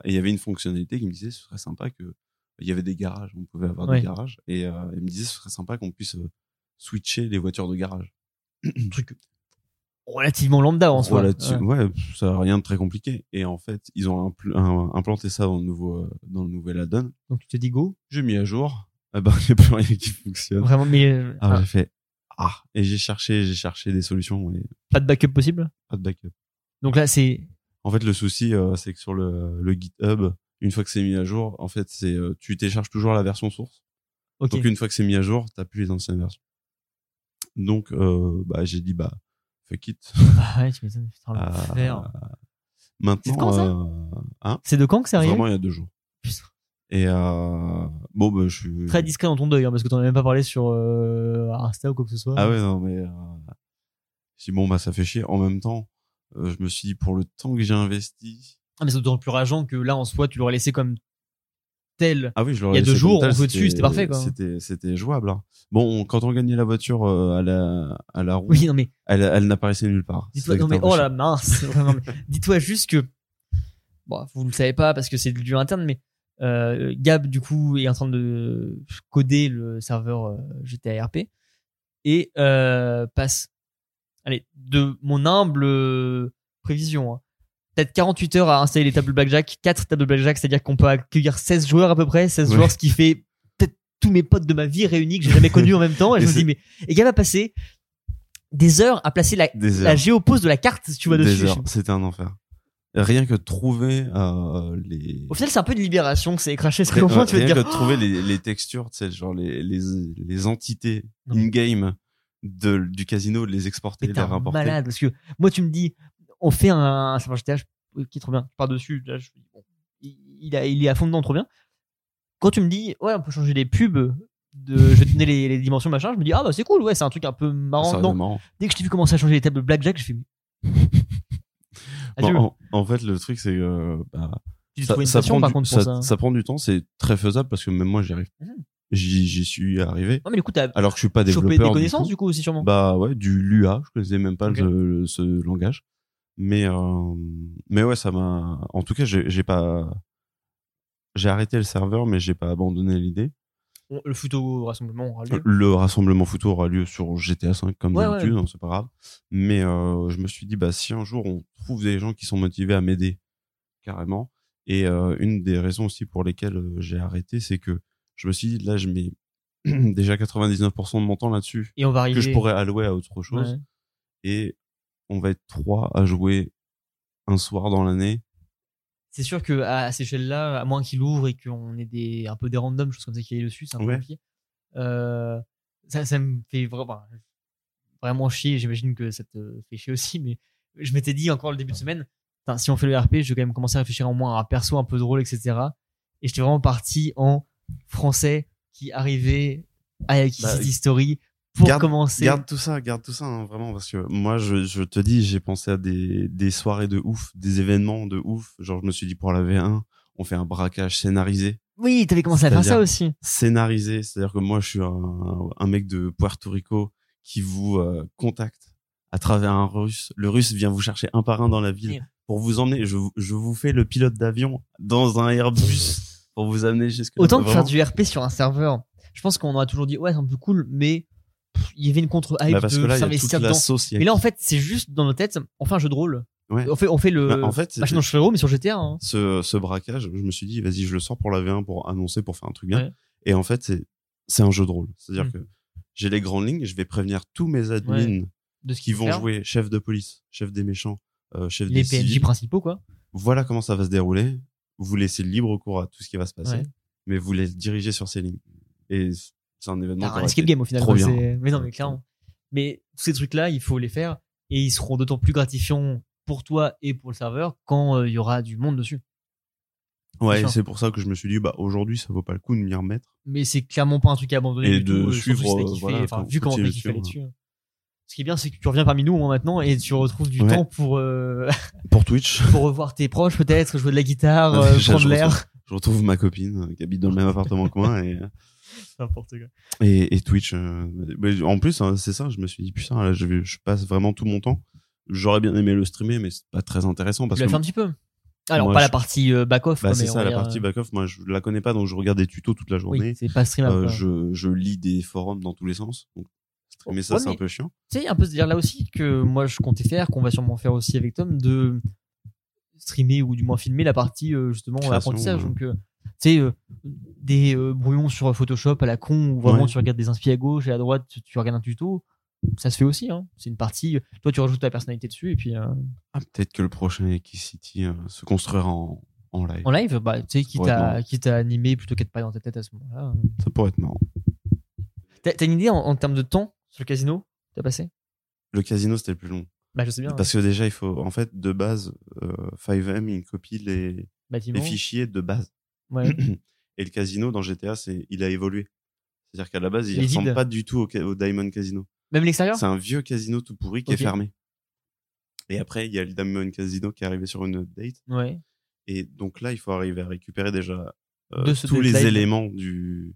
Speaker 1: et il y avait une fonctionnalité qui me disait ce serait sympa que il y avait des garages, on pouvait avoir
Speaker 2: Ouais.
Speaker 1: des garages. Et euh, il me disait ce serait sympa qu'on puisse euh, switcher les voitures de garage.
Speaker 2: truc relativement lambda en soi.
Speaker 1: Voilà,
Speaker 2: Ouais.
Speaker 1: tu- ouais. ça a rien de très compliqué. Et en fait, ils ont impl- un- implanté ça dans le nouveau, euh, dans le nouvel add-on.
Speaker 2: Donc tu te dis go.
Speaker 1: J'ai mis à jour. Ah ben, il n'y a plus rien qui fonctionne.
Speaker 2: Vraiment, mais euh,
Speaker 1: Alors
Speaker 2: ah,
Speaker 1: j'ai fait ah et j'ai cherché, j'ai cherché des solutions et
Speaker 2: pas de backup possible.
Speaker 1: pas de backup.
Speaker 2: Donc là, c'est.
Speaker 1: En fait, le souci euh, c'est que sur le, le GitHub, une fois que c'est mis à jour, en fait, c'est euh, tu télécharges toujours la version source.
Speaker 2: Ok.
Speaker 1: Donc une fois que c'est mis à jour, t'as plus les anciennes versions. Donc euh, bah j'ai dit bah fuck it.
Speaker 2: Ah ouais, tu m'étonnes, putain, l'enfer.
Speaker 1: Euh, maintenant
Speaker 2: C'est quand, ça
Speaker 1: euh, hein,
Speaker 2: C'est de quand que ça arrive
Speaker 1: vraiment il y a deux jours.
Speaker 2: Putain.
Speaker 1: Et euh, bon bah je suis
Speaker 2: Très discret dans ton deuil, hein, parce que t'en as même pas parlé sur euh, Arsta ou quoi que ce soit.
Speaker 1: Ah ouais, non, mais. euh, Je dis, bon, bah, ça fait chier. En même temps, euh, je me suis dit, pour le temps que j'ai investi.
Speaker 2: Ah, mais c'est d'autant plus rageant que là, en soi, tu l'aurais laissé comme tel.
Speaker 1: Ah oui, je l'aurais
Speaker 2: Il y a
Speaker 1: laissé
Speaker 2: deux
Speaker 1: comme
Speaker 2: jours,
Speaker 1: tel,
Speaker 2: on jouait dessus, c'était parfait, quoi.
Speaker 1: C'était, c'était jouable. hein. Bon, on- quand on gagnait la voiture euh, à la, à la roue,
Speaker 2: Oui, non, mais
Speaker 1: elle, elle n'apparaissait nulle part.
Speaker 2: dis-toi,
Speaker 1: C'était
Speaker 2: non, mais
Speaker 1: un peu
Speaker 2: oh
Speaker 1: chiant.
Speaker 2: la mince, vraiment, mais dis-toi juste que, bon, vous le savez pas parce que c'est du lieu interne, mais Euh, Gab, du coup, est en train de coder le serveur euh, GTA RP et euh, passe, allez, de mon humble euh, prévision, hein, peut-être 48 heures à installer les tables Blackjack, 4 tables Blackjack, c'est-à-dire qu'on peut accueillir 16 joueurs à peu près, 16
Speaker 1: Ouais.
Speaker 2: joueurs, ce qui fait peut-être tous mes potes de ma vie réunis que j'ai jamais connus en même temps. Et,
Speaker 1: Et
Speaker 2: je me
Speaker 1: c'est-
Speaker 2: dis, mais. Et Gab a passé des heures à placer la,
Speaker 1: Des
Speaker 2: la
Speaker 1: heures.
Speaker 2: géopose de la carte, si tu vois, dessus.
Speaker 1: Des heures. C'était un enfer. Rien que trouver euh, les.
Speaker 2: Au final, c'est un peu une libération, c'est craché ce
Speaker 1: Rien-
Speaker 2: qu'on
Speaker 1: ouais,
Speaker 2: voit, tu vas te
Speaker 1: rien
Speaker 2: dire.
Speaker 1: que de trouver les, les textures, tu sais, genre les, les, les entités
Speaker 2: Non.
Speaker 1: in-game de- du casino, de les exporter,
Speaker 2: Mais
Speaker 1: les
Speaker 2: t'es un
Speaker 1: rapporter.
Speaker 2: Oh, malade parce que moi tu me dis on fait un serveur GTA je- qui est trop bien par dessus là je bon, il il a- il est à fond dedans trop bien quand tu me dis ouais on peut changer les pubs de je vais te donner les, les dimensions machin je me dis ah bah c'est cool ouais c'est un truc un peu
Speaker 1: Ça
Speaker 2: marrant
Speaker 1: aurait été
Speaker 2: Non,
Speaker 1: marrant.
Speaker 2: dès que je t'ai vu commencer à changer les tables blackjack je fais
Speaker 1: Bon,
Speaker 2: Adieu.
Speaker 1: en, en fait, le truc, c'est que bah,
Speaker 2: tu
Speaker 1: ça,
Speaker 2: trouves une
Speaker 1: ça
Speaker 2: passion
Speaker 1: prend
Speaker 2: par
Speaker 1: du,
Speaker 2: contre pour
Speaker 1: ça,
Speaker 2: ça,
Speaker 1: ça prend du temps, c'est très faisable parce que même moi, j'y arrive.
Speaker 2: Mhm.
Speaker 1: J'y j'y suis arrivé.
Speaker 2: non mais du coup t'as
Speaker 1: Alors que je suis pas développeur.
Speaker 2: chopé des
Speaker 1: du
Speaker 2: connaissances
Speaker 1: tout.
Speaker 2: du coup aussi sûrement
Speaker 1: Bah ouais, du Lua, je connaissais même pas
Speaker 2: Ok.
Speaker 1: le- ce langage. Mais euh, mais ouais, ça m'a. En tout cas, j'ai j'ai pas. J'ai arrêté le serveur, mais j'ai pas abandonné l'idée.
Speaker 2: On- le photo rassemblement aura lieu.
Speaker 1: Le rassemblement photo aura lieu sur GTA 5 comme
Speaker 2: Ouais,
Speaker 1: d'habitude, hein, c'est pas grave. Mais euh, je me suis dit, bah si un jour on trouve des gens qui sont motivés à m'aider, carrément. Et euh, une des raisons aussi pour lesquelles euh, j'ai arrêté, c'est que je me suis dit, là, je mets déjà 99% de mon temps là-dessus
Speaker 2: et on va arriver
Speaker 1: que je pourrais allouer à autre chose
Speaker 2: Ouais.
Speaker 1: et on va être trois à jouer un soir dans l'année.
Speaker 2: c'est sûr que à, à cette échelle-là, à moins qu'il ouvre et qu'on ait des un peu des randoms, choses comme ça qui aillent dessus, c'est un peu
Speaker 1: Ouais.
Speaker 2: compliqué. Euh, ça, ça me fait vraiment, vraiment chier. J'imagine que ça te fait chier aussi, mais je m'étais dit encore le début de semaine, Putain, si on fait le RP, je vais quand même commencer à réfléchir en moins à un perso un peu drôle, etc. Et j'étais vraiment parti en français qui arrivait à City
Speaker 1: Bah,
Speaker 2: Story pour
Speaker 1: garde-
Speaker 2: commencer.
Speaker 1: Garde tout ça, garde tout ça hein, vraiment parce que moi je, je te dis j'ai pensé à des, des soirées de ouf, des événements de ouf. Genre je me suis dit pour la V1 on fait un braquage scénarisé,
Speaker 2: Oui, t'avais commencé à faire ça
Speaker 1: C'est-à-dire-
Speaker 2: aussi.
Speaker 1: scénarisé, c'est-à-dire que moi je suis un, un mec de Puerto Rico qui vous euh, contacte à travers un Russe. Le Russe vient vous chercher un par un dans la ville pour vous emmener. Je, vous- je vous fais le pilote d'avion dans un Airbus pour vous amener jusqu'à
Speaker 2: Autant que
Speaker 1: bah, Vraiment.
Speaker 2: faire du RP sur un serveur, je pense qu'on aura toujours dit ouais, c'est un peu cool, mais pff, il y avait une contre-hype
Speaker 1: Bah, parce que
Speaker 2: de
Speaker 1: là, il y a toute
Speaker 2: s'investir
Speaker 1: la
Speaker 2: dedans.
Speaker 1: sauce. il y a-
Speaker 2: Mais là, en fait, c'est juste dans nos têtes, on fait un jeu de rôle.
Speaker 1: Ouais.
Speaker 2: On, fait, on fait le
Speaker 1: Bah, en fait, c'est-
Speaker 2: machin dans le chevreau, mais sur GTA. hein.
Speaker 1: ce, ce braquage, je me suis dit, vas-y, je le sors pour la V1 pour annoncer, pour faire un truc bien.
Speaker 2: Ouais.
Speaker 1: Et en fait, c'est, c'est un jeu de rôle. C'est-à-dire
Speaker 2: Mm.
Speaker 1: que j'ai les grandes lignes, je vais prévenir tous mes admins
Speaker 2: De ce
Speaker 1: qui
Speaker 2: qu'ils
Speaker 1: vont
Speaker 2: faire.
Speaker 1: jouer chef de police, chef des méchants, euh, chef
Speaker 2: Les
Speaker 1: des
Speaker 2: PNJ
Speaker 1: civils.
Speaker 2: principaux, quoi.
Speaker 1: Voilà comment ça va se dérouler. Vous laissez libre cours à tout ce qui va se passer,
Speaker 2: Ouais.
Speaker 1: mais vous les dirigez sur ces lignes. Et c'est un événement.
Speaker 2: T'as
Speaker 1: qui
Speaker 2: un
Speaker 1: aurait
Speaker 2: escape
Speaker 1: été
Speaker 2: game au final.
Speaker 1: Trop
Speaker 2: quoi,
Speaker 1: bien.
Speaker 2: c'est- Mais non, mais clairement. Mais tous ces trucs-là, il faut les faire et ils seront d'autant plus gratifiants pour toi et pour le serveur quand euh, il y aura du monde dessus.
Speaker 1: Ouais, et
Speaker 2: Sûr.
Speaker 1: c'est pour ça que je me suis dit, bah, aujourd'hui, ça vaut pas le coup de m'y remettre.
Speaker 2: mais c'est clairement pas un truc à abandonner.
Speaker 1: Et
Speaker 2: du
Speaker 1: de
Speaker 2: tout, euh,
Speaker 1: suivre,
Speaker 2: surtout si t'as
Speaker 1: euh,
Speaker 2: kiffé,
Speaker 1: voilà,
Speaker 2: enfin,
Speaker 1: quand
Speaker 2: vu
Speaker 1: vous
Speaker 2: comment
Speaker 1: étiez
Speaker 2: t'as kiffé
Speaker 1: dessus,
Speaker 2: là-dessus. hein. Ce qui est bien, c'est que tu reviens parmi nous moi, maintenant et tu retrouves du
Speaker 1: Ouais.
Speaker 2: temps pour, euh,
Speaker 1: Pour Twitch,
Speaker 2: pour revoir tes proches peut-être, jouer de la guitare, euh,
Speaker 1: Déjà,
Speaker 2: prendre
Speaker 1: je
Speaker 2: l'air.
Speaker 1: je retrouve ma copine euh, qui habite dans le même appartement que moi et, euh,
Speaker 2: N'importe quoi.
Speaker 1: Et, et Twitch. euh, mais en plus, hein, c'est ça, je me suis dit, putain, là, je, vais- je passe vraiment tout mon temps. J'aurais bien aimé le streamer, mais c'est pas très intéressant
Speaker 2: Tu
Speaker 1: parce
Speaker 2: l'as
Speaker 1: que.
Speaker 2: fait un petit peu. Alors,
Speaker 1: moi,
Speaker 2: pas
Speaker 1: je-
Speaker 2: la partie euh, back-off.
Speaker 1: Bah,
Speaker 2: quoi,
Speaker 1: c'est
Speaker 2: mais on
Speaker 1: ça,
Speaker 2: va
Speaker 1: la
Speaker 2: dire,
Speaker 1: partie
Speaker 2: euh,
Speaker 1: back-off. Moi, je la connais pas, donc je regarde des tutos toute la
Speaker 2: Oui,
Speaker 1: journée.
Speaker 2: c'est pas streamable.
Speaker 1: Euh,
Speaker 2: quoi.
Speaker 1: je, je lis des forums dans tous les sens. Donc, streamer ça,
Speaker 2: Ouais,
Speaker 1: c'est
Speaker 2: mais-
Speaker 1: un peu chiant.
Speaker 2: tu sais, un peu se dire là aussi que moi je comptais faire, qu'on va sûrement faire aussi avec Tom, de streamer ou du moins filmer la partie euh, justement
Speaker 1: Création,
Speaker 2: apprentissage.
Speaker 1: ouais.
Speaker 2: Donc, euh, tu sais, euh, des euh, brouillons sur Photoshop à la con où vraiment
Speaker 1: Ouais.
Speaker 2: tu regardes des inspi à gauche et à droite, tu, tu regardes un tuto. Ça se fait aussi, hein. c'est une partie. Toi, tu rajoutes ta personnalité dessus et puis euh,
Speaker 1: Ah, peut-être que le prochain City euh, se construira en, en live.
Speaker 2: en live, bah, tu sais, qui
Speaker 1: pourrait être
Speaker 2: t'a
Speaker 1: marrant.
Speaker 2: qui t'a animé plutôt qu'à te parler dans ta tête à ce moment-là. hein.
Speaker 1: Ça pourrait être marrant.
Speaker 2: T'as t'as une idée en, en termes de temps sur le casino T'as passé
Speaker 1: Le casino, c'était le plus long.
Speaker 2: Bah, je sais bien.
Speaker 1: Parce que déjà, il faut, en fait, de base, euh, 5M, il copie les,
Speaker 2: Bâtiment.
Speaker 1: les fichiers de base.
Speaker 2: Ouais.
Speaker 1: Et le casino dans GTA, c'est il a évolué. C'est-à-dire qu'à la base, il
Speaker 2: Il est
Speaker 1: ressemble
Speaker 2: vide.
Speaker 1: pas du tout au, ca- au Diamond Casino.
Speaker 2: Même l'extérieur
Speaker 1: C'est un vieux casino tout pourri qui
Speaker 2: Ok.
Speaker 1: est fermé. Et après, il y a le Diamond Casino qui est arrivé sur une update.
Speaker 2: Ouais.
Speaker 1: Et donc là, il faut arriver à récupérer déjà euh,
Speaker 2: De ce
Speaker 1: tous les
Speaker 2: update.
Speaker 1: éléments du,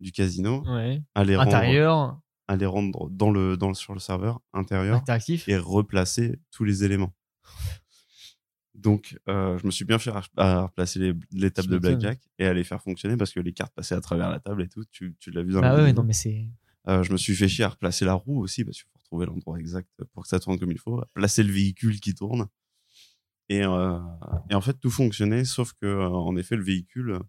Speaker 1: du casino,
Speaker 2: ouais.
Speaker 1: à les, rendre,
Speaker 2: Intérieur,
Speaker 1: à les rendre dans le, dans, le- sur le serveur intérieur
Speaker 2: interactif.
Speaker 1: et replacer tous les éléments. Donc, euh, je me suis bien fait à- à replacer les, les tables
Speaker 2: Tu
Speaker 1: de
Speaker 2: m'étonnes.
Speaker 1: blackjack et à les faire fonctionner parce que les cartes passaient à travers la table et tout. Tu, tu l'as vu dans
Speaker 2: Ah
Speaker 1: la
Speaker 2: ouais,
Speaker 1: vidéo.
Speaker 2: non, mais c'est.
Speaker 1: Euh, je me suis fait chier à replacer la roue aussi parce qu'il faut retrouver l'endroit exact pour que ça tourne comme il faut, à placer le véhicule qui tourne. Et, euh, et en fait, tout fonctionnait, sauf que euh, en effet, le véhicule,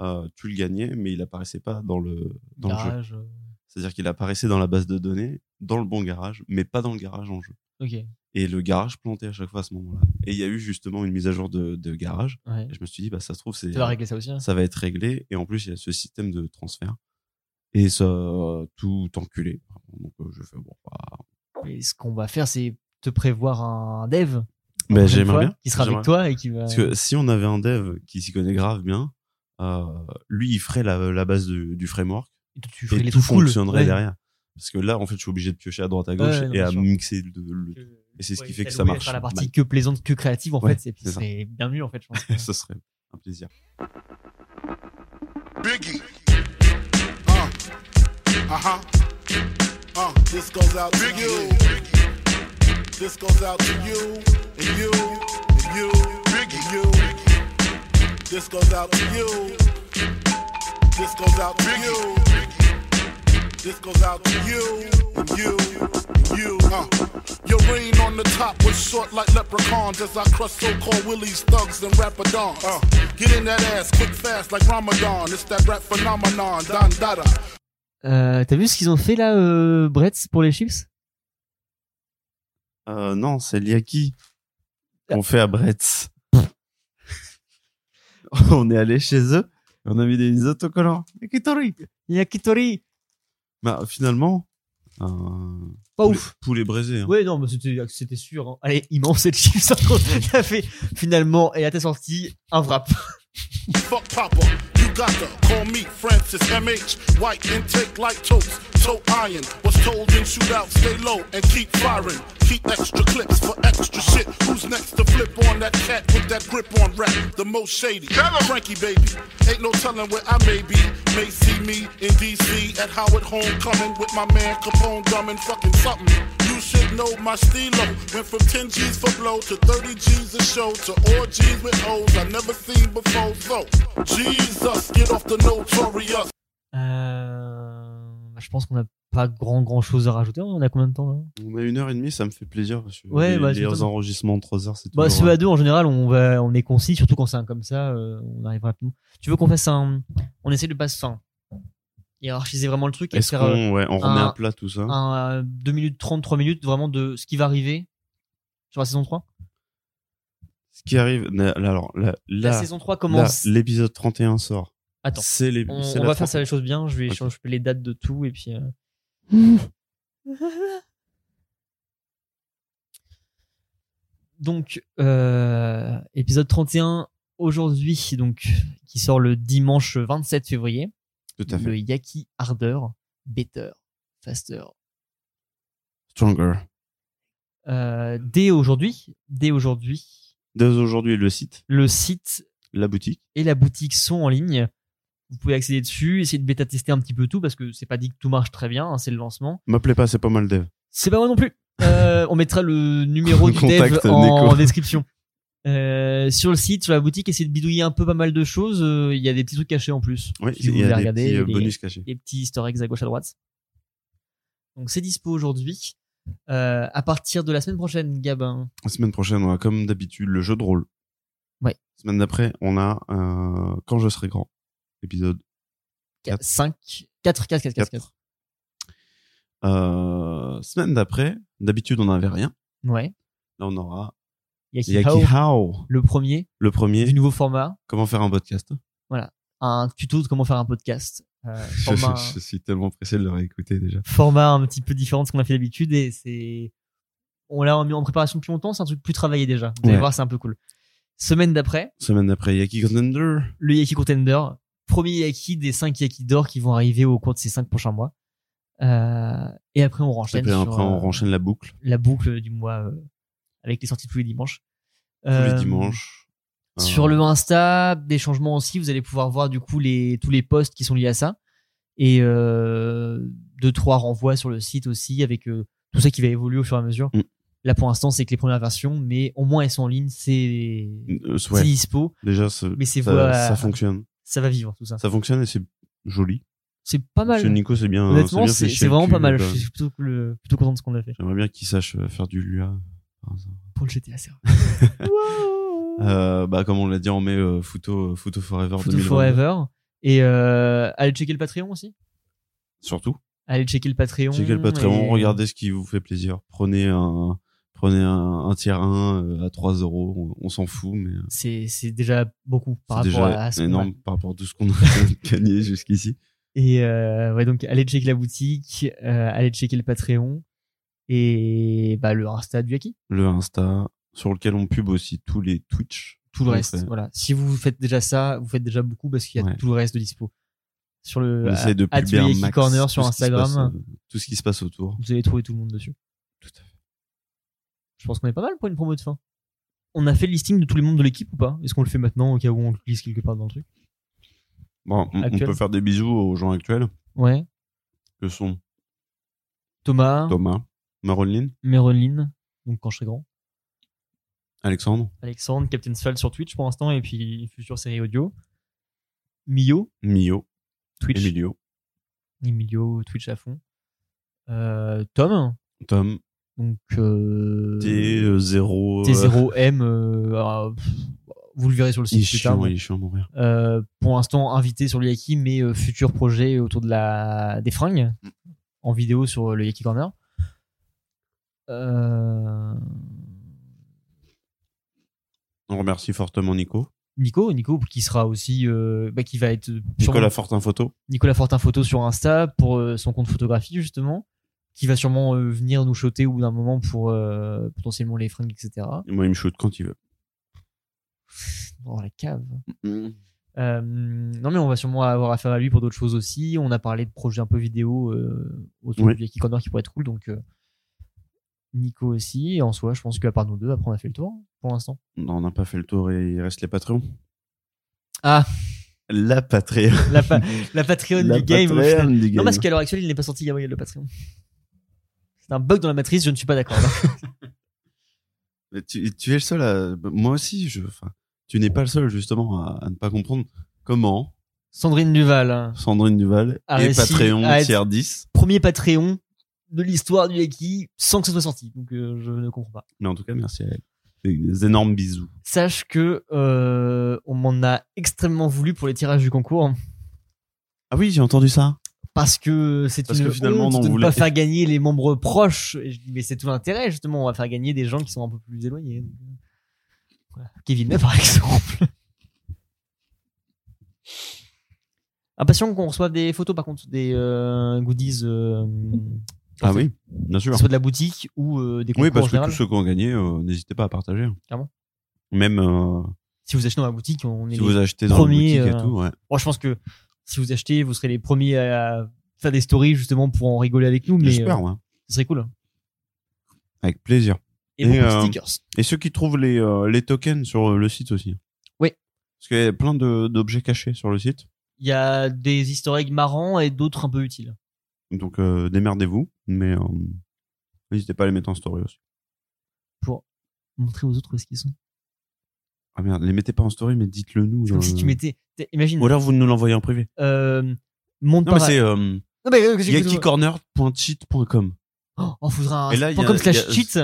Speaker 1: euh, tu le gagnais, mais il apparaissait pas dans le, dans le jeu.
Speaker 2: Garage. euh,
Speaker 1: C'est-à-dire qu'il apparaissait dans la base de données, dans le bon garage, mais pas dans le garage en jeu.
Speaker 2: Ok.
Speaker 1: Et le garage plantait à chaque fois à ce moment-là. Et il y a eu justement une mise à jour de, de garage.
Speaker 2: Ouais.
Speaker 1: Et je me suis dit, bah, ça se trouve, c'est
Speaker 2: Ça va régler ça aussi. hein.
Speaker 1: ça va être réglé. Et en plus, il y a ce système de transfert. Et ça, euh, tout enculé. Donc, euh, je fais bon. bah,
Speaker 2: Et ce qu'on va faire, c'est te prévoir un dev.
Speaker 1: Mais
Speaker 2: une
Speaker 1: Bah, j'aimerais
Speaker 2: fois,
Speaker 1: bien.
Speaker 2: Qui sera avec
Speaker 1: J'aimerais-
Speaker 2: toi euh. et qui va.
Speaker 1: Parce que si on avait un dev qui s'y connaît grave bien, euh, lui, il ferait la, la base du, du framework
Speaker 2: Et tout- tu ferais
Speaker 1: et
Speaker 2: les
Speaker 1: tout
Speaker 2: trucs cool.
Speaker 1: fonctionnerait
Speaker 2: Ouais.
Speaker 1: derrière. Parce que là, en fait, je suis obligé de piocher à droite à gauche
Speaker 2: Ouais,
Speaker 1: et
Speaker 2: non, bien
Speaker 1: à
Speaker 2: sûr.
Speaker 1: mixer le, le- Et c'est ce qui
Speaker 2: Ouais,
Speaker 1: fait que
Speaker 2: t'as
Speaker 1: ça
Speaker 2: loué à
Speaker 1: marche.
Speaker 2: Faire la partie que plaisante, que créative, en
Speaker 1: Ouais,
Speaker 2: fait, c'est
Speaker 1: c'est ça.
Speaker 2: c'est bien mieux, en fait, je pense. que-
Speaker 1: Ce serait un plaisir.
Speaker 5: Biggie. Uh. Uh-huh. Uh.
Speaker 6: This goes out to
Speaker 5: Biggie.
Speaker 6: you. This goes out to you and you and you and you. This goes out to you. This goes out to you. This goes out to you and you and you.
Speaker 5: Uh.
Speaker 6: Your reign on the top was short like leprechauns as I crush so-called willies, thugs, and rapadons. Uh, get in that ass quick, fast like Ramadan. It's that rap phenomenon, Don Dada.
Speaker 2: Euh, T'as vu ce qu'ils ont fait là, euh, Bretz, pour les chips
Speaker 1: Euh, non, c'est Liaki
Speaker 2: Ah.
Speaker 1: qu'on fait à Bretz. on est allé chez eux et on a mis des autocollants. Yakitori.
Speaker 2: Yakitori
Speaker 1: Bah, finalement, euh,
Speaker 2: Pas
Speaker 1: poulet-
Speaker 2: ouf
Speaker 1: poulet braisé. hein.
Speaker 2: Ouais, non, mais c'était c'était sûr. hein. Allez, immense cette chips. T'as fait finalement, et à ta sortie, un wrap.
Speaker 6: Fuck Papa, you got to call me Francis MH. White intake like toast, toe iron. Was told in shootout, stay low and keep firing. Keep extra clips for extra shit. Who's next to flip on that cat with that grip on rap? The most shady. Frankie baby, ain't no telling where I may be. May see me in DC at Howard Homecoming with my man Capone drumming fucking something. You should know my stilo. Went from 10 G's for blow to 30 G's a show to orgies with O's I never seen before. So, Jesus, get off the notorious.
Speaker 2: Euh, bah, je pense qu'on n'a pas grand grand chose à rajouter. On a combien de temps là
Speaker 1: On a une heure et demie, ça me fait plaisir. Parce que
Speaker 2: Ouais,
Speaker 1: les,
Speaker 2: bah,
Speaker 1: les
Speaker 2: c'est pas-
Speaker 1: enregistrements de trois heures, c'est
Speaker 2: Bah,
Speaker 1: toujours-
Speaker 2: ceux à deux, en général, on, va, on est concis, surtout quand c'est un comme ça, euh, on arrive rapidement. Tu veux qu'on fasse un. On essaie de passer. Enfin, hiérarchiser vraiment le truc et
Speaker 1: Est-ce
Speaker 2: faire euh,
Speaker 1: qu'on ouais, on remet
Speaker 2: un-
Speaker 1: à plat tout ça
Speaker 2: un, euh, 2 minutes 30, 3 minutes vraiment de ce qui va arriver sur la saison 3
Speaker 1: Ce qui arrive, na- là, alors là,
Speaker 2: La
Speaker 1: là,
Speaker 2: saison 3
Speaker 1: là,
Speaker 2: commence.
Speaker 1: l'épisode 31 sort.
Speaker 2: Attends.
Speaker 1: c'est les,
Speaker 2: On,
Speaker 1: c'est
Speaker 2: on
Speaker 1: la
Speaker 2: va
Speaker 1: 30.
Speaker 2: faire ça les choses bien, je vais
Speaker 1: Ok.
Speaker 2: changer les dates de tout et puis. euh, donc, euh, épisode 31 aujourd'hui, donc qui sort le dimanche 27 février.
Speaker 1: Tout à fait.
Speaker 2: Le Yaki Harder, Better, Faster.
Speaker 1: Stronger.
Speaker 2: Euh, dès aujourd'hui, dès aujourd'hui,
Speaker 1: Dès aujourd'hui, le site,
Speaker 2: le site
Speaker 1: la boutique.
Speaker 2: et la boutique sont en ligne. Vous pouvez accéder dessus, essayer de bêta-tester un petit peu tout parce que c'est pas dit que tout marche très bien, hein, c'est le lancement.
Speaker 1: Me plaît pas, c'est pas mal dev.
Speaker 2: C'est pas moi non plus. Euh, on mettra le numéro du dev
Speaker 1: Contact
Speaker 2: en
Speaker 1: Neko.
Speaker 2: description. Euh, sur le site, sur la boutique, essayez de bidouiller un peu pas mal de choses. Euh, Il y a des petits trucs cachés en plus.
Speaker 1: Oui,
Speaker 2: Si vous
Speaker 1: il y
Speaker 2: voulez
Speaker 1: a des
Speaker 2: regarder,
Speaker 1: petits euh,
Speaker 2: il y a des-
Speaker 1: bonus cachés.
Speaker 2: des petits easter eggs à gauche à droite. Donc c'est dispo aujourd'hui. Euh, à partir de la semaine prochaine, Gabin.
Speaker 1: La semaine prochaine, on a comme d'habitude le jeu de rôle.
Speaker 2: Ouais.
Speaker 1: Semaine d'après, on a euh, Quand je serai grand, épisode
Speaker 2: 4,
Speaker 1: Quatre.
Speaker 2: 5, 4, 4, 4, 4,
Speaker 1: 4. Euh, semaine d'après, d'habitude, on n'avait rien.
Speaker 2: Ouais.
Speaker 1: Là, on aura
Speaker 2: Yaki
Speaker 1: Yaki
Speaker 2: Hao,
Speaker 1: How,
Speaker 2: le premier
Speaker 1: le
Speaker 2: du
Speaker 1: premier.
Speaker 2: nouveau format.
Speaker 1: Comment faire un podcast
Speaker 2: Un tuto de comment faire un podcast. Euh,
Speaker 1: je,
Speaker 2: format,
Speaker 1: je suis tellement pressé de le réécouter déjà.
Speaker 2: format un petit peu différent de ce qu'on a fait d'habitude et c'est. On l'a mis en préparation depuis longtemps, c'est un truc plus travaillé déjà. Vous allez
Speaker 1: Ouais.
Speaker 2: voir, c'est un peu cool. Semaine d'après,
Speaker 1: Semaine d'après, Yaki Contender.
Speaker 2: le Yaki Contender, premier Yaki des 5 Yaki d'or qui vont arriver au cours de ces 5 prochains mois. Euh, et après, on renchaîne
Speaker 1: Après,
Speaker 2: sur
Speaker 1: après, on
Speaker 2: euh,
Speaker 1: renchaîne la boucle
Speaker 2: la boucle du mois euh, avec les sorties tous les dimanches.
Speaker 1: tous
Speaker 2: Euh,
Speaker 1: les dimanches. Euh,
Speaker 2: Sur le Insta, des changements aussi. Vous allez pouvoir voir du coup les, tous les posts qui sont liés à ça. Et euh, deux, trois renvois sur le site aussi avec euh, tout ça qui va évoluer au fur et à mesure.
Speaker 1: Mm.
Speaker 2: Là, pour l'instant, c'est que les premières versions, mais au moins elles sont en ligne, c'est
Speaker 1: Euh,
Speaker 2: c'est
Speaker 1: ouais,
Speaker 2: dispo,
Speaker 1: déjà, ça,
Speaker 2: mais c'est
Speaker 1: ça-
Speaker 2: voilà,
Speaker 1: ça fonctionne.
Speaker 2: ça va vivre tout ça.
Speaker 1: Ça fonctionne et c'est joli.
Speaker 2: C'est pas mal.
Speaker 1: Monsieur Nico, c'est bien. Ah, c'est
Speaker 2: Honnêtement,
Speaker 1: bien
Speaker 2: c'est
Speaker 1: fait chier
Speaker 2: c'est
Speaker 1: le
Speaker 2: vraiment
Speaker 1: cul,
Speaker 2: pas mal. Je
Speaker 1: quoi.
Speaker 2: suis plutôt, cool- plutôt content de ce qu'on a fait
Speaker 1: J'aimerais bien qu'il sache euh, faire du Lua.
Speaker 2: pour le GTA. c'est vrai.
Speaker 1: Euh, bah, comme on l'a dit, on met euh, Photo, euh, Photo Forever
Speaker 2: Photo
Speaker 1: 2022.
Speaker 2: Forever. Et euh, allez checker le Patreon aussi.
Speaker 1: Surtout.
Speaker 2: Allez checker le Patreon.
Speaker 1: Checkez le Patreon,
Speaker 2: et-
Speaker 1: regardez ce qui vous fait plaisir. Prenez un, prenez un, un tiers 1 euh, à 3 euros. On, on s'en fout, mais euh,
Speaker 2: C'est c'est déjà beaucoup par
Speaker 1: c'est
Speaker 2: rapport
Speaker 1: déjà
Speaker 2: à, à ce qu'on a.
Speaker 1: énorme par rapport à tout ce qu'on a gagné jusqu'ici.
Speaker 2: Et euh, ouais, donc allez checker la boutique, euh, allez checker le Patreon et bah, le Insta du Haki.
Speaker 1: Le Insta, sur lequel on pub aussi tous les Twitch.
Speaker 2: Tout le
Speaker 1: On
Speaker 2: reste.
Speaker 1: fait.
Speaker 2: Voilà. Si vous faites déjà ça, vous faites déjà beaucoup parce qu'il y a
Speaker 1: Ouais.
Speaker 2: tout le reste de dispo. Sur le
Speaker 1: On essaie de
Speaker 2: at
Speaker 1: publier un
Speaker 2: Yaki
Speaker 1: max
Speaker 2: Corner sur
Speaker 1: tout ce qui se
Speaker 2: Instagram.
Speaker 1: passe, euh, tout ce qui se passe autour.
Speaker 2: vous allez trouver tout le monde dessus.
Speaker 1: Tout à fait.
Speaker 2: Je pense qu'on est pas mal pour une promo de fin. On a fait le listing de tous les membres de l'équipe ou pas Est-ce qu'on le fait maintenant au cas où on le glisse quelque part dans le truc
Speaker 1: Bon, on, on
Speaker 2: Actuel.
Speaker 1: peut faire des bisous aux gens actuels,
Speaker 2: Ouais.
Speaker 1: que sont
Speaker 2: Thomas,
Speaker 1: Thomas, Marilyn,
Speaker 2: Méroline, donc quand je serai grand,
Speaker 1: Alexandre,
Speaker 2: Alexandre, Captain Sfal sur Twitch pour l'instant et puis une future série audio. Mio,
Speaker 1: Mio,
Speaker 2: Twitch.
Speaker 1: Emilio,
Speaker 2: Emilio, Twitch à fond. Euh, Tom,
Speaker 1: Tom,
Speaker 2: donc euh,
Speaker 1: E. T0.
Speaker 2: T0M, euh, alors, pff, vous le verrez sur le
Speaker 1: Il
Speaker 2: site
Speaker 1: est
Speaker 2: plus tard.
Speaker 1: chiant, il est chiant à mourir.
Speaker 2: Euh, pour l'instant invité sur le Yaki, mais euh, futur projet autour de la des fringues en vidéo sur le Yaki Corner. Euh,
Speaker 1: On remercie fortement Nico.
Speaker 2: Nico, Nico qui sera aussi, euh, bah, qui va être sur-
Speaker 1: Nicolas Fortin Photo.
Speaker 2: Nicolas Fortin photo sur Insta pour euh, son compte photographie justement, qui va sûrement euh, venir nous shotter au bout d'un moment pour euh, potentiellement les fringues etc.
Speaker 1: Et Moi, il me shoot quand il veut.
Speaker 2: Dans Oh, la cave. Euh, non, mais on va sûrement avoir affaire à lui pour d'autres choses aussi. On a parlé de projets un peu vidéo euh, autour
Speaker 1: Oui.
Speaker 2: du Yaki Corner qui pourrait être cool. Donc, euh, Nico aussi. Et en soi, je pense qu'à part nous deux, après, on a fait le tour hein, pour l'instant.
Speaker 1: Non, on n'a pas fait le tour et il reste les Patreons.
Speaker 2: Ah.
Speaker 1: La Patreon.
Speaker 2: La, pa- la Patreon
Speaker 1: La
Speaker 2: du game. au
Speaker 1: Patreon
Speaker 2: final.
Speaker 1: du game.
Speaker 2: Non, parce qu'à l'heure actuelle, il n'est pas sorti, Gabriel, le Patreon. C'est un bug dans la matrice, je ne suis pas d'accord.
Speaker 1: Mais tu, tu es le seul à. Moi aussi, je. enfin, tu n'es pas le seul, justement, à, à ne pas comprendre comment
Speaker 2: Sandrine Duval, hein.
Speaker 1: Sandrine Duval
Speaker 2: A
Speaker 1: et
Speaker 2: réussi
Speaker 1: Patreon
Speaker 2: à être-
Speaker 1: tiers 10.
Speaker 2: premier Patreon de l'histoire du Yaki sans que ce soit sorti. Donc, euh, je ne comprends pas.
Speaker 1: Mais en tout cas, merci à elle. Des- Des énormes bisous.
Speaker 2: sache que euh, on m'en a extrêmement voulu pour les tirages du concours
Speaker 1: Ah oui, j'ai entendu ça.
Speaker 2: parce que c'est
Speaker 1: Parce
Speaker 2: une
Speaker 1: que finalement,
Speaker 2: honte
Speaker 1: on en
Speaker 2: de ne
Speaker 1: voulait.
Speaker 2: pas faire gagner les membres proches. Et je dis, mais c'est tout l'intérêt justement, on va faire gagner des gens qui sont un peu plus éloignés. Donc, euh, voilà. Kevin Ney, par exemple. Impatient qu'on reçoive des photos par contre, des euh, goodies. euh,
Speaker 1: Ah oui, bien sûr.
Speaker 2: soit de la boutique ou euh, des concours
Speaker 1: Oui, parce
Speaker 2: en
Speaker 1: que
Speaker 2: général.
Speaker 1: tous ceux qui ont gagné, euh, n'hésitez pas à partager.
Speaker 2: Clairement.
Speaker 1: Même euh,
Speaker 2: Si vous achetez dans la boutique, on est
Speaker 1: si
Speaker 2: les
Speaker 1: vous achetez dans
Speaker 2: premiers,
Speaker 1: la boutique
Speaker 2: euh,
Speaker 1: et tout, ouais.
Speaker 2: Bon, je pense que si vous achetez, vous serez les premiers à faire des stories justement pour en rigoler avec nous, mais
Speaker 1: J'espère,
Speaker 2: euh,
Speaker 1: ouais.
Speaker 2: ce serait cool.
Speaker 1: Avec plaisir.
Speaker 2: Et,
Speaker 1: Et,
Speaker 2: beaucoup de
Speaker 1: euh,
Speaker 2: stickers.
Speaker 1: Et ceux qui trouvent les, euh, les tokens sur euh, le site aussi.
Speaker 2: Oui.
Speaker 1: Parce qu'il y a plein de- d'objets cachés sur le site.
Speaker 2: Il y a des easter eggs marrants et d'autres un peu utiles.
Speaker 1: Donc euh, démerdez-vous. Mais euh, n'hésitez pas à les mettre en story aussi.
Speaker 2: Montrer aux autres où est-ce qu'ils sont.
Speaker 1: Ah merde, les mettez pas en story, mais dites-le nous.
Speaker 2: Comme
Speaker 1: genre,
Speaker 2: si tu
Speaker 1: euh,
Speaker 2: mettais. t'es- Imagine.
Speaker 1: Ou alors vous nous l'envoyez en privé.
Speaker 2: Euh, monte
Speaker 1: Non, mais
Speaker 2: par.
Speaker 1: c'est euh,
Speaker 2: Non, mais, euh, qu'est-ce que-
Speaker 1: yakicorner.cheat.com.
Speaker 2: Oh, on faudra un.
Speaker 1: Et là, il y a-
Speaker 2: comme
Speaker 1: il y
Speaker 2: slash
Speaker 1: a-
Speaker 2: cheat.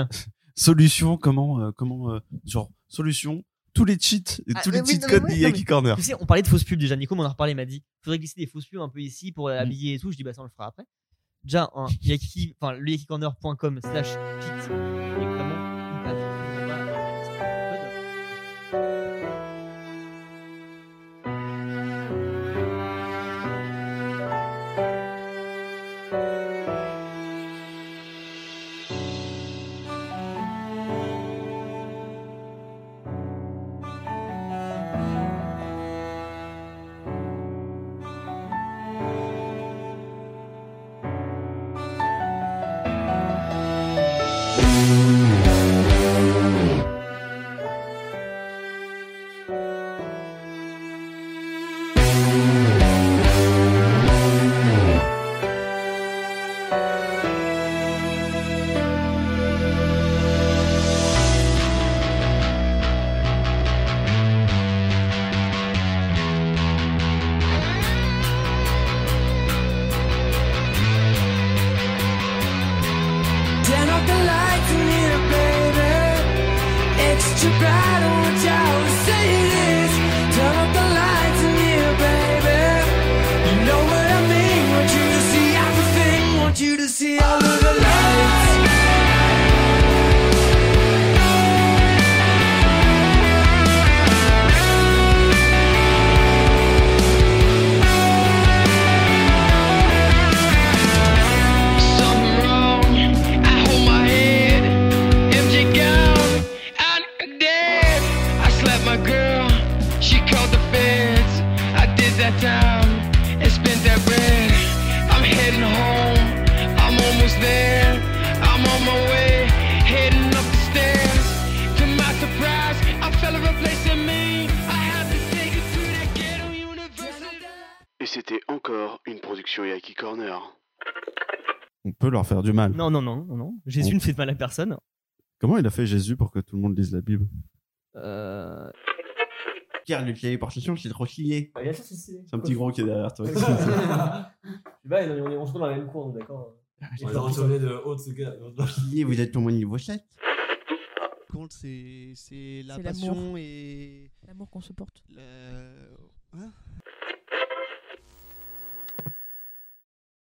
Speaker 1: Solution, comment, euh, comment, euh, genre, solution, tous les cheats et
Speaker 2: Ah,
Speaker 1: tous les
Speaker 2: mais oui,
Speaker 1: cheat
Speaker 2: non, mais
Speaker 1: codes
Speaker 2: oui,
Speaker 1: de
Speaker 2: non,
Speaker 1: Yaki Corner.
Speaker 2: Tu sais, on parlait de fausses pubs déjà. Nico m'en a reparlé. Il m'a dit faudrait glisser des fausses pubs un peu ici pour
Speaker 1: Mm.
Speaker 2: euh, habiller et tout. Je dis bah ça on le fera après. Déjà, un yaki, enfin, le yakicorner.com slash kit. Il y a vraiment une page où on va, euh, code.
Speaker 7: your pride and oh, what you always say it is. Turn up the lights in here, baby. You know what I mean. Want you to see everything. Want you to see all of the lights.
Speaker 8: Something wrong. I hold my head. MJ gone. I'm dead. I slapped my girl. She called the feds. I did that time and spent that bread. I'm heading home. I'm almost there. I'm on my way. Heading up the stairs. To my surprise, I fell replacing me. I had to take it through that ghetto university.
Speaker 9: Et c'était encore une production Yaki Corner.
Speaker 1: On peut leur faire du mal.
Speaker 10: Non, non, non, non, non. Jésus ne fait de mal à personne.
Speaker 1: Comment il a fait Jésus pour que tout le monde lise la Bible
Speaker 10: Euh...
Speaker 1: Pierre, le vieil portion, je l'ai trop chié.
Speaker 10: Bah,
Speaker 1: C'est un petit gros qui est derrière toi.
Speaker 10: on est dans la même cour, d'accord
Speaker 1: Ah,
Speaker 11: de haute
Speaker 1: chié, vous êtes au moins niveau 7.
Speaker 12: compte, c'est c'est la
Speaker 7: C'est l'amour.
Speaker 12: passion et
Speaker 7: L'amour qu'on se porte.
Speaker 12: la- hein